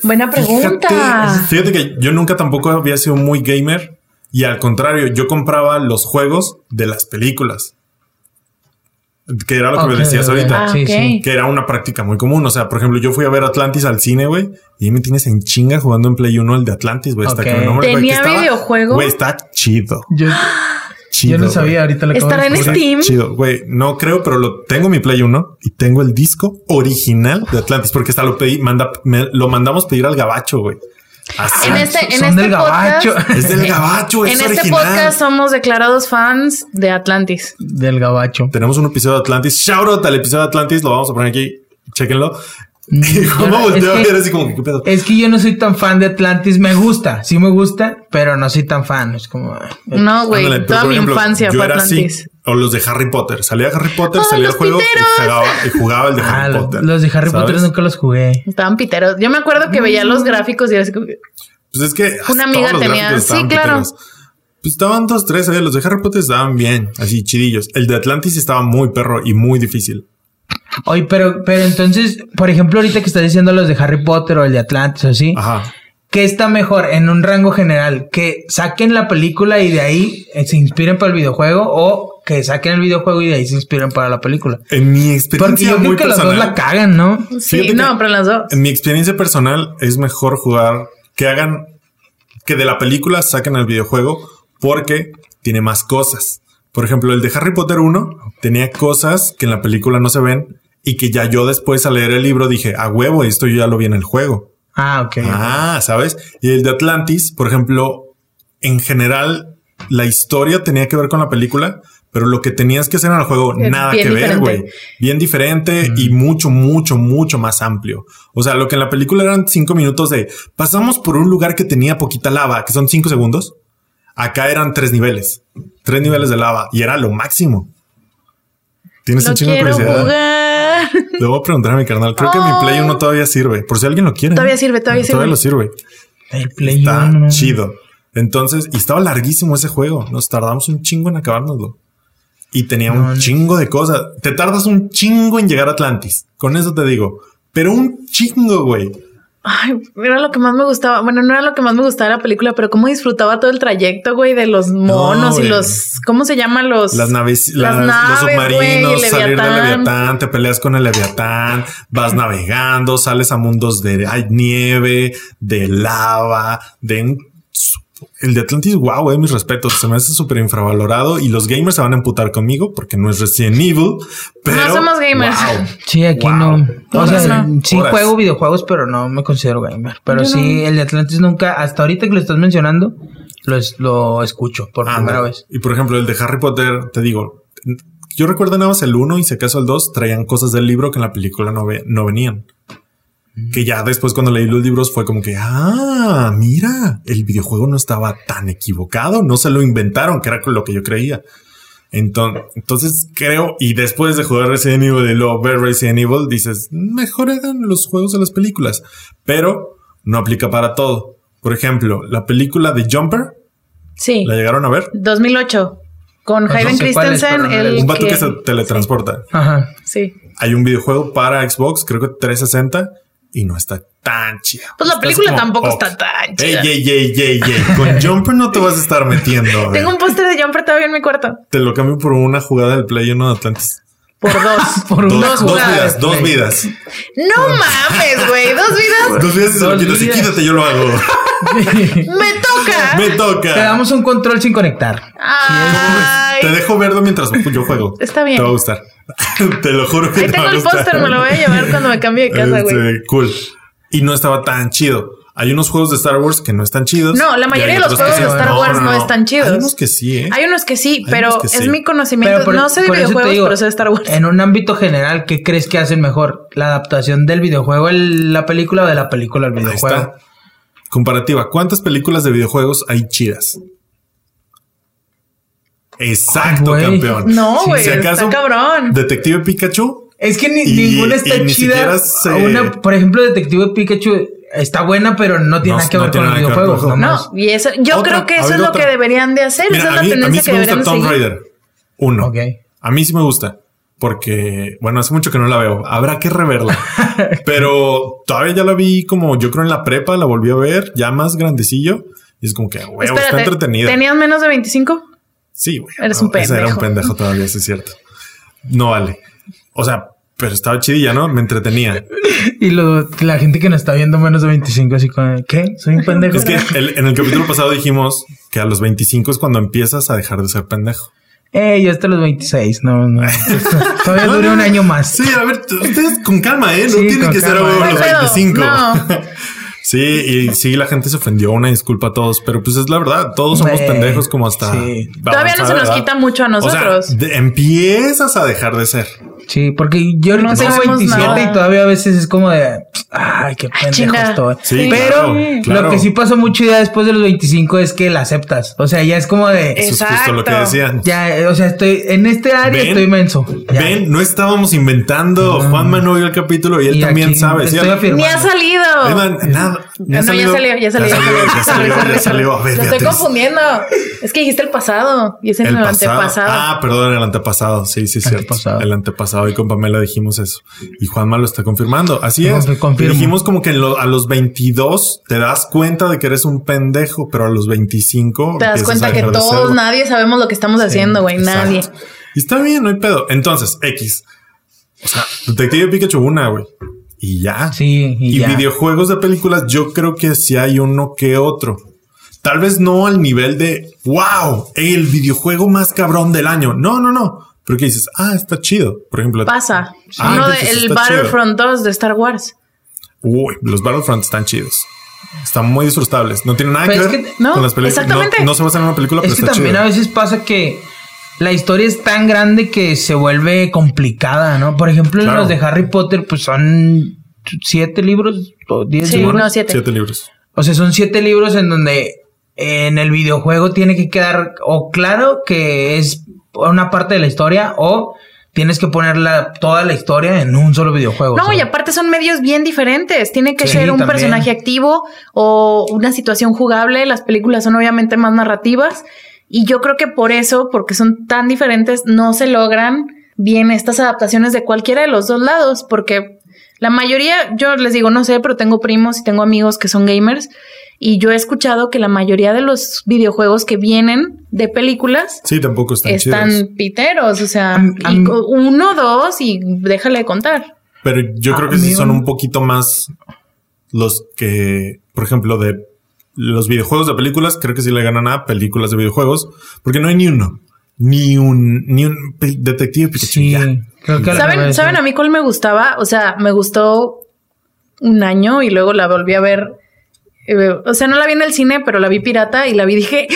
Speaker 1: buena
Speaker 2: este
Speaker 1: pregunta.
Speaker 2: Fíjate, fíjate que yo nunca tampoco había sido muy gamer y al contrario, yo compraba los juegos de las películas. Que era lo que
Speaker 3: Ok,
Speaker 2: me decías
Speaker 3: ok.
Speaker 2: ahorita.
Speaker 1: Ah,
Speaker 3: Sí,
Speaker 1: ok.
Speaker 3: sí.
Speaker 2: Que era una práctica muy común. O sea, por ejemplo, yo fui a ver Atlantis al cine, güey. Y ahí me tienes en chinga jugando en Play 1 el de Atlantis, güey. Hasta
Speaker 3: Ok.
Speaker 2: que me nombre, güey,
Speaker 1: ¿Tenía
Speaker 2: que estaba-
Speaker 1: videojuego?
Speaker 2: Güey, está chido.
Speaker 3: Yo,
Speaker 2: Chido.
Speaker 3: yo no
Speaker 2: güey.
Speaker 3: sabía ahorita lo que
Speaker 1: Estará en
Speaker 2: Está
Speaker 1: Steam.
Speaker 2: Chido, güey. No creo, pero lo tengo mi Play 1 y tengo el disco original de Atlantis, porque hasta lo pedí, manda, me- lo mandamos pedir al gabacho, güey. Así.
Speaker 1: En este, en
Speaker 3: Son
Speaker 1: este
Speaker 3: del
Speaker 1: podcast,
Speaker 2: (laughs)
Speaker 3: gabacho.
Speaker 2: Es
Speaker 3: (laughs)
Speaker 2: del gabacho, es
Speaker 1: en este
Speaker 2: original.
Speaker 1: podcast somos declarados fans de Atlantis.
Speaker 3: Del gabacho.
Speaker 2: Tenemos un episodio de Atlantis. Shout out al episodio de Atlantis, lo vamos a poner aquí. Chéquenlo. (laughs) ¿Cómo
Speaker 3: Yo Mm, no-
Speaker 2: volteo a
Speaker 3: es que-
Speaker 2: ver así como, ¿qué pedo?
Speaker 3: Es que yo no soy tan fan de Atlantis. Me gusta, sí me gusta, pero no soy tan fan. Es como. ah,
Speaker 1: No, güey.
Speaker 2: Eh, Ándale, pero,
Speaker 1: toda
Speaker 2: por
Speaker 1: mi
Speaker 2: ejemplo,
Speaker 1: infancia
Speaker 2: yo
Speaker 1: fue
Speaker 2: era así,
Speaker 1: Atlantis.
Speaker 2: o los de Harry Potter. Salía Harry Potter,
Speaker 1: ¡Ah,
Speaker 2: salía el
Speaker 1: los
Speaker 2: juego
Speaker 1: piteros!
Speaker 2: y jugaba, y jugaba el de
Speaker 3: ah,
Speaker 2: Harry
Speaker 3: lo-
Speaker 2: Potter.
Speaker 3: los de Harry
Speaker 2: ¿sabes?
Speaker 3: Potter nunca los jugué.
Speaker 1: Estaban piteros. Yo me acuerdo que veía
Speaker 2: Mm.
Speaker 1: los gráficos y era así como... que-
Speaker 2: Pues es que
Speaker 1: Una amiga
Speaker 2: todos los
Speaker 1: tenía-
Speaker 2: gráficos estaban
Speaker 1: sí, claro.
Speaker 2: piteros. Pues estaban dos, tres, eh, los de Harry Potter estaban bien, así chidillos. El de Atlantis estaba muy perro y muy difícil.
Speaker 3: Oye, pero, pero entonces, por ejemplo, ahorita que estás diciendo los de Harry Potter o el de Atlantis o así,
Speaker 2: Ajá.
Speaker 3: ¿qué está mejor en un rango general? ¿Que saquen la película y de ahí eh, se inspiren para el videojuego o que saquen el videojuego y de ahí se inspiren para la película?
Speaker 2: En mi
Speaker 3: Porque
Speaker 2: experiencia
Speaker 3: yo creo
Speaker 2: muy
Speaker 3: que las dos
Speaker 2: personal,
Speaker 3: la cagan, ¿no?
Speaker 1: Sí,
Speaker 2: Fíjate
Speaker 1: no,
Speaker 2: que-
Speaker 1: pero las dos.
Speaker 2: en mi experiencia personal es mejor jugar que hagan que de la película saquen al videojuego porque tiene más cosas. Por ejemplo, el de Harry Potter 1 tenía cosas que en la película no se ven y que ya yo después al leer el libro dije, a huevo, esto yo ya lo vi en el juego.
Speaker 3: Ah, ok.
Speaker 2: Ah, ¿sabes? Y el de Atlantis, por ejemplo, en general, la historia tenía que ver con la película, pero lo que tenías que hacer en el juego,
Speaker 1: Es
Speaker 2: nada
Speaker 1: bien
Speaker 2: que ver,
Speaker 1: diferente.
Speaker 2: güey. Bien diferente y mucho, mucho, mucho más amplio. O sea, lo que en la película eran cinco minutos de pasamos por un lugar que tenía poquita lava, que son cinco segundos. Acá eran tres niveles, tres niveles de lava y era lo máximo. Tienes
Speaker 1: Lo
Speaker 2: un chingo de
Speaker 1: quiero
Speaker 2: curiosidad.
Speaker 1: jugar.
Speaker 2: Le voy a preguntar a mi carnal. Creo que mi
Speaker 1: Oh.
Speaker 2: Play 1 todavía sirve. Por si alguien lo quiere.
Speaker 1: Todavía sirve, todavía sirve.
Speaker 2: lo sirve.
Speaker 3: El Play
Speaker 2: Está
Speaker 3: uno, ¿no?
Speaker 2: chido. Entonces, y estaba larguísimo ese juego. Nos tardamos un chingo en acabárnoslo. Y tenía
Speaker 3: No,
Speaker 2: un
Speaker 3: no.
Speaker 2: chingo de cosas. Te tardas un chingo en llegar a Atlantis. Con eso te digo. Pero un chingo, güey.
Speaker 1: Ay, era lo que más me gustaba. Bueno, no era lo que más me gustaba de la película, pero cómo disfrutaba todo el trayecto, güey, de los monos y
Speaker 2: güey.
Speaker 1: los. ¿Cómo se llaman los?
Speaker 2: Las naves,
Speaker 1: Las
Speaker 2: las-
Speaker 1: naves,
Speaker 2: los submarinos,
Speaker 1: güey, el
Speaker 2: salir del
Speaker 1: Leviatán.
Speaker 2: Leviatán, te peleas con el Leviatán, vas navegando, sales a mundos de hay nieve, de lava, de un- el de Atlantis, wow, eh, mis respetos, se me hace súper infravalorado y los gamers se van a emputar conmigo porque no es Resident Evil, pero
Speaker 1: No somos gamers.
Speaker 2: wow.
Speaker 3: Sí, aquí
Speaker 2: Wow.
Speaker 3: no. O
Speaker 2: Horas,
Speaker 3: sea,
Speaker 2: ¿no?
Speaker 3: sí
Speaker 2: Horas.
Speaker 3: juego videojuegos, pero no me considero gamer. Pero
Speaker 1: Yo
Speaker 3: sí,
Speaker 1: no.
Speaker 3: el de Atlantis nunca, hasta ahorita que lo estás mencionando, lo, es- lo escucho por
Speaker 2: Ah,
Speaker 3: primera
Speaker 2: no.
Speaker 3: vez.
Speaker 2: Y por ejemplo, el de Harry Potter, te digo, yo recuerdo nada más el 1 y si acaso el 2 traían cosas del libro que en la película no, ve- no venían.
Speaker 3: Mm.
Speaker 2: Que ya después cuando leí los libros fue como que, ah, mira, el videojuego no estaba tan equivocado, no se lo inventaron, que era lo que yo creía. Entonces, entonces creo, y después de jugar Resident Evil y luego ver Resident Evil, dices, mejor hagan los juegos de las películas, pero no aplica para todo. Por ejemplo, la película de Jumper,
Speaker 1: Sí.
Speaker 2: ¿la llegaron a ver?
Speaker 1: 2008. Con
Speaker 3: Pues no
Speaker 1: Hayden
Speaker 3: sé cuál es,
Speaker 1: Christensen.
Speaker 3: pero no
Speaker 1: el
Speaker 3: le-
Speaker 2: Un vato
Speaker 1: que-
Speaker 2: que se teletransporta.
Speaker 3: Ajá.
Speaker 1: Sí.
Speaker 2: Hay un videojuego para Xbox, creo que 360, y no está tan chida.
Speaker 1: Pues la
Speaker 2: Estás
Speaker 1: película
Speaker 2: como,
Speaker 1: tampoco
Speaker 2: "Oh,
Speaker 1: está tan
Speaker 2: Ey,
Speaker 1: chida.
Speaker 2: ey, ey, ey, ey. Con Jumper no te vas a estar
Speaker 1: (laughs)
Speaker 2: metiendo. a ver.
Speaker 1: Tengo un póster de Jumper todavía en mi cuarto.
Speaker 2: Te lo cambio por una jugada del Play 1 de Atlantis.
Speaker 1: Por dos.
Speaker 3: (laughs) Por
Speaker 2: Dos,
Speaker 3: una
Speaker 2: dos
Speaker 3: jugada de
Speaker 2: vidas, dos
Speaker 3: Play.
Speaker 2: vidas.
Speaker 1: no mames, güey. Dos vidas.
Speaker 2: Dos vidas y se lo
Speaker 3: Dos
Speaker 2: quitas. Y
Speaker 3: vidas.
Speaker 2: quítate, yo
Speaker 1: (laughs)
Speaker 2: lo hago.
Speaker 1: Me toca.
Speaker 2: Me
Speaker 3: Te
Speaker 2: toca.
Speaker 3: damos un control sin conectar.
Speaker 1: Ay.
Speaker 2: Te dejo verlo mientras yo juego.
Speaker 1: Está bien.
Speaker 2: Te va a gustar. (laughs) te lo juro que
Speaker 1: Ahí
Speaker 2: te
Speaker 1: tengo
Speaker 2: va a
Speaker 1: el
Speaker 2: gustar.
Speaker 1: póster, me lo voy a llevar cuando me cambie de casa, güey.
Speaker 2: Este, cool. Y no estaba tan chido. Hay unos juegos de Star Wars que no están chidos.
Speaker 1: No, la
Speaker 2: y
Speaker 1: mayoría
Speaker 2: hay
Speaker 1: de los
Speaker 2: otros que
Speaker 1: juegos de
Speaker 2: sí.
Speaker 1: Star Wars no están chidos.
Speaker 2: Hay unos que sí, ¿eh?
Speaker 1: Hay unos que sí,
Speaker 2: Hay
Speaker 1: pero
Speaker 2: unos que
Speaker 1: es
Speaker 2: sí.
Speaker 1: mi conocimiento.
Speaker 3: Pero por-
Speaker 1: no sé de
Speaker 3: por eso te
Speaker 1: videojuegos,
Speaker 3: digo,
Speaker 1: pero sé de Star Wars.
Speaker 2: (laughs)
Speaker 3: En un ámbito general, ¿qué crees que hacen mejor? ¿La adaptación del videojuego a la película o de la película al
Speaker 2: Ahí
Speaker 3: videojuego?
Speaker 2: está. Comparativa. ¿Cuántas películas de videojuegos hay chidas? Exacto,
Speaker 3: Ay, güey.
Speaker 2: campeón.
Speaker 1: No,
Speaker 2: Si
Speaker 1: güey,
Speaker 2: acaso,
Speaker 1: está cabrón.
Speaker 2: Detective Pikachu.
Speaker 3: Es que ni-
Speaker 2: Y-
Speaker 3: ninguna está
Speaker 2: y ni
Speaker 3: chida.
Speaker 2: siquiera se-
Speaker 3: Una, por ejemplo, Detective Pikachu está buena, pero no tiene
Speaker 2: No,
Speaker 3: nada que
Speaker 2: no
Speaker 3: ver con
Speaker 2: tiene
Speaker 3: los
Speaker 2: nada que ver con el
Speaker 3: videojuegos.
Speaker 2: juego.
Speaker 1: No,
Speaker 3: nomás.
Speaker 1: y eso, yo
Speaker 2: Otra,
Speaker 1: creo que
Speaker 2: a
Speaker 1: eso
Speaker 2: ver,
Speaker 1: es lo
Speaker 2: otra.
Speaker 1: que deberían de hacer.
Speaker 2: Mira,
Speaker 1: esa es
Speaker 2: a
Speaker 1: la
Speaker 2: mí, a mí
Speaker 1: tendencia
Speaker 2: sí
Speaker 1: que
Speaker 2: me gusta
Speaker 1: deberían de
Speaker 2: Tomb
Speaker 1: seguir.
Speaker 2: Raider. Uno.
Speaker 3: Ok.
Speaker 2: A mí sí me gusta. Porque, bueno, hace mucho que no la veo. Habrá
Speaker 1: (laughs)
Speaker 2: que reverla. Pero todavía ya la vi como yo creo en la prepa, la volví a ver, ya más grandecillo. Y es como que, güey, está
Speaker 1: Espérate,
Speaker 2: entretenida.
Speaker 1: ¿tenías menos de 25?
Speaker 2: Sí, güey.
Speaker 1: Eres un
Speaker 2: ese era un
Speaker 1: pendejo.
Speaker 2: pendejo todavía, sí es cierto. No vale. O sea, pero estaba chidilla, ¿no?
Speaker 1: (laughs)
Speaker 2: Me entretenía.
Speaker 3: Y lo- la gente que nos está viendo menos de 25, así como, ¿qué? Soy un pendejo.
Speaker 2: (laughs) Es que el- en el capítulo pasado dijimos que a los 25 es cuando empiezas a dejar de ser pendejo.
Speaker 3: Eh, yo hasta los 26,
Speaker 2: (laughs)
Speaker 3: no, no. Todavía duré un año más.
Speaker 2: Sí, a ver, t- ustedes con calma, ¿eh? No
Speaker 3: Sí,
Speaker 2: tienen
Speaker 3: con
Speaker 2: que ser a
Speaker 3: calma.
Speaker 2: huevo
Speaker 1: No hay
Speaker 2: los
Speaker 1: pedo,
Speaker 2: 25. (laughs)
Speaker 1: no.
Speaker 2: sí, y sí, la gente se ofendió. Una disculpa a todos, pero pues es la verdad. Todos somos
Speaker 3: Güey,
Speaker 2: pendejos como hasta.
Speaker 3: sí.
Speaker 1: Todavía no
Speaker 2: avanzada
Speaker 1: se nos
Speaker 2: edad.
Speaker 1: quita mucho a
Speaker 2: O sea,
Speaker 1: nosotros.
Speaker 2: de- empiezas a dejar de ser.
Speaker 3: Sí, porque yo
Speaker 1: No
Speaker 3: no tengo
Speaker 1: sabemos
Speaker 3: 27
Speaker 1: nada. Ah,
Speaker 3: y todavía a veces es como de, ay, qué pendejo
Speaker 1: chinga.
Speaker 3: estoy.
Speaker 2: Sí,
Speaker 3: Pero
Speaker 2: claro, claro.
Speaker 3: lo que sí pasó mucho ya después de los 25 es que la aceptas. O sea, ya es como de,
Speaker 1: Eh.
Speaker 2: Eso es justo lo que
Speaker 1: Exacto.
Speaker 2: decían.
Speaker 3: ya, eh, o sea, estoy en este área,
Speaker 2: Ven,
Speaker 3: estoy menso. Ya.
Speaker 2: Ven, no estábamos inventando. Juan Manuel vio el capítulo y él
Speaker 3: Y
Speaker 2: también
Speaker 3: aquí
Speaker 2: sabe. ¿sí?
Speaker 3: estoy afirmando.
Speaker 1: Ni ha salido.
Speaker 2: Ay, man, nada, ni ha
Speaker 1: no, ya
Speaker 2: salido.
Speaker 1: salió, ya salió.
Speaker 2: Ya salió,
Speaker 1: (laughs)
Speaker 2: ya salió,
Speaker 1: Sorry,
Speaker 2: ya
Speaker 1: sorry,
Speaker 2: salió. A
Speaker 1: sorry.
Speaker 2: ver,
Speaker 1: Lo estoy
Speaker 2: Beatriz.
Speaker 1: confundiendo. Es que dijiste el pasado y es en el, antepasado.
Speaker 2: Ah, perdón, el antepasado. Sí, sí, cierto.
Speaker 3: Antepasado.
Speaker 2: El antepasado. Y con Pamela dijimos eso. Y Juanma lo está confirmando. Así
Speaker 3: No,
Speaker 2: es.
Speaker 3: me confirmo.
Speaker 2: Dijimos como que en lo- a los 22 te das cuenta de que eres un pendejo, pero a los 25
Speaker 1: Te das
Speaker 2: empiezas
Speaker 1: cuenta
Speaker 2: a
Speaker 1: que
Speaker 2: dejar de
Speaker 1: todos,
Speaker 2: serlo.
Speaker 1: nadie sabemos lo que estamos haciendo, güey.
Speaker 2: Exacto.
Speaker 1: Nadie.
Speaker 2: Y está bien, no hay pedo. Entonces, X. O sea, Detective Pikachu una, güey. Y ya.
Speaker 3: Sí, y,
Speaker 2: Y,
Speaker 3: ya.
Speaker 2: videojuegos de películas, yo creo que sí hay uno que otro. Tal vez no al nivel de wow, el videojuego más cabrón del año. No, no, no. Pero que dices, ah, está chido. Por ejemplo,
Speaker 1: Pasa.
Speaker 2: Ah,
Speaker 1: Uno
Speaker 2: entonces
Speaker 1: del
Speaker 2: está
Speaker 1: Battlefront 2 de Star Wars.
Speaker 2: uy, los Battlefront están chidos. Están muy disfrutables. No tienen nada
Speaker 3: Pero
Speaker 2: que
Speaker 3: es
Speaker 2: ver
Speaker 3: que- no,
Speaker 2: con las películas.
Speaker 1: exactamente.
Speaker 2: No, no se basa en una película, pero
Speaker 3: Es que
Speaker 2: está
Speaker 3: también
Speaker 2: chido.
Speaker 3: a veces pasa que la historia es tan grande que se vuelve complicada, ¿no? Por ejemplo,
Speaker 2: Claro.
Speaker 3: los de Harry Potter, pues son siete libros o diez
Speaker 1: Sí,
Speaker 3: libros.
Speaker 1: no, siete.
Speaker 2: libros.
Speaker 3: O sea, son siete libros en donde en el videojuego tiene que quedar o claro que es una parte de la historia o tienes que ponerla toda la historia en un solo videojuego.
Speaker 1: No,
Speaker 3: ¿sabes?
Speaker 1: y aparte son medios bien diferentes. Tiene que
Speaker 3: Sí,
Speaker 1: ser un
Speaker 3: también.
Speaker 1: personaje activo o una situación jugable. Las películas son obviamente más narrativas. Y yo creo que por eso, porque son tan diferentes, no se logran bien estas adaptaciones de cualquiera de los dos lados. Porque la mayoría, yo les digo, no sé, pero tengo primos y tengo amigos que son gamers. Y yo he escuchado que la mayoría de los videojuegos que vienen de películas
Speaker 2: Sí, tampoco están,
Speaker 1: están
Speaker 2: chidos.
Speaker 1: piteros. O sea,
Speaker 3: Am-
Speaker 1: y
Speaker 3: am-
Speaker 1: co- uno, dos y déjale de contar.
Speaker 2: Pero yo creo
Speaker 3: Ah,
Speaker 2: que sí
Speaker 3: amigo.
Speaker 2: son un poquito más los que, por ejemplo, de los videojuegos de películas, creo que sí le ganan a películas de videojuegos, porque no hay ni uno, ni un, ni un pe- detective Pikachu.
Speaker 3: Sí,
Speaker 2: ya.
Speaker 3: creo que al
Speaker 1: ¿Saben,
Speaker 3: revés,
Speaker 1: ¿Saben
Speaker 3: ¿no?
Speaker 1: a mí cuál me gustaba? O sea, me gustó un año y luego la volví a ver. Eh, O sea, no la vi en el cine, pero la vi pirata y la vi, dije, ¡Ah!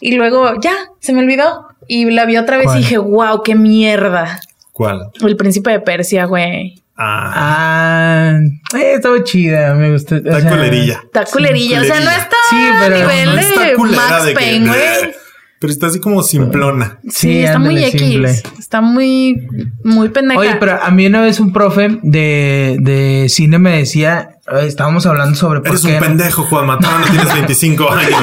Speaker 1: y luego ya, se me olvidó. Y la vi otra vez
Speaker 3: ¿Cuál?
Speaker 1: y dije, wow, qué mierda.
Speaker 2: ¿Cuál?
Speaker 1: El príncipe de Persia, güey.
Speaker 2: Ah,
Speaker 3: Ah, eh, estaba chida, me gustó. o
Speaker 2: está
Speaker 3: sea,
Speaker 2: culerilla.
Speaker 1: Está culerilla. O sea, no
Speaker 2: culerilla.
Speaker 1: está
Speaker 3: Sí, pero
Speaker 1: a
Speaker 3: no
Speaker 1: nivel
Speaker 2: No está
Speaker 1: de
Speaker 2: culera
Speaker 1: Max
Speaker 2: de que-
Speaker 1: Payne, güey.
Speaker 2: Pero está así como simplona.
Speaker 1: Sí, está muy
Speaker 3: ándale, simple.
Speaker 1: X. Está muy, muy pendeja.
Speaker 3: Oye, pero a mí una vez un profe de, de cine me decía, eh, estábamos hablando sobre por
Speaker 2: Eres
Speaker 3: qué
Speaker 2: un
Speaker 3: no-
Speaker 2: pendejo, Juan Matón, no tienes
Speaker 3: (laughs)
Speaker 2: 25 años.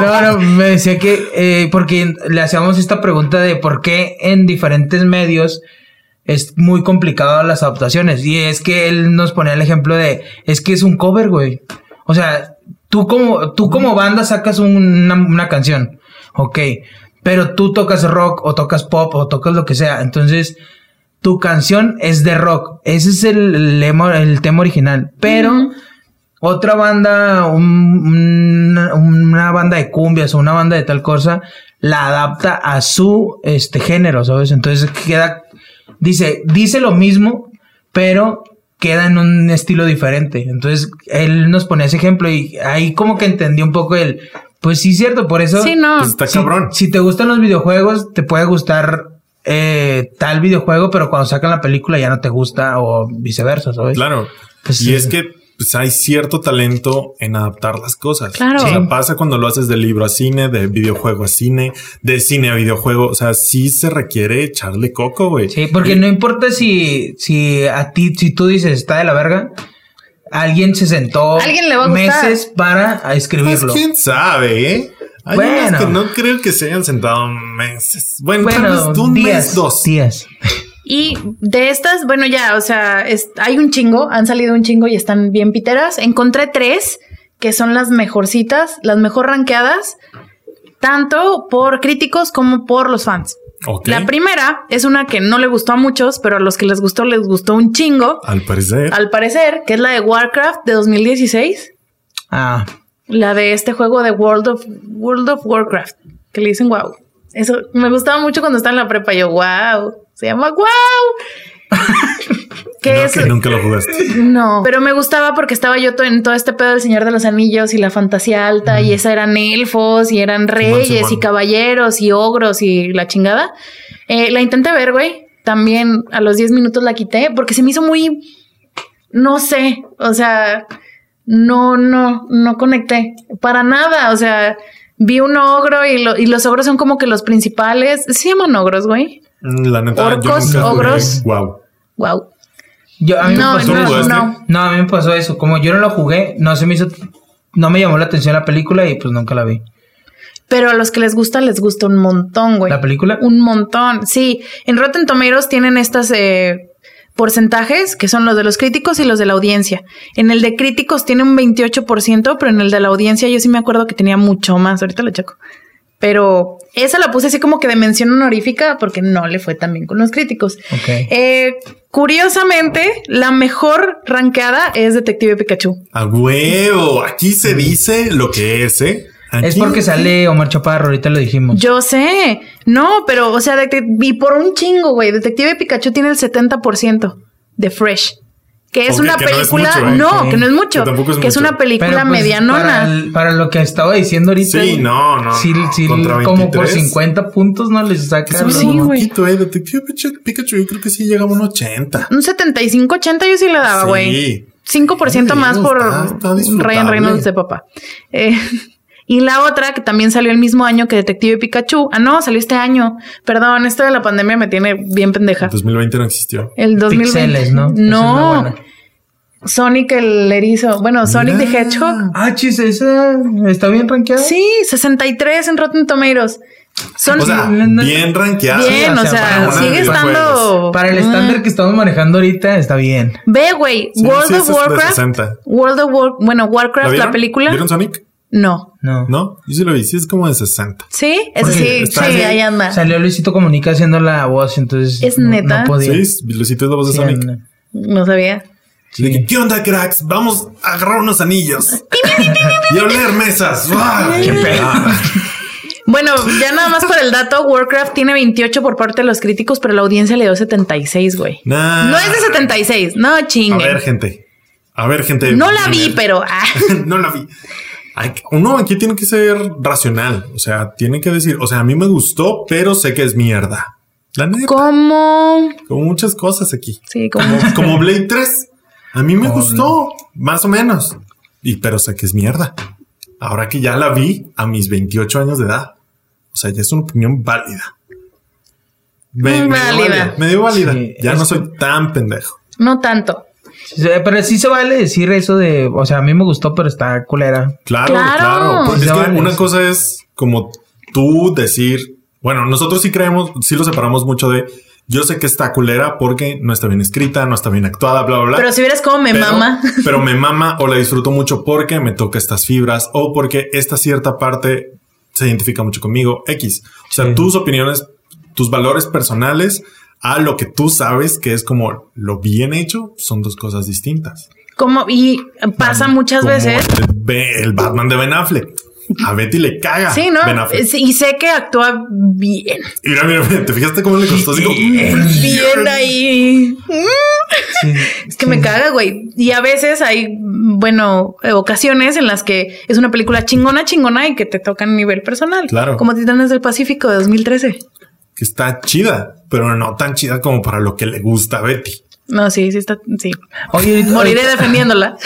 Speaker 3: No, no, me decía que eh, porque le hacíamos esta pregunta de por qué en diferentes medios es muy complicado las adaptaciones. Y es que él nos ponía el ejemplo de, es que es un cover, güey. O sea, tú como, tú como banda sacas una, una canción, ok, pero tú tocas rock o tocas pop o tocas lo que sea. Entonces, tu canción es de rock. Ese es el, lema- el tema original. Pero...
Speaker 1: Ujú.
Speaker 3: Otra banda, un- una, una banda de cumbias o una banda de tal cosa, la adapta a su este género, ¿sabes? Entonces queda, dice, dice lo mismo, pero queda en un estilo diferente. Entonces él nos ponía ese ejemplo y ahí como que entendí un poco el, pues sí, cierto, por eso.
Speaker 1: Sí, no.
Speaker 2: Pues está
Speaker 3: si-
Speaker 2: cabrón.
Speaker 3: Si, te gustan los videojuegos, te puede gustar eh, tal videojuego, pero cuando sacan la película ya no te gusta o viceversa, ¿sabes?
Speaker 2: Claro.
Speaker 3: Pues
Speaker 2: y
Speaker 3: sí.
Speaker 2: es que pues, hay cierto talento en adaptar las cosas.
Speaker 1: Claro.
Speaker 2: O sea,
Speaker 1: Sí.
Speaker 2: pasa cuando lo haces de libro a cine, de videojuego a cine, de cine a videojuego. O sea, sí se requiere echarle coco, güey.
Speaker 3: Sí, porque no importa si, si a ti, si tú dices está de la verga, alguien se sentó
Speaker 1: Alguien le va a gustar.
Speaker 3: meses para a
Speaker 2: Pues
Speaker 3: escribirlo.
Speaker 2: quién sabe, ¿eh? Hay
Speaker 3: Bueno.
Speaker 2: unas que no creo que se hayan sentado meses. Bueno, tal
Speaker 3: Bueno,
Speaker 2: vez un
Speaker 3: días,
Speaker 2: mes, dos.
Speaker 3: días.
Speaker 1: Y de estas, bueno, ya, o sea, es- hay un chingo, han salido un chingo y están bien piteras. Encontré tres que son las mejorcitas, las mejor ranqueadas, tanto por críticos como por los fans.
Speaker 2: Ok.
Speaker 1: La primera es una que no le gustó a muchos, pero a los que les gustó, les gustó un chingo,
Speaker 2: Al parecer.
Speaker 1: al parecer, que es la de Warcraft de 2016,
Speaker 3: Ah,
Speaker 1: la de este juego de World of, World of Warcraft, que le dicen wow. Eso me gustaba mucho cuando estaba en la prepa, yo wow, se llama wow.
Speaker 2: No, que nunca lo jugaste.
Speaker 1: No. Pero me gustaba porque estaba yo to- en todo este pedo del Señor de los Anillos y la fantasía alta y esa eran elfos y eran
Speaker 2: Simón,
Speaker 1: reyes
Speaker 2: Simón.
Speaker 1: y caballeros y ogros y la chingada. Eh, la intenté ver, güey. También a los 10 minutos la quité porque se me hizo muy, no sé, o sea, no, no, no conecté para nada. O sea, vi un ogro y, lo- y los ogros son como que los principales. Se llaman ogros, güey.
Speaker 2: Mm, La neta,
Speaker 1: Orcos, ogros.
Speaker 2: Wow.
Speaker 1: Wow.
Speaker 3: Yo, a mí
Speaker 1: No,
Speaker 3: me pasó
Speaker 2: ¿Tú lo
Speaker 1: no,
Speaker 3: eso.
Speaker 2: jugaste?
Speaker 1: no.
Speaker 3: No, a mí me pasó eso. Como yo no lo jugué, no se me hizo. No me llamó la atención la película y pues nunca la vi.
Speaker 1: Pero a los que les gusta, les gusta un montón, güey.
Speaker 3: ¿La película?
Speaker 1: Un montón. Sí. En Rotten Tomatoes tienen estas eh, porcentajes que son los de los críticos y los de la audiencia. En el de críticos tiene un 28%, pero en el de la audiencia yo sí me acuerdo que tenía mucho más. Ahorita lo checo. Pero esa la puse así como que de mención honorífica porque no le fue tan bien con los críticos.
Speaker 3: Ok.
Speaker 1: Eh, curiosamente, la mejor ranqueada es Detective Pikachu.
Speaker 2: A huevo. Aquí se dice lo que es, ¿eh? Aquí-
Speaker 3: Es porque sale Omar Chaparro, ahorita lo dijimos.
Speaker 1: Yo sé, no, pero, o sea, detec- y por un chingo, güey, Detective Pikachu tiene el 70% de Fresh, que es
Speaker 2: Ok,
Speaker 1: una
Speaker 2: que no es
Speaker 1: película,
Speaker 2: mucho, ¿eh?
Speaker 1: no,
Speaker 3: Sí.
Speaker 1: que no es mucho,
Speaker 2: Que tampoco es
Speaker 1: que es
Speaker 2: mucho.
Speaker 1: una película
Speaker 3: Pero, pues, Para,
Speaker 1: medianona.
Speaker 3: el- para lo que estaba diciendo ahorita.
Speaker 2: Sí, no, no,
Speaker 3: sí-
Speaker 2: no,
Speaker 3: sí,
Speaker 2: contra
Speaker 3: como por
Speaker 2: 23.
Speaker 3: 50 puntos no les
Speaker 2: Que
Speaker 3: saca.
Speaker 2: se me
Speaker 3: los-
Speaker 2: hace muy
Speaker 1: güey.
Speaker 2: poquito, ¿eh? Detective Pikachu- Pikachu, yo creo que sí llegamos a un 80.
Speaker 1: Un 75-80 yo sí le daba,
Speaker 2: Sí.
Speaker 1: güey. 5%
Speaker 2: Sí,
Speaker 1: más por
Speaker 2: está- está disfrutable.
Speaker 1: Ryan Reynolds de papá. Eh, (laughs) y la otra, que también salió el mismo año que Detective Pikachu. Ah, no, salió este año. Perdón, esto de la pandemia me tiene bien pendeja.
Speaker 2: 2020 no existió.
Speaker 1: El 2020.
Speaker 3: Pixeles, ¿no? Esa es una
Speaker 1: No.
Speaker 3: buena.
Speaker 1: Sonic el erizo.
Speaker 2: Ah.
Speaker 1: Bueno, Sonic the
Speaker 2: Mira.
Speaker 1: Hedgehog.
Speaker 3: Ah, chis, esa está bien rankeada.
Speaker 1: Sí, 63 en Rotten Tomatoes. Son
Speaker 2: O sea,
Speaker 3: no, no.
Speaker 2: bien rankeado.
Speaker 1: bien,
Speaker 3: sí,
Speaker 1: o
Speaker 3: o sea, para
Speaker 1: sea,
Speaker 3: una
Speaker 1: sigue
Speaker 2: de los
Speaker 1: estando.
Speaker 3: Para el
Speaker 1: Mm.
Speaker 3: estándar que estamos manejando ahorita, está bien.
Speaker 1: Ve, güey,
Speaker 2: Sí,
Speaker 1: World
Speaker 2: sí,
Speaker 1: of
Speaker 2: eso es de
Speaker 1: Warcraft.
Speaker 2: 60.
Speaker 1: World of War, bueno, Warcraft, la,
Speaker 2: vieron?
Speaker 1: película.
Speaker 2: ¿Vieron Sonic?
Speaker 1: No.
Speaker 3: No.
Speaker 2: No, yo sí lo vi. Sí, es como de 60.
Speaker 1: Sí, es
Speaker 3: Porque
Speaker 1: sí, sí,
Speaker 2: está bien.
Speaker 1: ahí anda.
Speaker 3: Salió Luisito Comunica haciendo la voz, entonces.
Speaker 1: ¿Es
Speaker 3: no-
Speaker 1: neta?
Speaker 3: No podía.
Speaker 2: Sí, Lucito es la voz de
Speaker 3: Sí,
Speaker 2: Sonic.
Speaker 3: anda.
Speaker 1: No sabía.
Speaker 2: De que, ¿Qué onda, cracks? Vamos a agarrar unos anillos y oler mesas. ¡Guau! ¡Qué pedo!
Speaker 1: Bueno, ya nada más para el dato, Warcraft tiene 28 por parte de los críticos, pero la audiencia le dio 76, güey.
Speaker 2: Nah.
Speaker 1: No es de 76, no
Speaker 2: Ah. A
Speaker 1: chingue.
Speaker 2: ver, gente. A ver, gente.
Speaker 1: No la vi,
Speaker 2: Gamer.
Speaker 1: pero ah,
Speaker 2: (laughs) no la vi. Hay que- Uno aquí tiene que ser racional. O sea, tiene que decir, o sea, a mí me gustó, pero sé que es mierda. La neta,
Speaker 1: como
Speaker 2: como muchas cosas aquí.
Speaker 1: sí, como
Speaker 2: Como, como Blade 3. A mí me gustó, más o menos. Y pero sé que es mierda. Ahora que ya la vi a mis 28 años de edad. O sea, ya es una opinión válida. Me, me dio
Speaker 1: Válida.
Speaker 2: válida. Me dio válida.
Speaker 3: Sí,
Speaker 2: ya
Speaker 3: es
Speaker 2: no soy tan pendejo.
Speaker 1: no tanto.
Speaker 3: Sí, sí, Pero sí se vale decir eso de. O sea, a mí me gustó, pero está culera.
Speaker 2: Claro,
Speaker 1: Claro.
Speaker 2: claro. Pues
Speaker 3: Sí,
Speaker 2: es
Speaker 3: se
Speaker 2: que
Speaker 3: vale,
Speaker 2: una
Speaker 3: sí.
Speaker 2: cosa es como tú decir, bueno, nosotros sí creemos, sí lo separamos mucho de yo sé que está culera porque no está bien escrita, no está bien actuada, bla, bla, bla.
Speaker 1: Pero si vieras cómo me
Speaker 2: Pero-
Speaker 1: mama.
Speaker 2: (laughs) Pero me mama o la disfruto mucho porque me toca estas fibras o porque esta cierta parte se identifica mucho conmigo. X. O sea,
Speaker 3: Sí.
Speaker 2: tus opiniones, tus valores personales a lo que tú sabes que es como lo bien hecho son dos cosas distintas.
Speaker 1: Como y pasa muchas
Speaker 2: Como
Speaker 1: veces.
Speaker 2: El, Be- el Batman de Ben Affleck. A Betty le caga.
Speaker 1: Sí, ¿no?
Speaker 2: Ben Affleck.
Speaker 1: Sí, Y sé que actúa bien.
Speaker 2: Y Mira, mira, mira, ¿te fijaste cómo le costó? Así como-
Speaker 1: Bien ahí.
Speaker 3: Sí,
Speaker 1: (laughs) Es que me caga, güey. Y a veces hay, bueno, eh, ocasiones en las que es una película chingona, chingona y que te toca a nivel personal.
Speaker 2: Claro.
Speaker 1: Como Titanes del Pacífico de 2013.
Speaker 2: que está chida, pero no tan chida como para lo que le gusta a Betty.
Speaker 1: No, sí, sí está, sí.
Speaker 3: Oye, ahorita,
Speaker 1: Moriré
Speaker 3: ahorita-
Speaker 1: defendiéndola.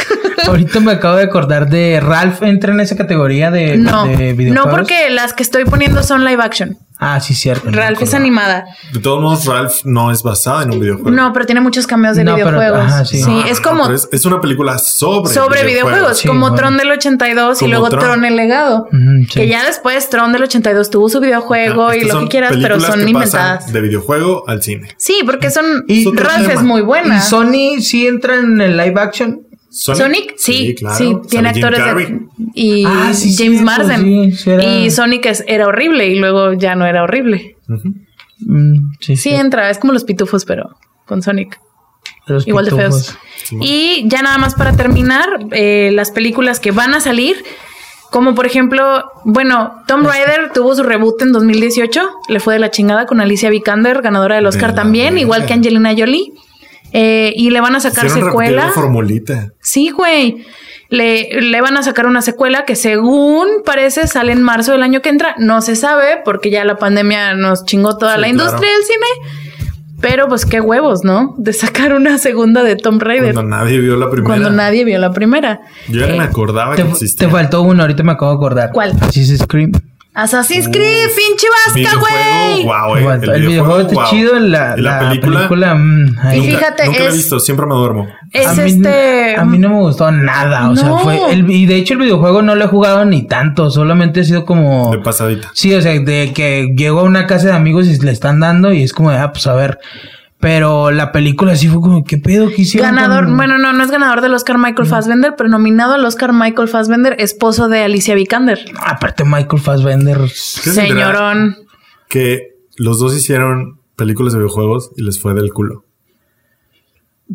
Speaker 3: ahorita me acabo de acordar de Ralph. ¿Entra en esa categoría (laughs) de,
Speaker 1: No,
Speaker 3: de
Speaker 1: no
Speaker 3: videojuegos?
Speaker 1: porque las que estoy poniendo son live action.
Speaker 3: Ah, sí, cierto. no me
Speaker 1: Ralph es
Speaker 3: acordaba.
Speaker 1: animada.
Speaker 2: De todos modos, Ralph no es basada en un videojuego.
Speaker 1: No, pero tiene muchos cameos de
Speaker 3: No, pero-
Speaker 1: videojuegos.
Speaker 3: ajá, sí.
Speaker 1: sí,
Speaker 2: No, no,
Speaker 1: es
Speaker 2: no,
Speaker 1: como
Speaker 2: pero es, es una película sobre,
Speaker 1: sobre videojuegos,
Speaker 3: Sí,
Speaker 1: como
Speaker 3: bueno.
Speaker 1: Tron del 82 y
Speaker 2: Como
Speaker 1: luego Tron.
Speaker 2: Tron.
Speaker 1: el legado.
Speaker 3: Ujú, sí.
Speaker 1: Que ya después Tron del 82 tuvo su videojuego
Speaker 2: Ajá, es
Speaker 1: y lo
Speaker 2: Ah, son
Speaker 1: que quieras, pero
Speaker 2: películas
Speaker 1: son
Speaker 2: que pasan
Speaker 1: inventadas.
Speaker 2: De videojuego al cine.
Speaker 1: Sí, porque son.
Speaker 3: Y-
Speaker 1: Y Ralph
Speaker 2: Otro
Speaker 1: es
Speaker 2: tema.
Speaker 1: muy buena.
Speaker 3: ¿Y Sony sí entra en el live action?
Speaker 2: Sonic,
Speaker 1: Sonic, sí, sí, tiene
Speaker 2: Sale Jim
Speaker 1: actores
Speaker 2: Carrey.
Speaker 1: de- y
Speaker 3: Ah, sí,
Speaker 1: James
Speaker 3: cierto,
Speaker 1: Marsden.
Speaker 3: sí, sí era-
Speaker 1: Y Sonic es- era horrible y luego ya no era horrible.
Speaker 2: Ujú.
Speaker 3: Mm, sí,
Speaker 1: Sí, entra, es como los pitufos, pero con Sonic.
Speaker 3: Los
Speaker 1: Igual
Speaker 3: pitufos.
Speaker 1: de feos. Y ya nada más para terminar, eh, las películas que van a salir, como por ejemplo, bueno, Tom
Speaker 2: Este.
Speaker 1: Rider tuvo su reboot en 2018, le fue de la chingada con Alicia Vikander, ganadora del
Speaker 2: De
Speaker 1: Oscar
Speaker 2: la
Speaker 1: también,
Speaker 2: verga.
Speaker 1: igual que Angelina Jolie. Eh, y le van a sacar
Speaker 2: Hicieron repetir
Speaker 1: secuela.
Speaker 2: la formulita.
Speaker 1: Sí, güey. Le, le van a sacar una secuela que según parece sale en marzo del año que entra. No se sabe porque ya la pandemia nos chingó toda
Speaker 2: Sí,
Speaker 1: la
Speaker 2: claro.
Speaker 1: industria del cine. Pero pues qué huevos, ¿no? De sacar una segunda de Tomb Raider
Speaker 2: Cuando
Speaker 1: cuando,
Speaker 2: nadie vio la primera.
Speaker 1: nadie vio la primera.
Speaker 2: Yo ya
Speaker 1: Eh,
Speaker 2: ni me acordaba
Speaker 3: Te,
Speaker 2: Ah, que
Speaker 3: te
Speaker 2: existía. Ah,
Speaker 3: faltó uno, ahorita me acabo de acordar.
Speaker 1: ¿Cuál?
Speaker 3: Assassin's Creed.
Speaker 1: Assassin's Creed, pinche vasca,
Speaker 2: Videojuego,
Speaker 1: güey.
Speaker 2: Wow, eh,
Speaker 3: Igual, el, videojuego está
Speaker 2: wow.
Speaker 3: chido, la,
Speaker 2: Y
Speaker 3: la película. mm, ahí.
Speaker 1: Sí,
Speaker 2: Nunca,
Speaker 1: Fíjate,
Speaker 2: nunca la he
Speaker 1: es-
Speaker 2: visto, siempre me duermo.
Speaker 1: Es
Speaker 3: a mí,
Speaker 1: este.
Speaker 3: a mí no me gustó nada. O sea,
Speaker 1: No.
Speaker 3: fue. el- y de hecho, el videojuego no lo he jugado ni tanto. Solamente ha sido como.
Speaker 2: De pasadita.
Speaker 3: Sí, o sea, de que llego a una casa de amigos y le están dando y es como, de, ah, pues a ver. Pero la película sí fue como, ¿qué pedo que hicieron?
Speaker 1: Ganador,
Speaker 3: con-
Speaker 1: bueno, no, no es ganador del Oscar Michael Fassbender, pero nominado al Oscar Michael Fassbender, esposo de Alicia Vikander.
Speaker 3: Aparte, Michael Fassbender.
Speaker 2: ¿Qué tendrá?
Speaker 1: Señorón.
Speaker 2: Que los dos hicieron películas de videojuegos y les fue del culo.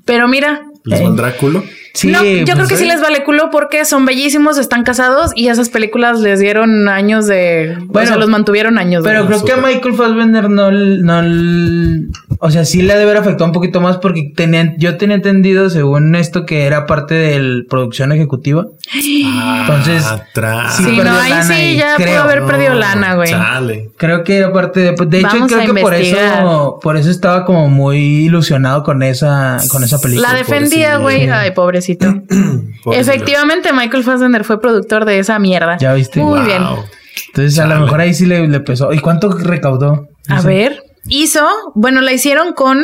Speaker 1: Pero mira,
Speaker 2: ¿Les
Speaker 3: Eh.
Speaker 2: valdrá culo?
Speaker 3: Sí,
Speaker 1: no, yo
Speaker 3: pues,
Speaker 1: creo que sí
Speaker 3: eh,
Speaker 1: les vale culo porque son bellísimos, están casados y esas películas les dieron años de.
Speaker 3: Bueno,
Speaker 1: o sea, los mantuvieron años.
Speaker 3: Pero
Speaker 1: güey.
Speaker 3: creo que a
Speaker 2: Súper.
Speaker 3: Michael Fassbender no, l- no. l- O sea, sí le ha de haber afectado un poquito más porque tenía, yo tenía entendido, según esto, que era parte de producción ejecutiva. Entonces,
Speaker 2: Ah, Atrás.
Speaker 3: sí,
Speaker 1: Sí,
Speaker 3: perdió
Speaker 1: no, ahí
Speaker 3: lana
Speaker 1: sí
Speaker 3: ahí,
Speaker 1: ya
Speaker 3: creo.
Speaker 1: pudo haber
Speaker 3: No,
Speaker 1: perdido lana, güey.
Speaker 2: Chale.
Speaker 3: Creo que era parte de. De hecho,
Speaker 1: Vamos
Speaker 3: creo
Speaker 1: a
Speaker 3: que por
Speaker 1: investigar.
Speaker 3: eso, por eso estaba como muy ilusionado con esa, con esa película.
Speaker 1: La defendía,
Speaker 2: pobrecillo.
Speaker 1: güey. Ay,
Speaker 3: (clears throat)
Speaker 1: pobrecito.
Speaker 2: Pobrecito.
Speaker 1: Efectivamente, Michael Fassbender fue productor de esa mierda.
Speaker 3: Ya viste.
Speaker 1: Muy
Speaker 2: Wow.
Speaker 1: bien.
Speaker 3: Entonces, a lo mejor ahí sí le, le pesó. ¿Y cuánto recaudó?
Speaker 1: A ver, hizo, bueno, la hicieron con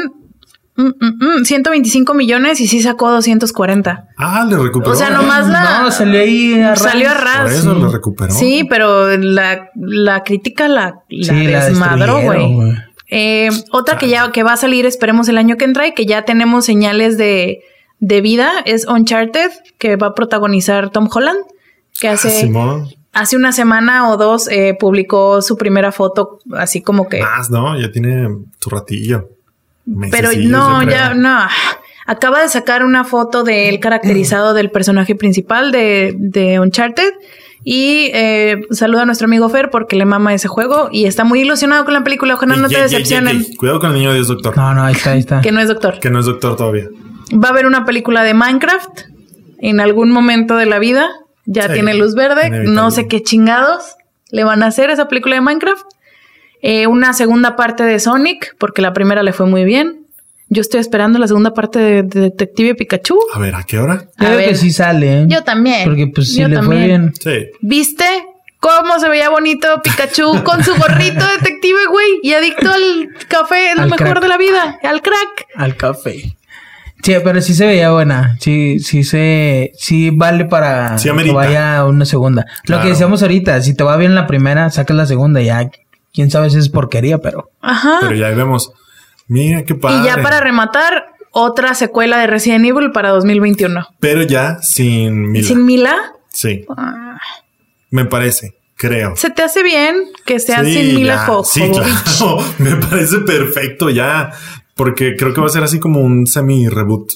Speaker 1: mm, mm, mm, 125 millones y sí sacó 240.
Speaker 2: Ah, le recuperó.
Speaker 1: O sea, nomás la...
Speaker 3: No, salió ahí a ras.
Speaker 1: Salió a ras.
Speaker 2: Por eso le recuperó.
Speaker 1: Sí, pero la, la crítica la, la
Speaker 3: Sí, la
Speaker 1: desmadró,
Speaker 3: destruyeron,
Speaker 1: güey.
Speaker 3: güey.
Speaker 1: Eh, otra que ya que va a salir, esperemos el año que entra y que ya tenemos señales de, de vida, es Uncharted, que va a protagonizar Tom Holland, que hace...
Speaker 2: Ah, Simón.
Speaker 1: Hace una semana o dos eh, publicó su primera foto, así como que.
Speaker 2: Más, ¿no? Ya tiene su ratillo.
Speaker 1: pero
Speaker 2: Mesecillos,
Speaker 1: no,
Speaker 2: yo
Speaker 1: ya,
Speaker 2: creo.
Speaker 1: no. Acaba de sacar una foto de él caracterizado del personaje principal de, de Uncharted. Y eh, saluda a nuestro amigo Fer porque le mama ese juego y está muy ilusionado con la película. Ojalá no
Speaker 2: Ey,
Speaker 1: te
Speaker 2: ey, ey,
Speaker 1: decepcionen.
Speaker 2: ey, ey. Cuidado con el niño de Dios, doctor.
Speaker 3: No, no, ahí está, ahí
Speaker 1: (laughs)
Speaker 3: está.
Speaker 1: Que no es doctor.
Speaker 2: Que no es doctor todavía.
Speaker 1: Va a haber una película de Minecraft en algún momento de la vida. Ya
Speaker 2: Sí,
Speaker 1: tiene luz verde.
Speaker 2: inevitable.
Speaker 1: No sé qué chingados le van a hacer a esa película de Minecraft. Eh, una segunda parte de Sonic, porque la primera le fue muy bien. Yo estoy esperando la segunda parte de, de Detective Pikachu.
Speaker 2: A ver, ¿a qué hora?
Speaker 3: Yo
Speaker 1: A
Speaker 3: creo
Speaker 1: ver.
Speaker 3: que sí sale, ¿eh?
Speaker 1: Yo también.
Speaker 3: Porque pues sí
Speaker 1: Yo
Speaker 3: le fue
Speaker 1: también.
Speaker 3: bien.
Speaker 2: Sí.
Speaker 1: ¿Viste cómo se veía bonito
Speaker 2: (laughs)
Speaker 1: Pikachu con su gorrito detective, güey? Y adicto al café, es lo
Speaker 3: Al
Speaker 1: mejor
Speaker 3: crack.
Speaker 1: de la vida, al crack.
Speaker 3: Al café. Sí, pero sí se veía buena. Sí, sí se, sí vale para
Speaker 2: Sí
Speaker 3: que
Speaker 2: amerita.
Speaker 3: vaya a una segunda. Lo
Speaker 2: Claro.
Speaker 3: que decíamos ahorita, si te va bien la primera, sacas la segunda. Ya, quién sabe si es porquería, pero.
Speaker 1: Ajá.
Speaker 2: Pero ya ahí vemos. Mira qué padre.
Speaker 1: Ah. Y ya para rematar, otra secuela de Resident Evil para 2021.
Speaker 2: Pero ya sin Mila.
Speaker 1: ¿Sin Mila?
Speaker 2: Sí. Me parece, creo.
Speaker 1: ¿Se te hace bien que sea
Speaker 2: Sí,
Speaker 1: sin Mila
Speaker 2: ya.
Speaker 1: Jo-
Speaker 2: Sí,
Speaker 1: Jovovich?
Speaker 2: claro. (laughs) Me parece perfecto ya. Porque creo que va a ser así como un semi-reboot.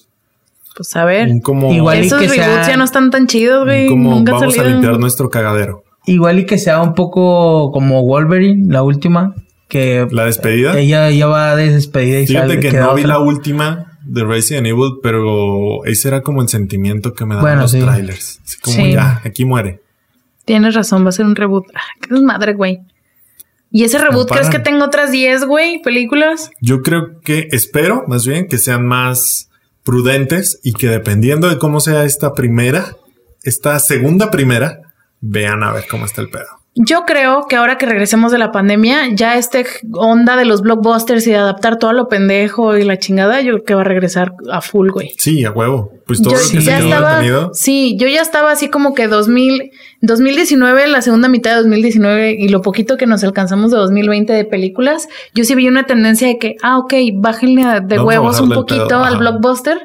Speaker 1: Pues a ver.
Speaker 2: Un como.
Speaker 3: Igual y
Speaker 1: Esos
Speaker 3: que
Speaker 1: reboots
Speaker 3: sea-
Speaker 1: ya no están tan chidos,
Speaker 2: un
Speaker 1: güey.
Speaker 2: como
Speaker 1: Nunca han
Speaker 2: vamos a
Speaker 1: salido.
Speaker 2: limpiar nuestro cagadero.
Speaker 3: Igual y que sea un poco como Wolverine, la última. Que
Speaker 2: La despedida.
Speaker 3: ella ya va de despedida y
Speaker 2: Fíjate
Speaker 3: sale,
Speaker 2: que
Speaker 3: queda
Speaker 2: no vi
Speaker 3: otra.
Speaker 2: la última de Resident Evil, pero ese era como el sentimiento que me daban
Speaker 3: Bueno,
Speaker 2: los
Speaker 3: sí.
Speaker 2: trailers. Así como
Speaker 1: Sí.
Speaker 2: ya, aquí muere.
Speaker 1: Tienes razón, va a ser un reboot. Ah, qué madre, güey. ¿Y ese reboot
Speaker 2: No
Speaker 1: crees que
Speaker 2: paran.
Speaker 1: tenga otras 10, güey, películas?
Speaker 2: Yo creo que espero más bien que sean más prudentes y que dependiendo de cómo sea esta primera, esta segunda primera, vean a ver cómo está el pedo.
Speaker 1: Yo creo que ahora que regresemos de la pandemia, ya este onda de los blockbusters y de adaptar todo a lo pendejo y la chingada, yo creo que va a regresar a full, güey.
Speaker 2: Sí, a huevo. Pues todo
Speaker 1: yo
Speaker 2: lo que
Speaker 3: sí,
Speaker 2: se
Speaker 1: ya
Speaker 2: quedó
Speaker 1: estaba,
Speaker 2: detenido.
Speaker 1: sí, yo ya estaba así como que 2000, 2019, la segunda mitad de 2019 y lo poquito que nos alcanzamos de 2020 de películas, yo sí vi una tendencia de que, ah, ok, bájenle a- de
Speaker 2: Vamos a
Speaker 1: huevos un
Speaker 2: bajarle el
Speaker 1: poquito
Speaker 2: pedo,
Speaker 1: al
Speaker 2: ajá.
Speaker 1: blockbuster.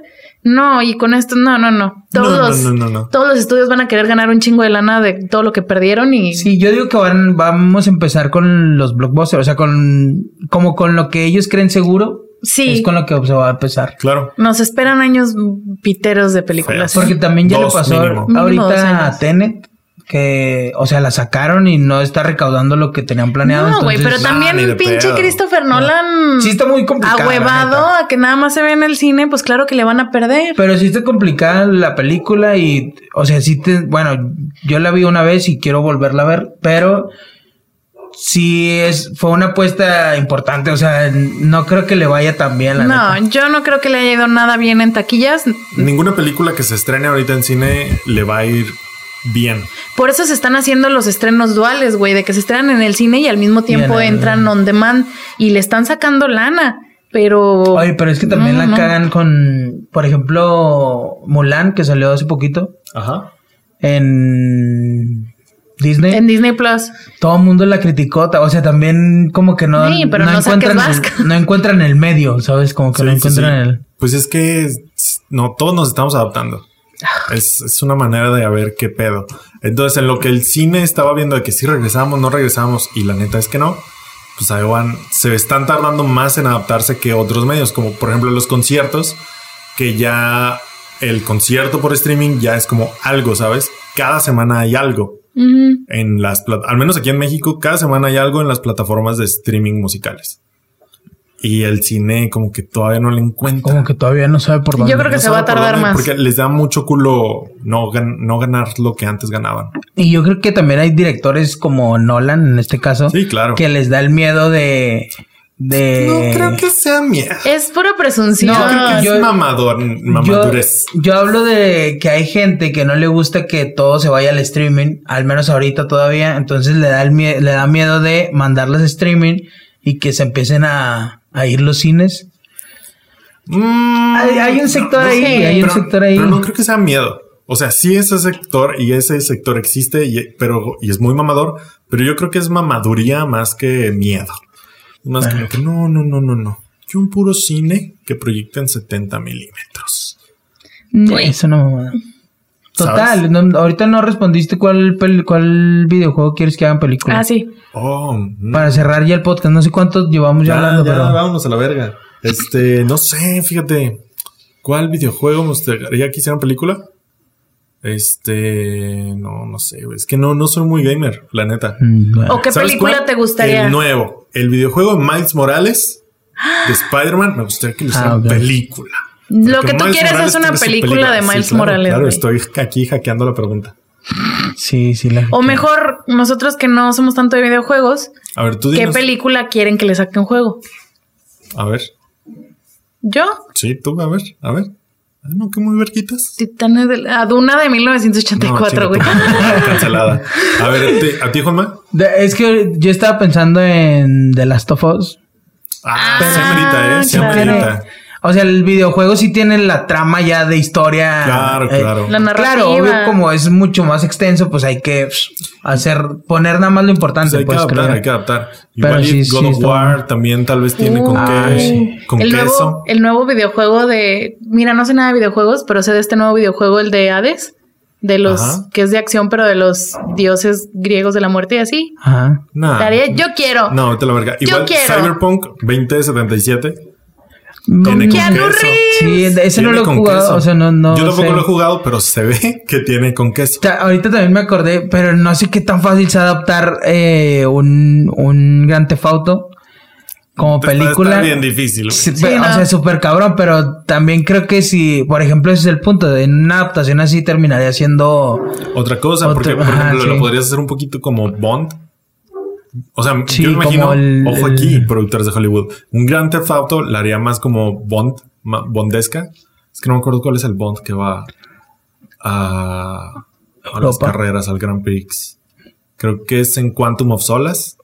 Speaker 1: No, y con esto, no, no, no. Todos,
Speaker 2: No, no,
Speaker 1: los,
Speaker 2: no, no, no.
Speaker 1: todos los estudios van a querer ganar un chingo de lana de todo lo que perdieron y
Speaker 3: Sí, yo digo que van- vamos a empezar con los blockbusters, o sea, con como con lo que ellos creen seguro.
Speaker 1: Sí.
Speaker 3: Es con lo que se va a empezar.
Speaker 2: Claro.
Speaker 1: nos esperan años piteros de películas.
Speaker 2: Feas.
Speaker 3: Porque también ya le
Speaker 2: Dos
Speaker 3: pasó
Speaker 2: mínimo.
Speaker 1: Mínimo dos
Speaker 3: ahorita
Speaker 1: años.
Speaker 3: a Tenet, que, o sea, la sacaron y no está recaudando lo que tenían planeado.
Speaker 1: No, güey, pero
Speaker 3: entonces-
Speaker 1: también
Speaker 2: ni de
Speaker 1: pinche
Speaker 2: pedo.
Speaker 1: Christopher Nolan.
Speaker 3: Sí, está muy complicado,
Speaker 1: Ahuevado
Speaker 3: la neta.
Speaker 1: a que nada más se ve en el cine, pues claro que le van a perder.
Speaker 3: Pero sí está complicada la película y, o sea, sí te, bueno, yo la vi una vez y quiero volverla a ver, pero sí es, fue una apuesta importante. O sea, no creo que le vaya tan bien la
Speaker 1: no,
Speaker 3: neta.
Speaker 1: yo no creo que le haya ido nada bien en taquillas.
Speaker 2: Ninguna película que se estrene ahorita en cine le va a ir bien.
Speaker 1: Por eso se están haciendo los estrenos duales, güey, de que se estrenan en el cine y al mismo tiempo
Speaker 3: en el-
Speaker 1: entran on demand y le están sacando lana. Pero.
Speaker 3: Oye, pero es que también
Speaker 1: No,
Speaker 3: la
Speaker 1: no.
Speaker 3: cagan con, por ejemplo, Mulan, que salió hace poquito
Speaker 2: Ajá.
Speaker 3: en Disney.
Speaker 1: En Disney Plus.
Speaker 3: Todo el mundo la criticó, ta- o sea, también como que no,
Speaker 1: Sí, pero no saques
Speaker 3: encuentran
Speaker 1: vasca.
Speaker 3: el, no encuentran el medio, ¿sabes? Como que no encuentran el...
Speaker 2: Pues es que s- no, todos nos estamos adaptando.
Speaker 3: Ah.
Speaker 2: Es, es una manera de a ver qué pedo. Entonces, en lo que el cine estaba viendo de que si regresamos, no regresamos, y la neta es que no, pues ahí van, se están tardando más en adaptarse que otros medios, como por ejemplo los conciertos, que ya el concierto por streaming ya es como algo, ¿sabes? Cada semana hay algo
Speaker 1: Ujú.
Speaker 2: en las plat- al menos aquí en México, cada semana hay algo en las plataformas de streaming musicales. Y el cine como que todavía no le encuentra.
Speaker 3: Como que todavía no sabe por dónde.
Speaker 1: creo que
Speaker 2: No
Speaker 1: se va
Speaker 2: sabe
Speaker 1: a
Speaker 2: por
Speaker 1: tardar
Speaker 2: dónde,
Speaker 1: más.
Speaker 2: Porque les da mucho culo no, gan- no ganar lo que antes ganaban.
Speaker 3: Y yo creo que también hay directores como Nolan, en este caso,
Speaker 2: Sí, claro.
Speaker 3: que les da el miedo de... de...
Speaker 2: No creo que sea mierda.
Speaker 1: Es pura presunción.
Speaker 3: No,
Speaker 2: Creo que
Speaker 3: yo-
Speaker 2: es mamador,
Speaker 3: Yo,
Speaker 2: mamadurez.
Speaker 3: yo hablo de que hay gente que no le gusta que todo se vaya al streaming, al menos ahorita todavía, entonces le da, el mie- le da miedo de mandarlas a streaming y que se empiecen a, a ir los cines.
Speaker 2: Mm,
Speaker 3: Hay, hay un sector ahí,
Speaker 1: sé,
Speaker 3: hay un
Speaker 2: pero-
Speaker 3: sector ahí.
Speaker 2: Pero no creo que sea miedo. O sea, sí ese sector y ese sector existe y, pero, y es muy mamador, pero yo creo que es mamaduría más que miedo. Más que, que no, no, no, no, no. Yo un puro cine que proyecta en 70 milímetros.
Speaker 1: Güey.
Speaker 3: Eso no mamada. Total,
Speaker 2: ¿Sabes?
Speaker 3: no- ahorita no respondiste cuál, pel- cuál videojuego quieres que hagan película.
Speaker 1: Ah, sí.
Speaker 2: Oh, mm.
Speaker 3: Para cerrar ya el podcast, no sé cuántos llevamos ya,
Speaker 2: ya,
Speaker 3: hablando,
Speaker 2: ya,
Speaker 3: pero
Speaker 2: vámonos a la verga. Este, no sé, fíjate. ¿Cuál videojuego me gustaría que hicieran película? Este, no, no sé, güey. es que no, no soy muy gamer, la neta.
Speaker 3: Mm, bueno.
Speaker 1: ¿O qué
Speaker 2: ¿Sabes
Speaker 1: película
Speaker 2: cuál?
Speaker 1: te gustaría?
Speaker 2: El nuevo. El videojuego de Miles Morales de Spider-Man. Me gustaría que lo hicieran
Speaker 3: Ah, ok.
Speaker 2: película.
Speaker 1: Lo
Speaker 2: Porque
Speaker 1: que tú
Speaker 2: Miles
Speaker 1: quieres
Speaker 2: Morales
Speaker 1: es una
Speaker 2: tiene su
Speaker 1: película de
Speaker 2: Sí,
Speaker 1: Miles
Speaker 2: claro,
Speaker 1: Morales,
Speaker 2: Claro,
Speaker 1: güey.
Speaker 2: estoy aquí hackeando la pregunta.
Speaker 3: sí, sí la
Speaker 1: O mejor, nosotros que no somos tanto de videojuegos,
Speaker 2: A ver, tú
Speaker 1: ¿qué
Speaker 2: dinos.
Speaker 1: película quieren que le saque un juego?
Speaker 2: A ver.
Speaker 1: Yo,
Speaker 2: Sí, tú, a ver, a ver. Ah, no, que muy verquitas.
Speaker 1: Titanes de la Duna de
Speaker 2: No,
Speaker 1: 1984, güey.
Speaker 2: chinga tu madre, Cancelada. A ver, ¿a ti- ¿a ti, Juanma?
Speaker 3: De- es que yo estaba pensando en The Last of Us.
Speaker 2: Ah,
Speaker 1: Ah,
Speaker 2: se amerita, ¿eh? Se
Speaker 1: claro.
Speaker 2: amerita.
Speaker 3: O sea, el videojuego sí tiene la trama ya de historia.
Speaker 2: Claro,
Speaker 3: eh,
Speaker 2: claro.
Speaker 1: La narrativa.
Speaker 3: Claro, obvio, como es mucho más extenso, pues hay que pss, hacer, poner nada más lo
Speaker 2: Pues
Speaker 3: importante,
Speaker 2: hay que
Speaker 3: pues,
Speaker 2: adaptar,
Speaker 3: creo.
Speaker 2: hay que adaptar.
Speaker 3: Pero
Speaker 2: Igual y
Speaker 3: sí,
Speaker 2: God
Speaker 3: sí,
Speaker 2: of
Speaker 3: está
Speaker 2: War
Speaker 3: bueno.
Speaker 2: también tal vez tiene con
Speaker 1: Uy.
Speaker 2: qué,
Speaker 3: Ay, sí.
Speaker 2: con
Speaker 1: el,
Speaker 2: queso.
Speaker 1: nuevo, el nuevo videojuego de. Mira, no sé nada de videojuegos, pero sé de este nuevo videojuego, el de Hades, de los
Speaker 2: Ajá.
Speaker 1: que es de acción, pero de los dioses griegos de la muerte y así.
Speaker 3: Ajá.
Speaker 2: Nah.
Speaker 1: Daría- yo quiero.
Speaker 2: Ah. No, vete a la verga.
Speaker 1: Yo
Speaker 2: Igual
Speaker 1: quiero.
Speaker 2: Cyberpunk 2077 tiene con
Speaker 3: Mm,
Speaker 1: Keanu
Speaker 2: queso.
Speaker 1: Reeves.
Speaker 3: Sí, ese no
Speaker 2: Tiene
Speaker 3: lo he
Speaker 2: con
Speaker 3: jugado,
Speaker 2: queso.
Speaker 3: o sea, no, no
Speaker 2: Yo tampoco
Speaker 3: sé.
Speaker 2: lo he jugado, pero se ve (laughs) que tiene con queso.
Speaker 3: Ta- Ahorita también me acordé, pero no sé qué tan fácil sea adaptar eh, un, un Gran Tefauto como
Speaker 2: Está-
Speaker 3: película.
Speaker 2: Está bien difícil. güey.
Speaker 3: Sí,
Speaker 1: Sí,
Speaker 3: pero,
Speaker 1: no.
Speaker 3: O sea, súper cabrón, pero también creo que si, por ejemplo, ese es el punto, de una adaptación así terminaría siendo...
Speaker 2: Otra cosa,
Speaker 3: Otro-
Speaker 2: porque por
Speaker 3: ajá,
Speaker 2: ejemplo, lo
Speaker 3: sí.
Speaker 2: podrías hacer un poquito como Bond. O sea,
Speaker 3: Sí,
Speaker 2: yo me imagino,
Speaker 3: como el-
Speaker 2: ojo
Speaker 3: el-
Speaker 2: aquí, productores de Hollywood, un gran Theft Auto la haría más como Bond, ma- Bondesca. Es que no me acuerdo cuál es el Bond que va a, a las
Speaker 3: Europa.
Speaker 2: carreras, al Grand Prix. Creo que es en Quantum of Solas.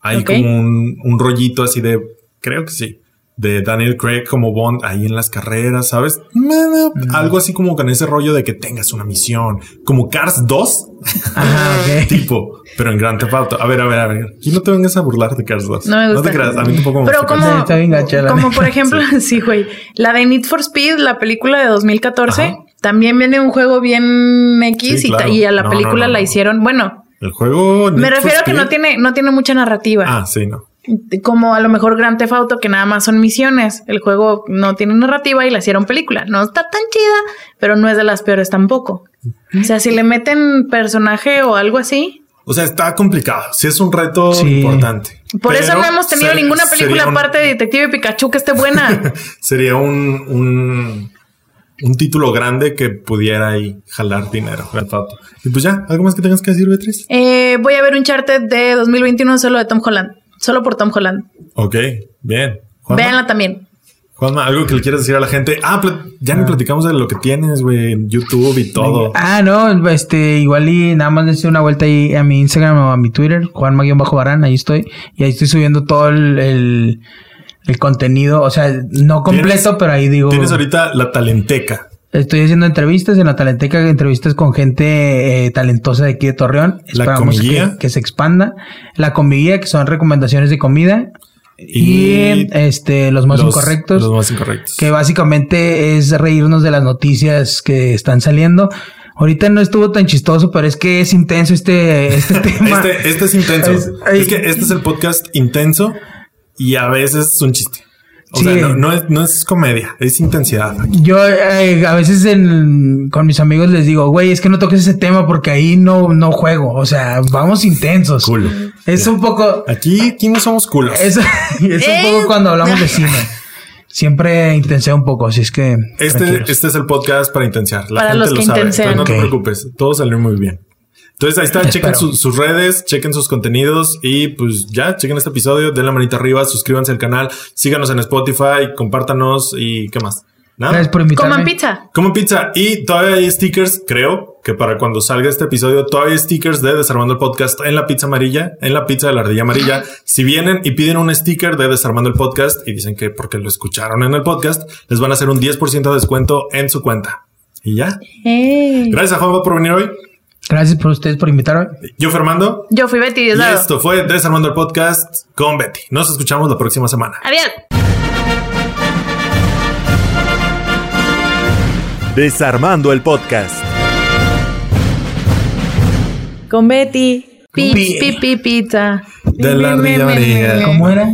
Speaker 2: Hay
Speaker 1: Ok.
Speaker 2: como un, un rollito así de, creo que sí, de Daniel Craig como Bond ahí en las carreras, ¿sabes? Mm. Algo así como con ese rollo de que tengas una misión, como
Speaker 1: (laughs)
Speaker 2: Cars 2,
Speaker 3: Ajá, (laughs) ok.
Speaker 2: tipo, pero en Gran Theft Auto. A ver, a ver, a ver. Aquí no te vengas a burlar de Cars 2.
Speaker 1: No me
Speaker 2: te
Speaker 1: gusta.
Speaker 2: creas, a mí tampoco me
Speaker 1: Pero
Speaker 2: gusta Cars
Speaker 1: como,
Speaker 3: Sí, está bien gacha, la
Speaker 1: como
Speaker 3: neta.
Speaker 1: por ejemplo, (laughs) sí, güey, la de Need for Speed, la película de 2014,
Speaker 2: Ajá.
Speaker 1: también viene un juego bien X
Speaker 2: Sí,
Speaker 1: y ta-
Speaker 2: claro.
Speaker 1: y, a la
Speaker 2: No, no,
Speaker 1: película
Speaker 2: no,
Speaker 1: la
Speaker 2: no.
Speaker 1: hicieron, bueno,
Speaker 2: El juego. Need
Speaker 1: me
Speaker 2: for
Speaker 1: refiero a que
Speaker 2: Speed-
Speaker 1: no tiene, no tiene mucha narrativa,
Speaker 2: Ah, sí, no.
Speaker 1: como a lo mejor Grand Theft Auto que nada más son misiones, el juego no tiene narrativa y la hicieron película, no está tan chida, pero no es de las peores tampoco. O sea, si le meten personaje o algo así,
Speaker 2: O sea, está complicado. Sí, es un reto
Speaker 3: Sí.
Speaker 2: importante.
Speaker 1: por eso
Speaker 2: Pero
Speaker 1: no hemos tenido
Speaker 2: ser-
Speaker 1: ninguna película
Speaker 2: sería un- (laughs)
Speaker 1: aparte de Detective Pikachu que esté buena.
Speaker 2: Sería un, un, un título grande que pudiera ahí jalar dinero. Gatato. Y pues ya, ¿algo más que tengas que decir, Beatriz?
Speaker 1: Eh, voy a ver un charter de 2021 solo de Tom Holland. Solo por Tom Holland.
Speaker 2: Ok, bien. Juanma,
Speaker 1: Véanla también.
Speaker 2: Juanma, algo que le quieras decir a la gente. Ah, plat- ya ni platicamos de lo que tienes, güey, en YouTube y todo.
Speaker 3: Ah, no, este, igual y nada más dense una vuelta ahí a mi Instagram o a mi Twitter, Juanma-Barán, ahí estoy. Y ahí estoy subiendo todo el, el, el contenido, o sea, no completo, pero ahí digo.
Speaker 2: Tienes ahorita la talenteca.
Speaker 3: Estoy haciendo entrevistas en la Talenteca, entrevistas con gente eh, talentosa de aquí de Torreón.
Speaker 2: La
Speaker 3: Esperamos
Speaker 2: comiguía.
Speaker 3: que, que se expanda. La comiguía, que son recomendaciones de comida. Y,
Speaker 2: Y
Speaker 3: este, los más
Speaker 2: Los-
Speaker 3: incorrectos.
Speaker 2: Los más incorrectos.
Speaker 3: Que básicamente es reírnos de las noticias que están saliendo. Ahorita no estuvo tan chistoso, pero es que es intenso este,
Speaker 2: (laughs)
Speaker 3: este tema.
Speaker 2: Este, este es intenso.
Speaker 3: Es-
Speaker 2: Es,
Speaker 3: ay.
Speaker 2: que este es el podcast intenso y a veces es un chiste. O
Speaker 3: Sí.
Speaker 2: sea, no, no es, no es comedia, es intensidad.
Speaker 3: Yo eh, a veces en- con mis amigos les digo, güey, es que no toques ese tema porque ahí no, no juego. O sea, vamos intensos.
Speaker 2: Culo.
Speaker 3: Es un poco,
Speaker 2: Aquí, aquí no somos culos.
Speaker 3: Eso (laughs) es
Speaker 1: Eh.
Speaker 3: un poco
Speaker 1: (laughs)
Speaker 3: cuando hablamos de cine. Siempre intensé un poco, así es que.
Speaker 2: Este,
Speaker 3: tranquilos.
Speaker 2: este es el podcast para intensear. La
Speaker 1: Para
Speaker 2: gente
Speaker 1: los
Speaker 2: lo
Speaker 1: que
Speaker 2: sabe.
Speaker 1: intensean.
Speaker 2: Entonces no te
Speaker 3: Ok.
Speaker 2: preocupes. Todo salió muy bien. Entonces ahí está, chequen
Speaker 3: Espero.
Speaker 2: su- sus redes, chequen sus contenidos y pues ya, chequen este episodio, den la manita arriba, suscríbanse al canal, síganos en Spotify, compártanos y qué más. Nada.
Speaker 3: Gracias por invitarme.
Speaker 1: Coman pizza.
Speaker 2: Como pizza y todavía hay stickers, creo que para cuando salga este episodio todavía hay stickers de Desarmando el Podcast en la pizza amarilla, en la pizza de la ardilla amarilla. Si vienen y piden un sticker de Desarmando el Podcast y dicen que porque lo escucharon en el podcast, les van a hacer un 10% de descuento en su cuenta. Y ya.
Speaker 1: Ey.
Speaker 2: Gracias a Juanma por venir hoy.
Speaker 3: Gracias por ustedes por invitarme.
Speaker 2: Yo, Fernando.
Speaker 1: Yo fui Betty
Speaker 2: Y
Speaker 1: Diosdado.
Speaker 2: esto fue Desarmando el Podcast con Betty. Nos escuchamos la próxima semana.
Speaker 1: Adiós.
Speaker 4: Desarmando el podcast.
Speaker 1: Con Betty. Pi,
Speaker 3: Pi-
Speaker 1: pi, pi, pizza.
Speaker 2: De la
Speaker 1: Me, me,
Speaker 2: ardilla
Speaker 1: me,
Speaker 2: amarilla.
Speaker 1: me.
Speaker 3: ¿Cómo era?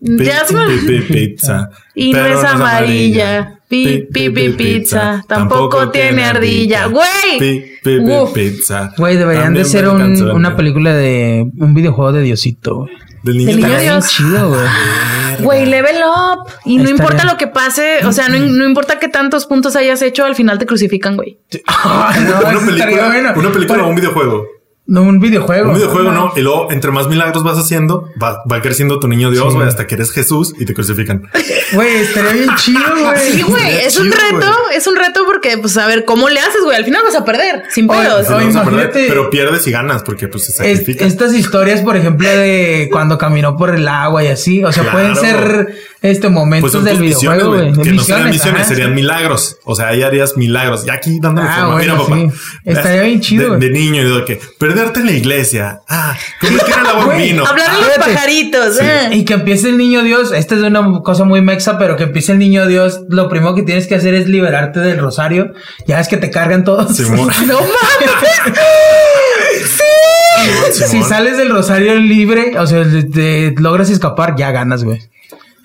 Speaker 1: Ya se
Speaker 2: Pi,
Speaker 1: me-
Speaker 2: pi, pi, pizza.
Speaker 1: (laughs) Y no
Speaker 2: Pero
Speaker 1: es amarilla. Pi, pi, pi, pizza. Tampoco tiene ardilla.
Speaker 2: Pi,
Speaker 1: ¡Güey!
Speaker 2: pi, pi,
Speaker 1: Uf.
Speaker 2: pizza.
Speaker 3: Güey, deberían de
Speaker 2: También
Speaker 3: ser
Speaker 2: me
Speaker 3: un-
Speaker 2: alcanzó el
Speaker 3: una
Speaker 2: pie.
Speaker 3: película de un videojuego de Diosito. güey.
Speaker 2: Del niño
Speaker 1: Del niño
Speaker 2: Dios.
Speaker 3: Está bien
Speaker 1: Dios.
Speaker 3: chido, güey.
Speaker 1: Güey, level up. Y no
Speaker 3: Estaría-
Speaker 1: importa lo que pase, o sea, no, no importa qué tantos puntos hayas hecho, al final te crucifican, güey.
Speaker 3: Ah, no,
Speaker 2: (laughs) Una
Speaker 3: eso estaría
Speaker 2: película,
Speaker 3: bueno.
Speaker 2: una película o un videojuego.
Speaker 3: No, un videojuego.
Speaker 2: Un videojuego, ¿no? Y luego, entre más milagros vas haciendo, va, va creciendo tu niño Dios,
Speaker 3: Sí.
Speaker 2: güey, hasta que eres Jesús y te crucifican.
Speaker 3: (laughs) Güey, estaría bien chido, güey.
Speaker 1: Sí, güey,
Speaker 2: Estaría
Speaker 1: es un
Speaker 2: chido,
Speaker 1: reto, es un reto porque, pues, a ver, ¿cómo le haces, güey? Al final vas a perder, sin
Speaker 3: Oye,
Speaker 1: pedos.
Speaker 2: Así lo vamos a perder,
Speaker 3: imagínate-
Speaker 2: pero pierdes y ganas porque pues se
Speaker 3: Es-
Speaker 2: sacrifican.
Speaker 3: estas historias, por ejemplo, de cuando caminó por el agua y así, o sea,
Speaker 2: Claro.
Speaker 3: pueden ser este momentos
Speaker 2: Pues son
Speaker 3: del
Speaker 2: tus misiones,
Speaker 3: videojuego, güey.
Speaker 2: güey. Que no serían
Speaker 3: ajá.
Speaker 2: misiones, serían milagros. O sea, ahí harías milagros. Y aquí dándole
Speaker 3: Ah,
Speaker 2: forma.
Speaker 3: bueno,
Speaker 2: Mira, papá.
Speaker 3: sí. Estaría bien chido,
Speaker 2: De,
Speaker 3: güey.
Speaker 2: de niño, y de que perderte en la iglesia. Ah, convertir el agua en
Speaker 3: Güey,
Speaker 2: vino.
Speaker 1: Hablar a los
Speaker 3: Espérate.
Speaker 1: pajaritos. ah.
Speaker 3: Y que empiece el niño Dios, esta es una cosa muy mexa, pero que empiece el niño Dios, lo primero que tienes que hacer es liberarte del rosario. Ya es que te cargan todos. (laughs)
Speaker 2: Simón. (laughs)
Speaker 1: No mames.
Speaker 2: Simón.
Speaker 3: si sales del rosario libre, o sea, te, te logras escapar, ya ganas, güey.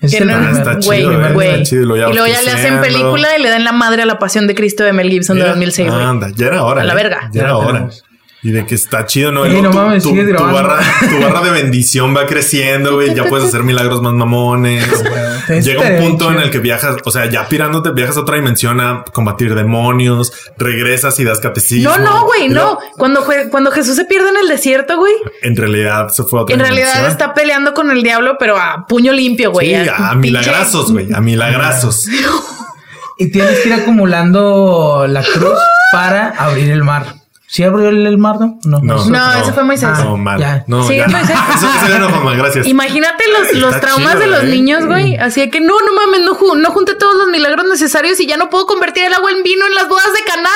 Speaker 3: Ese
Speaker 1: Que
Speaker 3: es el
Speaker 1: no-
Speaker 2: Ah,
Speaker 3: primer-
Speaker 2: está
Speaker 3: el
Speaker 1: güey,
Speaker 2: chido,
Speaker 3: primer-
Speaker 2: eh,
Speaker 1: güey.
Speaker 2: está chido, y
Speaker 1: Y
Speaker 2: luego ya vas
Speaker 1: luego ya le hacen
Speaker 2: creciendo.
Speaker 1: película y le dan la madre a la pasión de Cristo de Mel Gibson de
Speaker 2: Mira,
Speaker 1: 2006, güey.
Speaker 2: Anda, ya era hora.
Speaker 1: A la
Speaker 2: eh.
Speaker 1: verga.
Speaker 2: Ya era
Speaker 3: Ya
Speaker 2: hora.
Speaker 3: tenemos.
Speaker 2: Y de que está chido, ¿no?
Speaker 3: Ey,
Speaker 2: Y luego
Speaker 3: no mames,
Speaker 2: tu,
Speaker 3: sigue
Speaker 2: tu
Speaker 3: grabando.
Speaker 2: barra, tu barra de bendición va creciendo, güey. Ya puedes hacer milagros más mamones.
Speaker 3: (laughs) Entonces,
Speaker 2: Llega
Speaker 3: estaría
Speaker 2: un punto
Speaker 3: chido.
Speaker 2: en el que viajas, o sea, ya pirándote, viajas a otra dimensión a combatir demonios, regresas y das catecismo.
Speaker 1: No, no,
Speaker 2: Y
Speaker 1: güey, no.
Speaker 2: luego,
Speaker 1: Cuando, jue- cuando Jesús se pierde en el desierto, güey,
Speaker 2: En realidad se fue a otra
Speaker 1: en realidad
Speaker 2: dimensión.
Speaker 1: está peleando con el diablo, pero a puño limpio, güey.
Speaker 2: Sí, a,
Speaker 1: pinche-
Speaker 2: milagrazos, güey, a milagrazos.
Speaker 3: Y tienes que ir acumulando la cruz para abrir el mar. ¿Sí abrió el, el mar, no? No.
Speaker 1: No, ese fue Moisés.
Speaker 2: No, mal.
Speaker 3: Ya.
Speaker 2: No,
Speaker 1: Sí,
Speaker 2: ya.
Speaker 1: Moisés.
Speaker 2: (laughs) Eso, eso ya no fue mal, gracias.
Speaker 1: Imagínate los, los
Speaker 2: Está
Speaker 1: traumas
Speaker 2: chido,
Speaker 1: de los
Speaker 2: ¿eh?
Speaker 1: niños, güey. Así de que no, no mames, no, ju- no junté todos los milagros necesarios y ya no puedo convertir el agua en vino en las bodas de Canaán,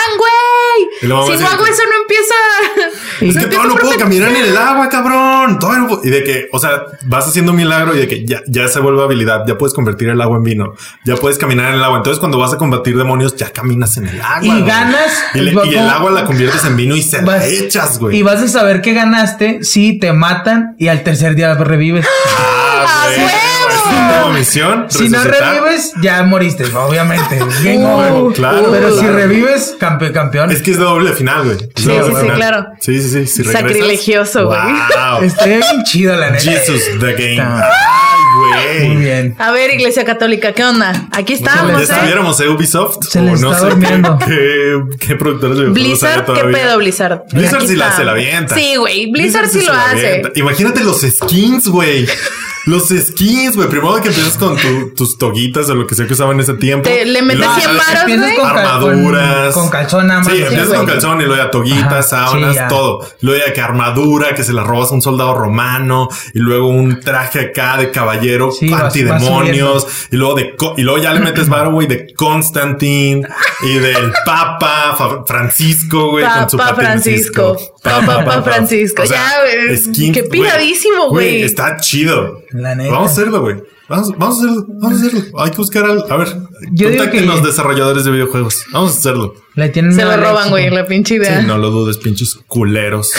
Speaker 2: Y luego
Speaker 1: güey. Si
Speaker 2: vas
Speaker 1: no hago
Speaker 2: a decir que-
Speaker 1: eso, no empieza.
Speaker 2: Es que
Speaker 1: empieza
Speaker 2: todo no puedo
Speaker 1: perfecto.
Speaker 2: caminar en el agua, cabrón. Todo no puedo- Y de que, o sea, vas haciendo un milagro y de que ya, ya se vuelve habilidad. Ya puedes convertir el agua en vino. Ya puedes caminar en el agua. Entonces, cuando vas a combatir demonios, ya caminas en el agua.
Speaker 3: Y
Speaker 2: güey.
Speaker 3: ganas-
Speaker 2: Y, le- y el agua la conviertes en vino y se
Speaker 3: Vas-
Speaker 2: la echas, güey.
Speaker 3: Y vas a saber que ganaste si te matan y al tercer
Speaker 2: (laughs)
Speaker 3: día revives.
Speaker 2: Ah, güey.
Speaker 1: ¡A
Speaker 2: Es una nueva misión.
Speaker 3: Si no
Speaker 2: resucitar.
Speaker 3: revives, ya moriste,
Speaker 2: (laughs)
Speaker 3: obviamente. Game over.
Speaker 2: Oh, claro,
Speaker 3: Pero
Speaker 2: claro.
Speaker 3: si revives, campe- campeón.
Speaker 2: Es que es doble final, güey. Es
Speaker 3: Sí,
Speaker 2: doble
Speaker 3: sí, sí,
Speaker 2: final.
Speaker 1: claro.
Speaker 2: Sí, sí, sí. Si regresas-
Speaker 1: Sacrilegioso, güey.
Speaker 3: (laughs)
Speaker 2: Wow.
Speaker 3: Estaría bien chido, la neta.
Speaker 2: Jesus, the game.
Speaker 3: Está.
Speaker 2: Ay, Güey.
Speaker 3: Muy bien.
Speaker 1: A ver, Iglesia Católica, ¿qué onda? Aquí estamos,
Speaker 2: Pues, Ya
Speaker 1: ¿eh?
Speaker 2: estuviéramos en Ubisoft.
Speaker 3: Ah, pues, Se
Speaker 2: o
Speaker 3: les
Speaker 2: no
Speaker 3: está
Speaker 2: sé
Speaker 3: durmiendo.
Speaker 2: (laughs) qué, qué productores de videojuegos haya
Speaker 1: Blizzard, ¿qué
Speaker 2: todavía.
Speaker 1: pedo, Blizzard?
Speaker 2: Blizzard
Speaker 1: Aquí
Speaker 2: sí la
Speaker 1: estamos.
Speaker 2: hace, la avienta.
Speaker 1: Sí, güey, Blizzard, sí
Speaker 2: se
Speaker 1: lo
Speaker 2: la
Speaker 1: hace.
Speaker 2: avienta. Imagínate los skins, güey. Los skins, güey. Primero que empiezas con tu- tus toguitas o lo que sea que usaban en ese tiempo.
Speaker 1: Te- le
Speaker 2: Y
Speaker 1: metes
Speaker 2: luego
Speaker 1: 100
Speaker 2: ya-
Speaker 1: varos,
Speaker 3: Ah, Empiezas
Speaker 1: güey.
Speaker 3: con, cal- con-
Speaker 2: armaduras.
Speaker 3: Con, calzón nada más.
Speaker 2: Sí, empiezas
Speaker 1: güey.
Speaker 2: con calzón y luego ya toguitas,
Speaker 3: Ajá, sí,
Speaker 2: sábanas,
Speaker 3: ya.
Speaker 2: todo. Luego ya que armadura, que se la robas a un soldado romano y luego un traje acá de caballero,
Speaker 3: Sí, vas-
Speaker 2: antidemonios y luego de co- y luego ya le metes varo, güey, de Constantine y del Papa Fa- Francisco, güey, con su
Speaker 1: Papa
Speaker 2: patincito.
Speaker 1: Francisco. Papa Francisco. Ya, güey,
Speaker 2: skin,
Speaker 1: qué piradísimo, güey.
Speaker 2: Está chido.
Speaker 3: La neta.
Speaker 2: Vamos a hacerlo, güey. Vamos, vamos a hacerlo, vamos a hacerlo. Hay que buscar al, a ver,
Speaker 3: Yo digo
Speaker 2: contacten
Speaker 3: que-
Speaker 2: los desarrolladores de videojuegos. Vamos a hacerlo.
Speaker 3: Le tienen
Speaker 1: Se lo
Speaker 3: miedo al
Speaker 1: roban,
Speaker 3: éxito.
Speaker 1: güey, la pinche idea.
Speaker 2: Sí, no lo dudes, pinches culeros.